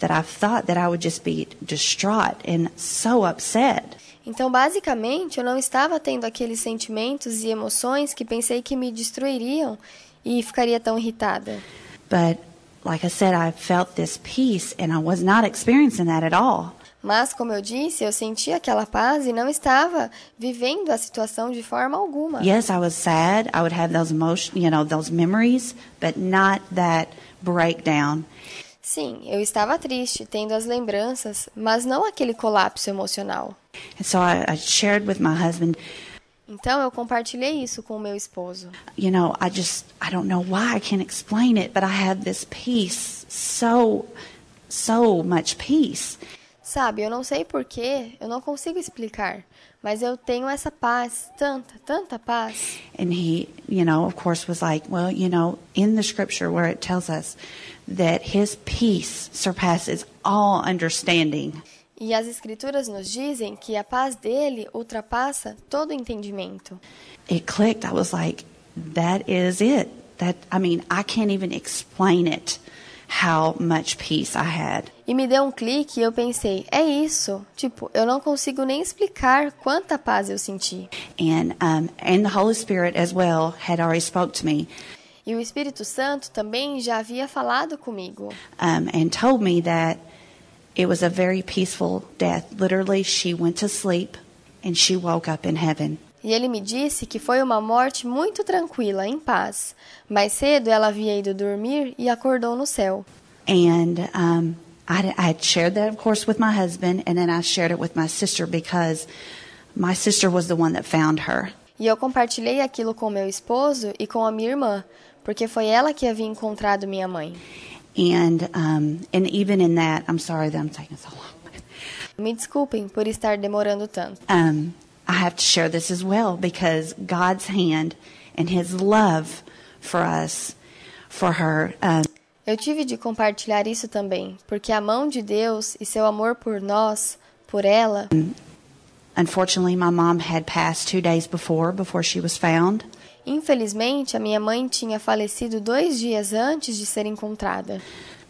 Speaker 3: that I thought that I would just be distraught and so upset.
Speaker 1: Então, basicamente, eu não estava tendo aqueles sentimentos e emoções que pensei que me destruiriam e ficaria tão irritada.
Speaker 3: But like I said, I felt this peace and I was not experiencing that at all.
Speaker 1: Mas, como eu disse, eu senti aquela paz e não estava vivendo a situação de forma alguma.
Speaker 3: Yes, I was sad. I would have those emotion, you know, those memories, but not that breakdown.
Speaker 1: Sim, eu estava triste, tendo as lembranças, mas não aquele colapso emocional.
Speaker 3: And so I, I shared with my husband,
Speaker 1: Então, eu compartilhei isso com o meu esposo.
Speaker 3: you know, I just, I don't know why I can't explain it, but I had this peace, so, so much peace.
Speaker 1: Sabe, eu não sei porquê, eu não consigo explicar, mas eu tenho essa paz, tanta, tanta paz.
Speaker 3: And he, you know, of course, was like, well, you know, in the scripture where it tells us that his peace surpasses all understanding.
Speaker 1: E as Escrituras nos dizem que a paz dele ultrapassa todo entendimento.
Speaker 3: It clicked. I was like, that is it. That, I mean, I can't even explain it how much peace I had.
Speaker 1: E me deu um clique e eu pensei: é isso. Tipo, eu não consigo nem explicar quanta paz eu senti.
Speaker 3: And, um, and the Holy Spirit as well had already spoke to me
Speaker 1: E o Espírito Santo também já havia falado comigo.
Speaker 3: um, and told me that it was a very peaceful death. Literally, she went to sleep and she woke up in heaven.
Speaker 1: E ele me disse que foi uma morte muito tranquila, em paz. Mais cedo ela havia ido dormir e acordou no céu.
Speaker 3: And um, I, I had shared that, of course, with my husband, and then I shared it with my sister because my sister was the one that found her.
Speaker 1: E eu compartilhei aquilo com meu esposo e com a minha irmã, porque foi ela que havia encontrado minha mãe.
Speaker 3: And um, and even in that, I'm sorry that I'm taking so long.
Speaker 1: Me desculpem por estar demorando tanto.
Speaker 3: Um, I have to share this as well because God's hand and His love for us, for her, um,
Speaker 1: Eu tive de compartilhar isso também, porque a mão de Deus e seu amor por nós, por ela.
Speaker 3: Unfortunately, my mom had passed two days before before she was found,
Speaker 1: Infelizmente, a minha mãe tinha falecido dois dias antes de ser encontrada,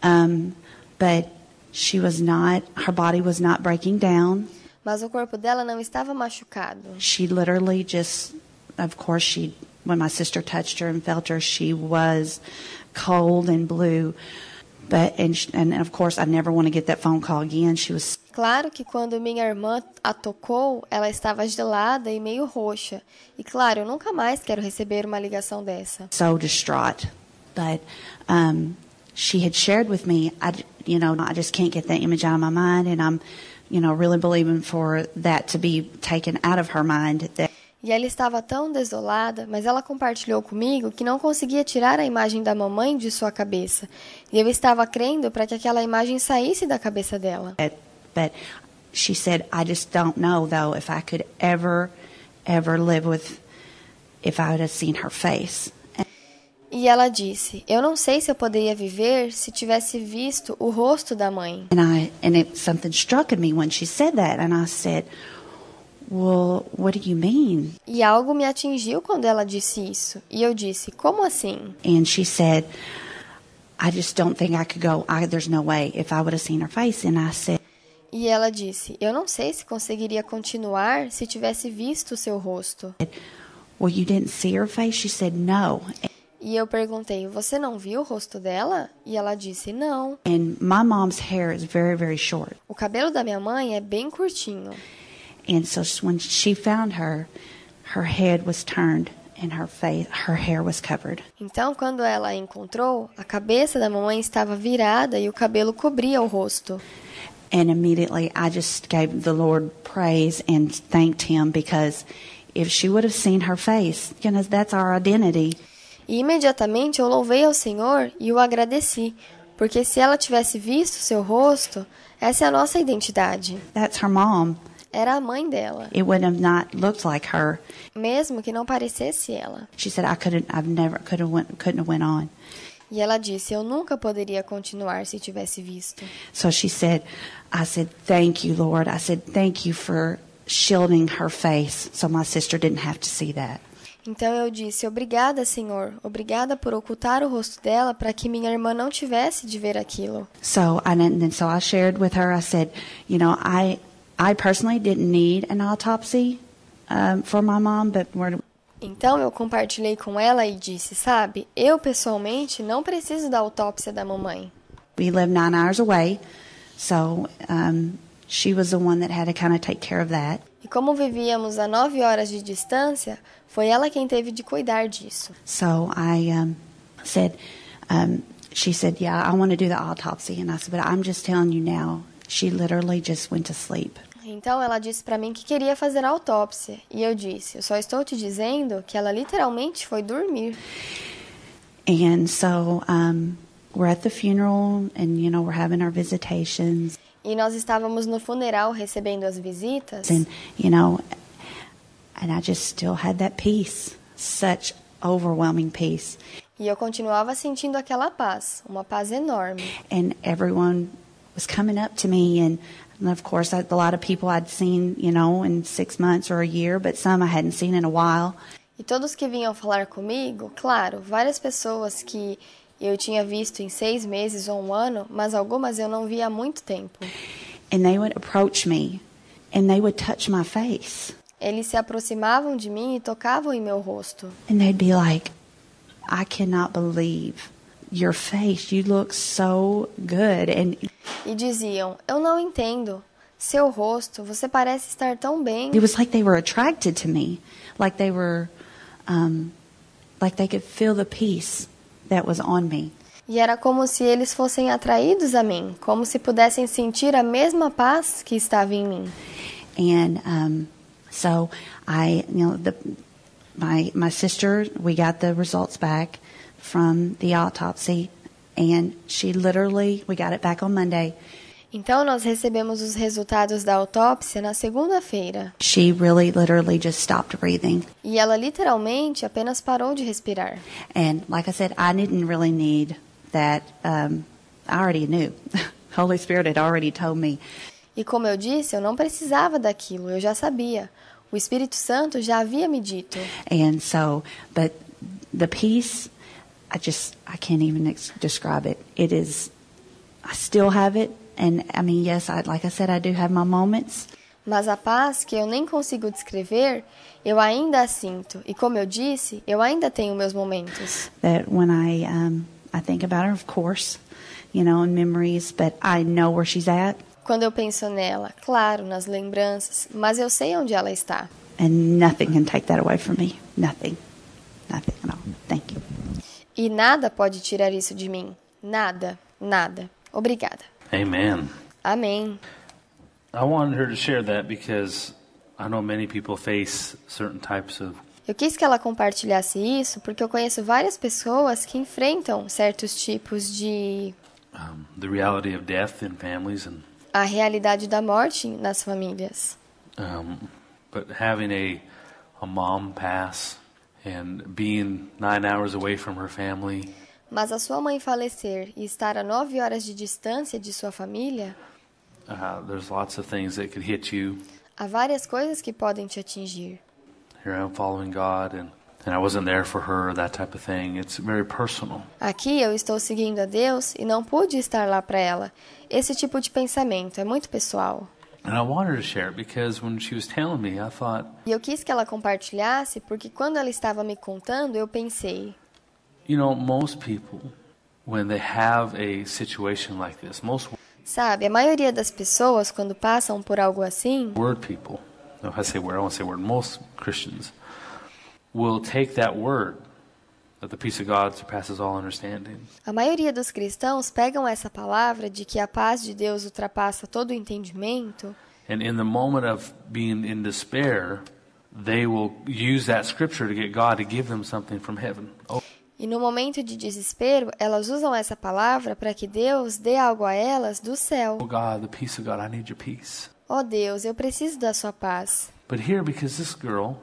Speaker 3: Um, but she was not, her body was not breaking down.
Speaker 1: mas o corpo dela não estava machucado.
Speaker 3: She literally just, of course, she, when my sister touched her and felt her, she was cold and blue. But, and, sh- and of course, I never want to get that phone call again. She was
Speaker 1: Claro que quando minha irmã a tocou, ela estava gelada e meio roxa. E claro, eu nunca mais quero receber uma ligação dessa.
Speaker 3: so distraught. But um, she had shared with me, I, j- you know, I just can't get that image out of my mind, and I'm, you know, really believing for that to be taken out of her mind. That
Speaker 1: E ela estava tão desolada, mas ela compartilhou comigo que não conseguia tirar a imagem da mamãe de sua cabeça. E eu estava crendo para que aquela imagem saísse da cabeça dela.
Speaker 3: but, but she said, I just don't know though if I could ever, ever live with if I would have seen her face.
Speaker 1: E ela disse: Eu não sei se eu poderia viver se tivesse visto o rosto da mãe.
Speaker 3: And I and it something struck in me when she said that, and I said, Well, what do you mean?
Speaker 1: E algo me atingiu quando ela disse isso. E eu disse: Como assim?
Speaker 3: and she said, I just don't think I could go. I, there's no way if I would have seen her face. And I said,
Speaker 1: E ela disse: Eu não sei se conseguiria continuar se tivesse visto o seu rosto.
Speaker 3: Well, you didn't see her face? She said, No.
Speaker 1: E eu perguntei: Você não viu o rosto dela? E ela disse: Não.
Speaker 3: And my mom's hair is very, very short.
Speaker 1: O cabelo da minha mãe é bem curtinho.
Speaker 3: And so s- when she found her, her head was turned and her face, her hair was covered.
Speaker 1: Então, quando ela a encontrou, a cabeça da mamãe estava virada e o cabelo cobria o rosto.
Speaker 3: And immediately I just gave the Lord praise and thanked him because if she would have seen her face, you know, that's our identity.
Speaker 1: E imediatamente eu louvei ao Senhor e o agradeci, porque se ela tivesse visto o seu rosto, essa é a nossa identidade.
Speaker 3: That's her mom.
Speaker 1: Era a mãe dela,
Speaker 3: It would have not looked like her.
Speaker 1: mesmo que não parecesse ela.
Speaker 3: She said, "I couldn't. I've never could have went couldn't have went on."
Speaker 1: E ela disse: Eu nunca poderia continuar se tivesse visto.
Speaker 3: So she said, "I said thank you, Lord. I said thank you for shielding her face, so my sister didn't have to see that."
Speaker 1: Então eu disse: Obrigada, Senhor. Obrigada por ocultar o rosto dela para que minha irmã não tivesse de ver aquilo.
Speaker 3: So I didn't- and then so I shared with her. I said, "You know, I I personally didn't need an autopsy um, for my mom, but we're."
Speaker 1: Então eu compartilhei com ela e disse: Sabe, eu pessoalmente não preciso da autópsia da mamãe.
Speaker 3: We live nine hours away, so um, she was the one that had to kind of take care of that.
Speaker 1: E como vivíamos a nove horas de distância, foi ela quem teve de cuidar disso.
Speaker 3: So I um, said, um, she said, yeah, I want to do the autopsy. And I said, but I'm just telling you now, she literally just went to sleep.
Speaker 1: Então ela disse para mim que queria fazer a autópsia, e eu disse: Eu só estou te dizendo que ela literalmente foi dormir.
Speaker 3: And so um, we're at the funeral and, you know, we're having our visitations.
Speaker 1: E nós estávamos no funeral recebendo as visitas,
Speaker 3: And, you know, and I just still had that peace, such overwhelming peace.
Speaker 1: e eu continuava sentindo aquela paz, uma paz enorme.
Speaker 3: and everyone was coming up to me and and of course I, a lot of people i'd seen you know in six months or a year but some i hadn't seen in a while
Speaker 1: E todos que vinham falar comigo, claro, várias pessoas que eu tinha visto em seis meses ou um ano, mas algumas eu não via há muito tempo.
Speaker 3: and they would approach me and they would touch my face
Speaker 1: Eles se aproximavam de mim e tocavam em meu rosto.
Speaker 3: and they'd be like i cannot believe your face you look so good and
Speaker 1: E diziam: Eu não entendo. Seu rosto, você parece estar tão bem.
Speaker 3: it was like they were attracted to me like they were um, like they could feel the peace that was on me
Speaker 1: E era como se eles fossem atraídos a mim, como se pudessem sentir a mesma paz que estava em mim.
Speaker 3: and um, so I, you know, the my my sister, we got the results back from the autopsy, and she literally, we got it back on Monday.
Speaker 1: Então nós recebemos os resultados da autópsia na segunda-feira,
Speaker 3: She really, literally just stopped breathing,
Speaker 1: e ela literalmente apenas parou de respirar.
Speaker 3: and like I said, I didn't really need that. Um, I already knew. <laughs> Holy Spirit had already told me.
Speaker 1: E como eu disse, eu não precisava daquilo, eu já sabia. O Espírito Santo já havia me dito.
Speaker 3: And so, but the peace, I just I can't even ex- describe it. It is. I still have it, and I mean, yes, I like I said, I do have my moments.
Speaker 1: Mas a paz que eu nem consigo descrever, eu ainda a sinto. E como eu disse, eu ainda tenho meus momentos.
Speaker 3: that when I um, I think about her, of course, you know, and memories, but I know where she's at,
Speaker 1: Quando eu penso nela, claro, nas lembranças, mas eu sei onde ela está.
Speaker 3: and nothing can take that away from me. Nothing, nothing at all. Thank you.
Speaker 1: E nada pode tirar isso de mim. Nada, nada. Obrigada.
Speaker 2: Amen.
Speaker 1: Amém.
Speaker 2: I wanted her to share that because I know many people face certain types of
Speaker 1: Eu quis que ela compartilhasse isso porque eu conheço várias pessoas que enfrentam certos tipos de
Speaker 2: um, the reality of death in families, and
Speaker 1: a realidade da morte nas famílias.
Speaker 2: um, but having a a mom pass and being nine hours away from her family,
Speaker 1: Mas a sua mãe falecer e estar a nove horas de distância de sua família,
Speaker 2: uh, there's lots of things that could hit you.
Speaker 1: há várias coisas que podem te atingir.
Speaker 2: Here I am following God, and and I wasn't there for her, that type of thing. It's very personal.
Speaker 1: Aqui eu estou seguindo a Deus e não pude estar lá para ela. Esse tipo de pensamento é muito pessoal.
Speaker 2: And I wanted her to share it because when she was telling me, I thought,
Speaker 1: E eu quis que ela compartilhasse porque quando ela estava me contando, eu pensei:
Speaker 2: you know, most people, when they have a situation like this, most
Speaker 1: sabe, a maioria das pessoas, quando passam por algo assim,
Speaker 2: word people, no, I say word, I won't say word, most Christians will take that word that the peace of God surpasses all understanding
Speaker 1: a maioria dos cristãos pegam essa palavra de que a paz de Deus ultrapassa todo o entendimento
Speaker 2: And in the moment of being in despair, they will use that scripture to get God to give them something from heaven. Oh,
Speaker 1: E no momento de desespero, elas usam essa palavra para que Deus dê algo a elas do céu.
Speaker 2: God, the peace of God, I need your peace.
Speaker 1: Ó Deus, eu preciso da sua paz.
Speaker 2: But here, because this girl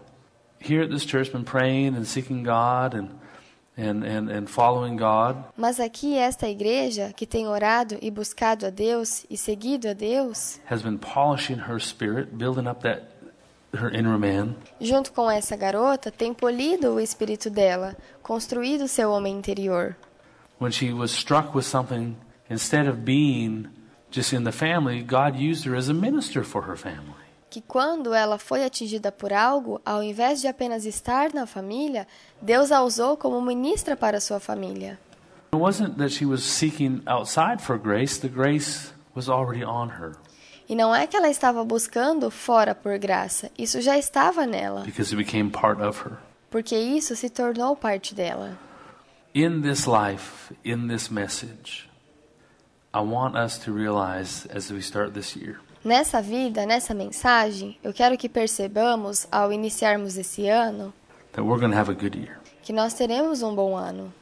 Speaker 2: here at this church been praying and seeking God and and, and, and following God,
Speaker 1: Mas aqui esta igreja que tem orado e buscado a Deus e seguido a Deus,
Speaker 2: has been polishing her spirit, building up that her inner man.
Speaker 1: junto com essa garota, tem polido o espírito dela, construído seu homem interior.
Speaker 2: When she was struck with something, instead of being just in the family, God used her as a minister for her family.
Speaker 1: Que quando ela foi atingida por algo, ao invés de apenas estar na família, Deus a usou como ministra para sua família.
Speaker 2: It wasn't that she was seeking outside for grace, the grace was already on her
Speaker 1: E não é que ela estava buscando fora por graça, isso já estava nela,
Speaker 2: because it became part of her.
Speaker 1: porque isso se tornou parte dela.
Speaker 2: In this life, in this message, I want us to realize as we start this year
Speaker 1: Nessa vida, nessa mensagem, eu quero que percebamos, ao iniciarmos esse ano,
Speaker 2: that we're going to have a good year.
Speaker 1: que nós teremos um bom ano.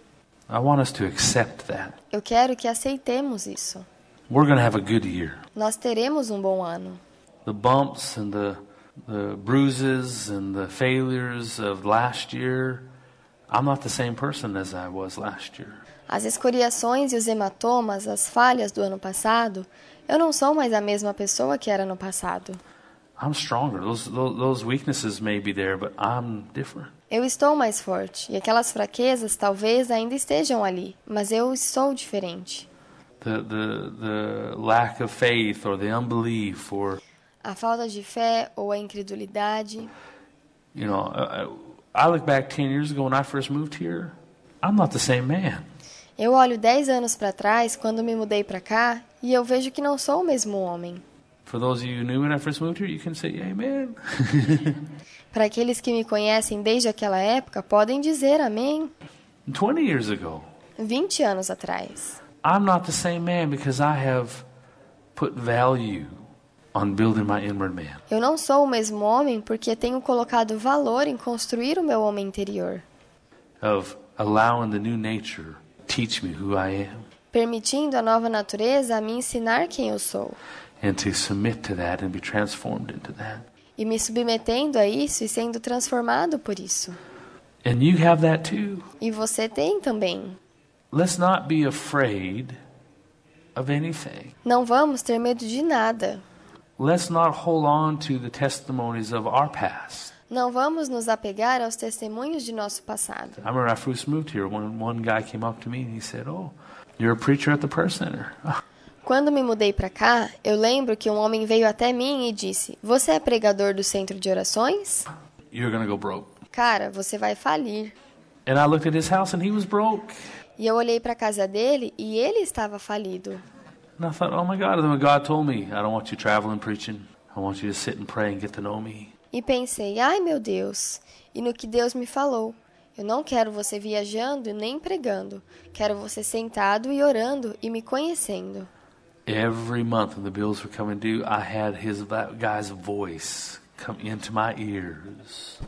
Speaker 2: I want us to accept that.
Speaker 1: Eu quero que aceitemos isso.
Speaker 2: We're going to have a good year.
Speaker 1: Nós teremos um bom ano.
Speaker 2: The bumps and the, the bruises and the failures of last year, I'm not the same person as I was last year.
Speaker 1: As escoriações e os hematomas, as falhas do ano passado, eu não sou mais a mesma pessoa que era no passado.
Speaker 2: I'm stronger. Those, those, those weaknesses may be there, but I'm different.
Speaker 1: Eu estou mais forte, e aquelas fraquezas talvez ainda estejam ali, mas eu estou diferente.
Speaker 2: the, the, the lack of faith or the unbelief or
Speaker 1: A falta de fé ou a incredulidade.
Speaker 2: you know I, I look back 10 years ago when i first moved here i'm not the same man
Speaker 1: Eu olho 10 anos para trás, quando me mudei para cá, e eu vejo que não sou o mesmo homem.
Speaker 2: for those of you who knew when i first moved here you can say amen
Speaker 1: Para aqueles que me conhecem desde aquela época, podem dizer amém.
Speaker 2: 20 years ago
Speaker 1: 20 anos atrás.
Speaker 2: i'm not the same man because i have put value on building my inward man
Speaker 1: Eu não sou o mesmo homem porque tenho colocado valor em construir o meu homem interior,
Speaker 2: of allowing the new nature teach me who i am
Speaker 1: permitindo a nova natureza a me ensinar quem eu sou
Speaker 2: and to submit to that and be transformed into that
Speaker 1: e me submetendo a isso e sendo transformado por isso.
Speaker 2: and you have that too
Speaker 1: E você tem também.
Speaker 2: let's not be afraid of anything.
Speaker 1: Não vamos ter medo de nada.
Speaker 2: Let's not hold on to the testimonies of our past.
Speaker 1: Não vamos nos apegar aos testemunhos de nosso passado.
Speaker 2: I remember I first moved here, one, one guy came up to me and he said, Oh, you're a preacher at the prayer center. <laughs>
Speaker 1: Quando me mudei para cá, eu lembro que um homem veio até mim e disse: Você é pregador do centro de orações?
Speaker 2: You're going to go broke.
Speaker 1: Cara, você vai falir.
Speaker 2: And I looked at his house and he was broke.
Speaker 1: E eu olhei para a casa dele e ele estava falido.
Speaker 2: And I thought, Oh my God. And then God told me, I don't want you traveling preaching. I want you to sit and pray and get to know me.
Speaker 1: E pensei: Ai meu Deus! E no que Deus me falou: Eu não quero você viajando nem pregando. Quero você sentado e orando e me conhecendo.
Speaker 2: Every month when the bills were coming due, I had his that guy's voice come into my ears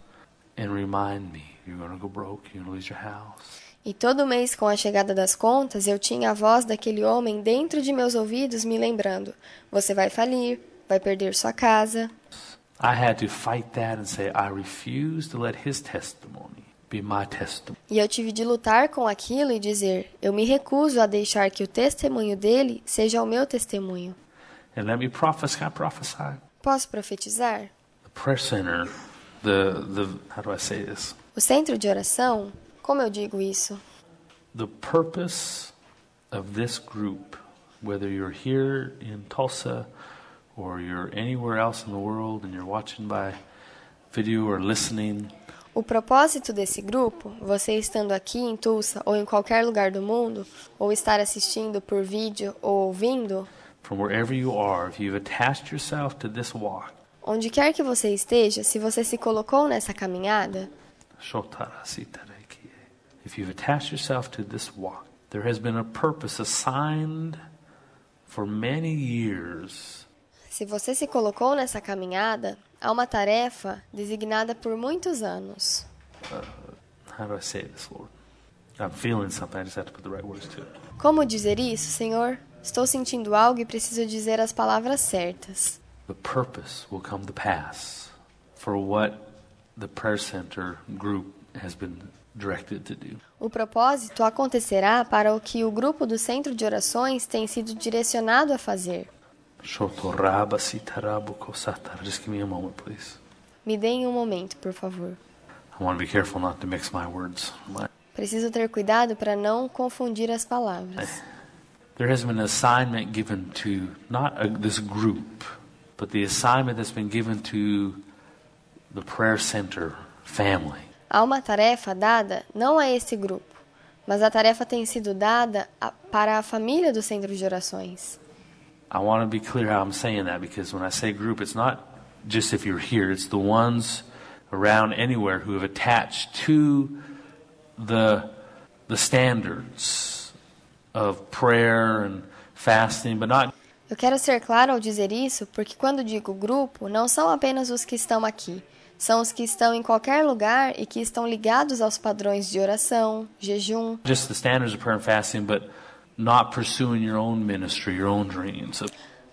Speaker 2: and remind me, "You're going to go broke. You're going to lose your house."
Speaker 1: E todo mês, com a chegada das contas, eu tinha a voz daquele homem dentro de meus ouvidos me lembrando: Você vai falir, vai perder sua casa.
Speaker 2: I had to fight that and say, "I refuse to let his testimony be my testimony."
Speaker 1: E eu tive de lutar com aquilo e dizer: Eu me recuso a deixar que o testemunho dele seja o meu testemunho.
Speaker 2: And let me prophesy. I prophesy.
Speaker 1: Posso profetizar?
Speaker 2: The prayer center, the the how do I say this?
Speaker 1: O centro de oração, como eu digo isso?
Speaker 2: the purpose of this group, whether you're here in Tulsa or you're anywhere else in the world and you're watching by video or listening,
Speaker 1: O propósito desse grupo, você estando aqui em Tulsa ou em qualquer lugar do mundo, ou estar assistindo por vídeo ou ouvindo,
Speaker 2: from wherever you are, if you've attached yourself to this walk,
Speaker 1: onde quer que você esteja, se você se colocou nessa caminhada,
Speaker 2: shotarasitarekie, if you've attached yourself to this walk, there has been a purpose assigned for many years
Speaker 1: Se você se colocou nessa caminhada, há uma tarefa designada por muitos anos.
Speaker 2: Uh, how do I say this, Lord? I'm feeling something. I just have to put the right words to it.
Speaker 1: Como dizer isso, Senhor? Estou sentindo algo e preciso dizer as palavras certas.
Speaker 2: the purpose will come to pass for what the prayer center group has been directed to do.
Speaker 1: O propósito acontecerá para o que o grupo do centro de orações tem sido direcionado a fazer.
Speaker 2: Shotoraba sitarabu kosatara. Just give me a moment, please.
Speaker 1: Me deem um momento, por favor.
Speaker 2: I want to be careful not to mix my words. My-
Speaker 1: Preciso ter cuidado para não confundir as palavras.
Speaker 2: There has been an assignment given to not a, this group, but the assignment that's been given to the prayer center family.
Speaker 1: Há uma tarefa dada não a esse grupo, mas a tarefa tem sido dada a- para a família do centro de orações.
Speaker 2: I want to be clear how I'm saying that because when I say group, it's not just if you're here, it's the ones around anywhere who have attached to the, the standards of prayer and fasting, but not
Speaker 1: Eu quero ser claro ao dizer isso, porque quando digo grupo, não são apenas os que estão aqui. São os que estão em qualquer lugar e que estão ligados aos padrões de oração, jejum,
Speaker 2: just the standards of prayer and fasting, but not pursuing your own ministry, your own dreams. So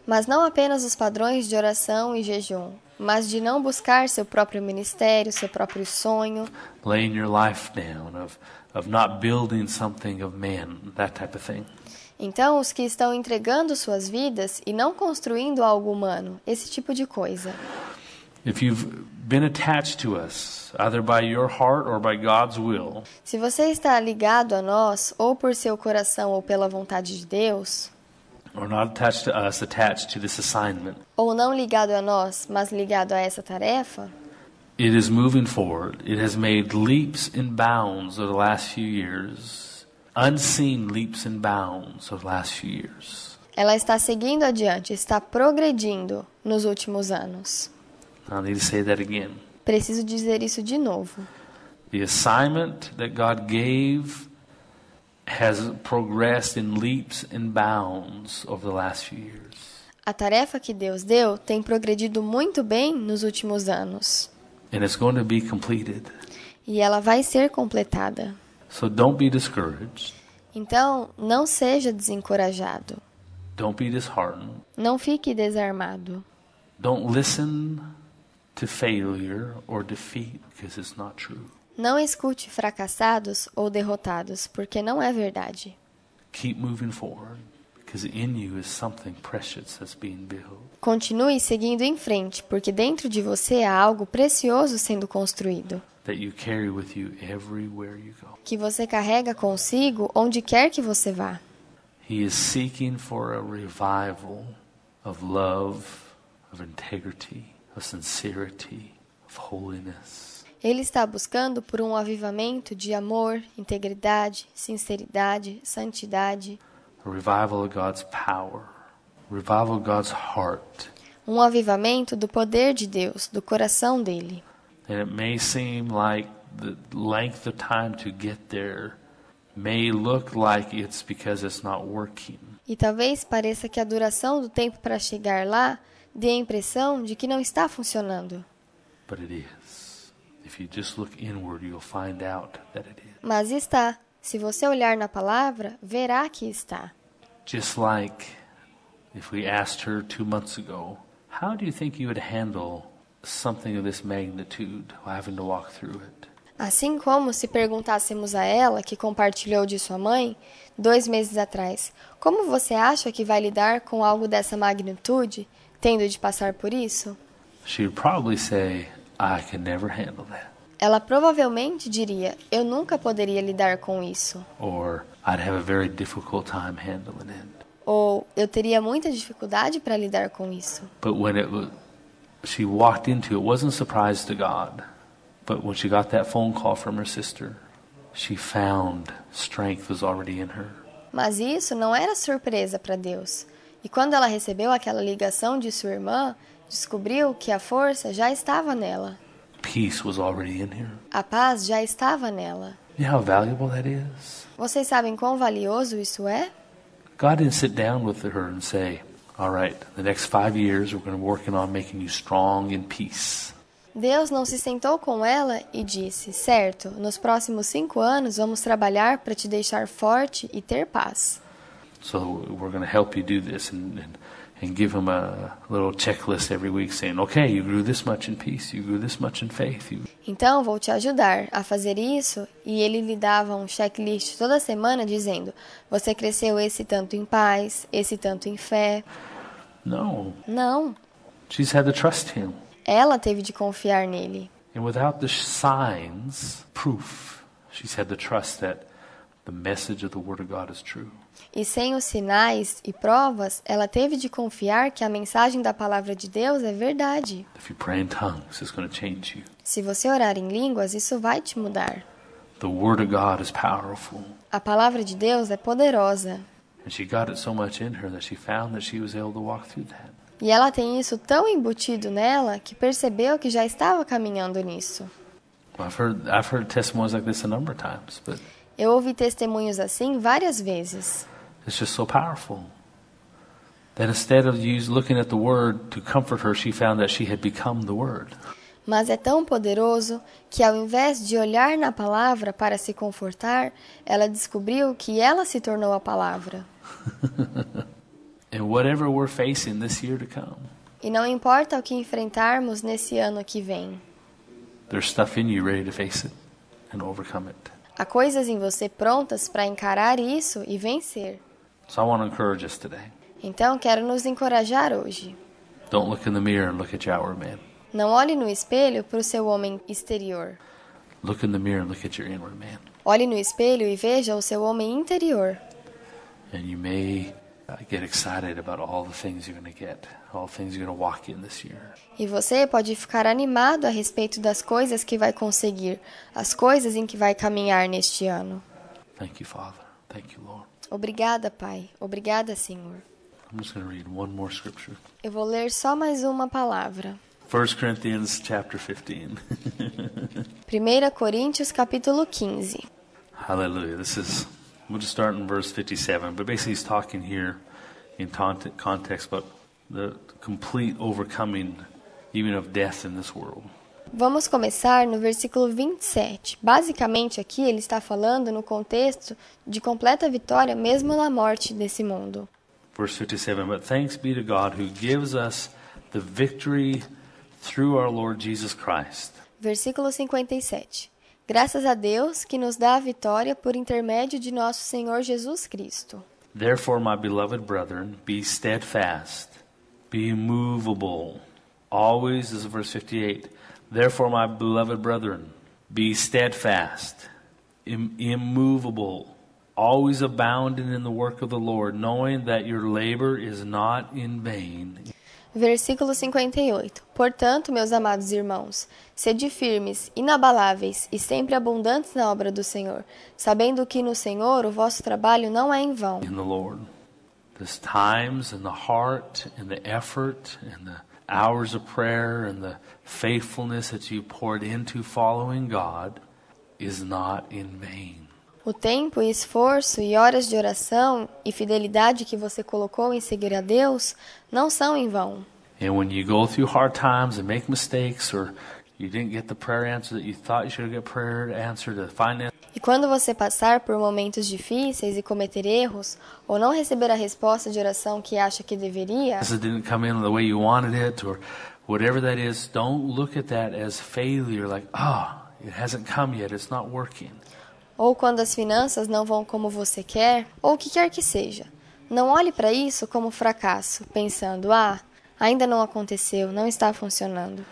Speaker 1: mas não apenas os padrões de oração e jejum, mas de não buscar seu próprio ministério, seu próprio sonho,
Speaker 2: laying your life down, of, of not building something of man, that type of thing.
Speaker 1: Então, os que estão entregando suas vidas e não construindo algo humano, esse tipo de coisa.
Speaker 2: If you've been attached to us, either by your heart or by God's will,
Speaker 1: Se você está ligado a nós, ou por seu coração ou pela vontade de Deus,
Speaker 2: or not attached to us, attached to this assignment,
Speaker 1: ou não ligado a nós, mas ligado a essa tarefa,
Speaker 2: it is moving forward. It has made leaps and bounds over the last few years, unseen leaps and bounds over the last few years.
Speaker 1: ela está seguindo adiante, está progredindo nos últimos anos.
Speaker 2: I need to say that again.
Speaker 1: Preciso dizer isso de novo.
Speaker 2: The assignment that God gave has progressed in leaps and bounds over the last few years.
Speaker 1: A tarefa que Deus deu tem progredido muito bem nos últimos anos,
Speaker 2: And it's going to be completed.
Speaker 1: e ela vai ser completada.
Speaker 2: So don't be discouraged.
Speaker 1: Então, não seja desencorajado.
Speaker 2: Don't be disheartened.
Speaker 1: Não fique desarmado.
Speaker 2: Don't listen to failure or defeat because it's not true.
Speaker 1: Não escute fracassados ou derrotados, porque não é verdade.
Speaker 2: Keep moving forward. because in you is something precious that's being built.
Speaker 1: Continue seguindo em frente, porque dentro de você há algo precioso sendo construído,
Speaker 2: that you carry with you everywhere you go.
Speaker 1: que você carrega consigo onde quer que você vá.
Speaker 2: He is seeking for a revival of love, of integrity, of sincerity, of holiness.
Speaker 1: Ele está buscando por um avivamento de amor, integridade, sinceridade, santidade,
Speaker 2: A revival of God's power, revival of God's heart.
Speaker 1: um avivamento do poder de Deus, do coração dele.
Speaker 2: And it may seem like the length of time to get there may look like it's because it's not working.
Speaker 1: E talvez pareça que a duração do tempo para chegar lá dê a impressão de que não está funcionando.
Speaker 2: But it is. If you just look inward, you'll find out that it is.
Speaker 1: Mas está. Se você olhar na palavra, verá que está.
Speaker 2: Just like if we asked her two months ago, how do you think you would handle something of this magnitude having to walk through it?
Speaker 1: Assim como se perguntássemos a ela, que compartilhou de sua mãe, dois meses atrás, como você acha que vai lidar com algo dessa magnitude, tendo de passar por isso?
Speaker 2: She would probably say, I can never handle that.
Speaker 1: Ela provavelmente diria: Eu nunca poderia lidar com isso.
Speaker 2: Or, I'd have a very difficult time handling it.
Speaker 1: Ou eu teria muita dificuldade para lidar com isso.
Speaker 2: But when it was, she walked into it, wasn't surprised to God. But when she got that phone call from her sister, she found strength was already in her.
Speaker 1: Mas isso não era surpresa para Deus. E quando ela recebeu aquela ligação de sua irmã, descobriu que a força já estava nela.
Speaker 2: Peace was already in her.
Speaker 1: A paz já estava nela.
Speaker 2: You know how valuable that is?
Speaker 1: Vocês sabem quão valioso isso é?
Speaker 2: God didn't sit down with her and say, All right, the next five years we're going to working on making you strong in peace.
Speaker 1: Deus não se sentou com ela e disse: Certo, nos próximos cinco anos vamos trabalhar para te deixar forte e ter paz.
Speaker 2: So we're going to help you do this and, and, and give him a little checklist every week saying, Okay, you grew this much in peace, you grew this much in faith, you
Speaker 1: Então vou te ajudar a fazer isso. E ele lhe dava um checklist toda semana dizendo: Você cresceu esse tanto em paz, esse tanto em fé.
Speaker 2: No.
Speaker 1: Não,
Speaker 2: She's had to trust him.
Speaker 1: ela teve de confiar nele.
Speaker 2: And without the sh- signs, proof, she's had to trust that the message of the Word of God is true.
Speaker 1: E sem os sinais e provas, ela teve de confiar que a mensagem da palavra de Deus é verdade.
Speaker 2: If you pray in tongues, it's going to change you.
Speaker 1: Se você orar em línguas, isso vai te mudar.
Speaker 2: The Word of God is powerful.
Speaker 1: A palavra de Deus é poderosa.
Speaker 2: And she got it so much in her that she found that she was able to walk through that.
Speaker 1: E ela tem isso tão embutido nela que percebeu que já estava caminhando nisso.
Speaker 2: Well, I've heard I've heard testimonies like this a number of times, but
Speaker 1: Eu ouvi testemunhos assim várias vezes.
Speaker 2: it's just so powerful. That instead of use looking at the Word to comfort her, she found that she had become the Word.
Speaker 1: Mas é tão poderoso que, ao invés de olhar na palavra para se confortar, ela descobriu que ela se tornou a palavra.
Speaker 2: And whatever we're facing this year to come,
Speaker 1: E não importa o que enfrentarmos nesse ano que vem,
Speaker 2: There's stuff in you ready to face it and overcome it.
Speaker 1: há coisas em você prontas para encarar isso e vencer.
Speaker 2: So I want to encourage us today.
Speaker 1: Então quero nos encorajar hoje.
Speaker 2: Don't look in the mirror and look at your outer man.
Speaker 1: Não olhe no espelho para o seu homem exterior.
Speaker 2: Look in the mirror and look at your inward man.
Speaker 1: Olhe no espelho e veja o seu homem interior.
Speaker 2: And you may uh, get excited about all the things you're going to get, all the things you're going to walk in this year.
Speaker 1: E você pode ficar animado a respeito das coisas que vai conseguir, as coisas em que vai caminhar neste ano.
Speaker 2: Thank you, Father. Thank you, Lord.
Speaker 1: Obrigada, Pai. Obrigada, Senhor.
Speaker 2: I'm just going to read one more scripture.
Speaker 1: Eu vou ler só mais uma palavra.
Speaker 2: 1 Corinthians chapter 15.
Speaker 1: 1 Coríntios capítulo 15.
Speaker 2: <laughs> Hallelujah. This is, we'll just start in verse 57, but basically he's talking here in tont- context about the complete overcoming even of death in this world.
Speaker 1: Vamos começar no versículo 27. Basicamente, aqui ele está falando no contexto de completa vitória mesmo na morte desse mundo.
Speaker 2: Verse 57 But thanks be to God who gives us the victory through our Lord Jesus Christ.
Speaker 1: Versículo 57. Graças a Deus que nos dá a vitória por intermédio de nosso Senhor Jesus Cristo.
Speaker 2: Therefore, my beloved brethren, be steadfast, be immovable. Always, this is verse 58. Therefore, my beloved brethren, be steadfast, im- immovable, always abounding in the work of the Lord, knowing that your labor is not in vain
Speaker 1: Versículo 58. Portanto, meus amados irmãos, sede firmes, inabaláveis e sempre abundantes na obra do Senhor, sabendo que no Senhor o vosso trabalho não é em vão.
Speaker 2: in the Lord. There's times and the heart and the effort and the hours of prayer and the faithfulness that you poured into following God is not in vain.
Speaker 1: O tempo e esforço e horas de oração e fidelidade que você colocou em seguir a Deus não são em vão.
Speaker 2: And when you go through hard times and make mistakes or you didn't get the prayer answer that you thought you should get prayer answer to finance
Speaker 1: E quando você passar por momentos difíceis e cometer erros, ou não receber a resposta de oração que acha que deveria,
Speaker 2: it didn't come in the way you wanted it or whatever that is, don't look at that as failure like, ah, it hasn't come yet, it's not working.
Speaker 1: ou quando as finanças não vão como você quer, ou o que quer que seja. Não olhe para isso como fracasso, pensando: ah, ainda não aconteceu, não está funcionando.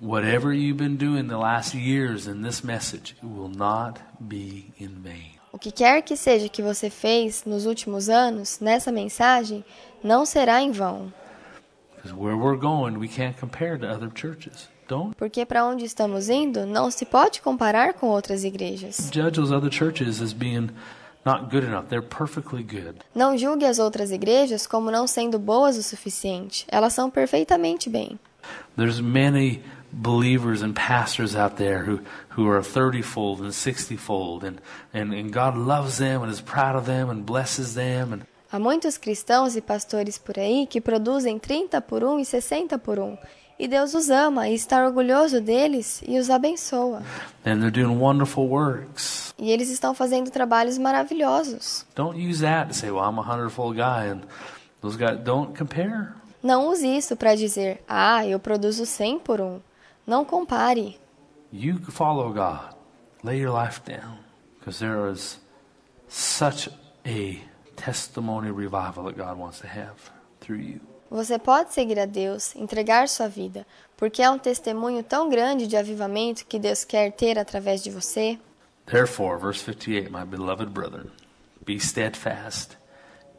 Speaker 2: Whatever you've been doing the last years in this message it will not be in vain.
Speaker 1: O que quer que seja que você fez nos últimos anos, nessa mensagem, não será em vão.
Speaker 2: Because where we're going, we can't compare to other churches. Don't
Speaker 1: Porque para onde estamos indo não se pode comparar com outras igrejas.
Speaker 2: judge those other churches as being not good enough. They're perfectly good.
Speaker 1: Não julgue as outras igrejas como não sendo boas o suficiente. Elas são perfeitamente bem.
Speaker 2: There's many believers and pastors out there who, who are 30 fold and 60 fold, and, and, and God loves them and is proud of them and blesses them. And
Speaker 1: Há muitos cristãos e pastores por aí que produzem 30 por 1 e 60 por 1. E Deus os ama e está orgulhoso deles e os abençoa.
Speaker 2: and they're doing wonderful works.
Speaker 1: E eles estão fazendo trabalhos maravilhosos.
Speaker 2: Don't use that to say, well, I'm a hundredfold guy, and those guys don't compare.
Speaker 1: Não use isso para dizer, ah, eu produzo 100 por 1. Não compare.
Speaker 2: You follow God. Lay your life down. Because there is such a testimony revival that God wants to have through you.
Speaker 1: Você pode seguir a Deus, entregar sua vida, porque é um testemunho tão grande de avivamento que Deus quer ter através de você.
Speaker 2: Therefore, verse 58, my beloved brethren, be steadfast,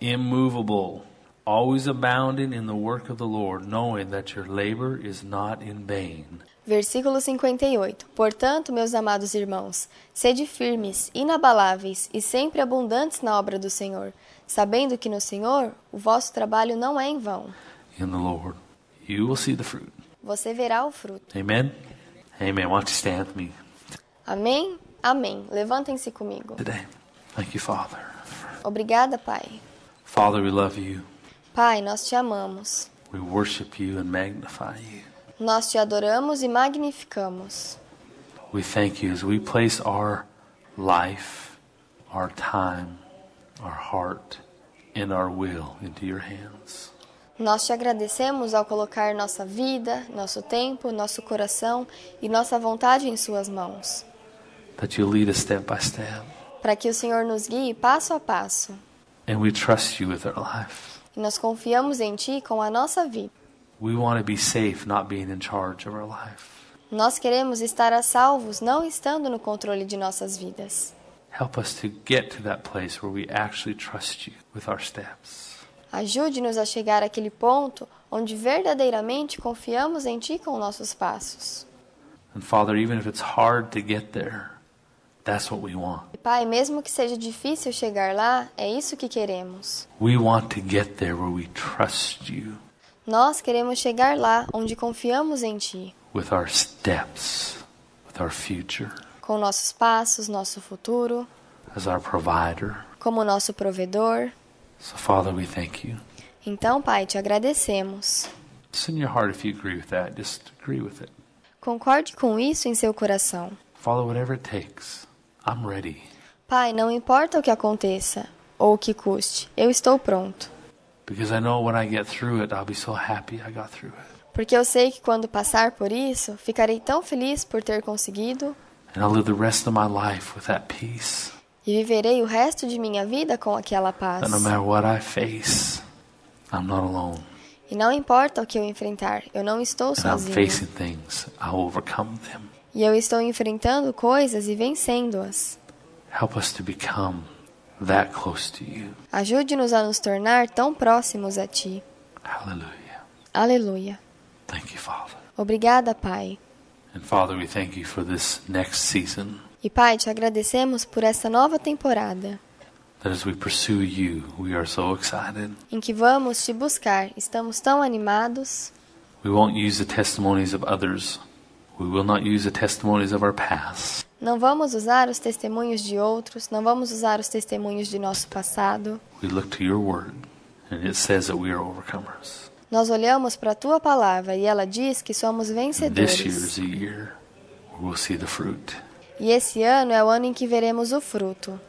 Speaker 2: immovable, always abounding in the work of the Lord, knowing that your labor is not in vain.
Speaker 1: Versículo 58. Portanto, meus amados irmãos, sede firmes, inabaláveis e sempre abundantes na obra do Senhor, sabendo que no Senhor o vosso trabalho não é em vão.
Speaker 2: In the Lord, you will see the fruit.
Speaker 1: Você verá o fruto.
Speaker 2: Amen? Amen. Why don't you stand with me
Speaker 1: Amém? Amém. Levantem-se comigo.
Speaker 2: today? Thank you, Father.
Speaker 1: Obrigada, Pai.
Speaker 2: Father, we love you.
Speaker 1: Pai, nós te amamos.
Speaker 2: We worship you and magnify you.
Speaker 1: Nós te adoramos e magnificamos.
Speaker 2: We thank you as we place our life, our time, our heart, and our will into your hands.
Speaker 1: Nós te agradecemos ao colocar nossa vida, nosso tempo, nosso coração e nossa vontade em Suas mãos,
Speaker 2: That you lead us step by step.
Speaker 1: para que o Senhor nos guie passo a passo.
Speaker 2: And we trust you with our life.
Speaker 1: E nós confiamos em Ti com a nossa vida.
Speaker 2: We want to be safe not being in charge of our life.
Speaker 1: Nós queremos estar a salvos, não estando no controle de nossas vidas.
Speaker 2: Help us to get to that place where we actually trust you with our steps.
Speaker 1: Ajude-nos a chegar àquele ponto onde verdadeiramente confiamos em Ti com nossos passos.
Speaker 2: And Father, even if it's hard to get there, that's what we want.
Speaker 1: E Pai, mesmo que seja difícil chegar lá, é isso que queremos.
Speaker 2: We want to get there where we trust you
Speaker 1: Nós queremos chegar lá onde confiamos em Ti.
Speaker 2: with our steps, with our future,
Speaker 1: com nossos passos, nosso futuro,
Speaker 2: as our provider.
Speaker 1: como nosso provedor.
Speaker 2: So, Father, we thank you.
Speaker 1: Então, Pai, te agradecemos.
Speaker 2: Just in your heart, if you agree with that, just agree with it.
Speaker 1: Concorde com isso em seu coração.
Speaker 2: Follow whatever it takes. I'm ready.
Speaker 1: Pai, não importa o que aconteça ou o que custe, eu estou pronto.
Speaker 2: Because I know when I get through it, I'll be so happy I got through it.
Speaker 1: Porque eu sei que quando passar por isso, ficarei tão feliz por ter conseguido
Speaker 2: And I'll live the rest of my life with that peace,
Speaker 1: e viverei o resto de minha vida com aquela paz.
Speaker 2: that no matter what I face, I'm not alone.
Speaker 1: E não importa o que eu enfrentar, eu não estou
Speaker 2: And I'm
Speaker 1: sozinho.
Speaker 2: facing things, I will overcome them.
Speaker 1: E eu estou enfrentando coisas e vencendo-as.
Speaker 2: Help us to become that close to you.
Speaker 1: Ajude-nos a nos tornar tão próximos a Ti.
Speaker 2: Hallelujah.
Speaker 1: Aleluia.
Speaker 2: Thank you, Father.
Speaker 1: Obrigada, Pai.
Speaker 2: And Father, we thank you for this next season.
Speaker 1: E Pai, te agradecemos por essa nova temporada
Speaker 2: That as we pursue you, we are so excited.
Speaker 1: em que vamos te buscar. Estamos tão animados.
Speaker 2: We won't use the testimonies of others. We will not use the testimonies of our past.
Speaker 1: Não vamos usar os testemunhos de outros, não vamos usar os testemunhos de nosso passado.
Speaker 2: We look to your word, and it says that we are overcomers.
Speaker 1: Nós olhamos para a tua palavra e ela diz que somos
Speaker 2: And this year
Speaker 1: vencedores.
Speaker 2: is a year where we'll see the fruit.
Speaker 1: E esse ano é o ano em que veremos o fruto.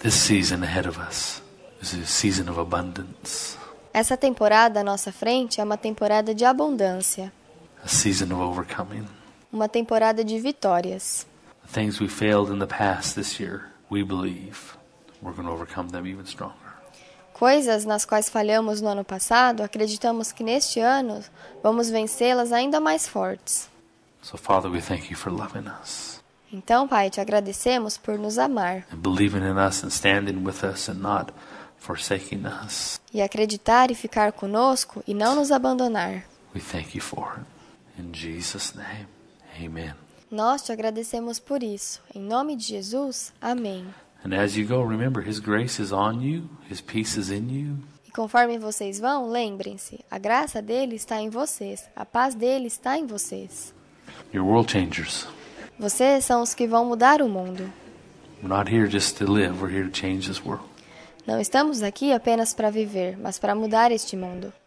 Speaker 2: This season ahead of us is a season of abundance,
Speaker 1: Essa temporada à nossa frente é uma temporada de abundância,
Speaker 2: a season of overcoming.
Speaker 1: uma temporada de vitórias.
Speaker 2: The things we failed in the past this year, we believe we're going to overcome them even stronger.
Speaker 1: Coisas nas quais falhamos no ano passado, acreditamos que neste ano vamos vencê-las ainda mais fortes.
Speaker 2: So, Father, we thank you for loving us
Speaker 1: Então, Pai, te agradecemos por nos amar
Speaker 2: and believing in us and standing with us and not forsaking us.
Speaker 1: e acreditar e ficar conosco e não nos abandonar.
Speaker 2: We thank you for it. In Jesus' name, amen.
Speaker 1: Nós te agradecemos por isso. Em nome de Jesus, amém.
Speaker 2: And as you go, remember His grace is on you, His peace is in you.
Speaker 1: E conforme vocês vão, lembrem-se: a graça dele está em vocês, a paz dele está em vocês.
Speaker 2: You're world changers.
Speaker 1: Vocês são os que vão mudar o mundo.
Speaker 2: We're not here just to live, we're here to change this world.
Speaker 1: Não estamos aqui apenas para viver, mas para mudar este mundo.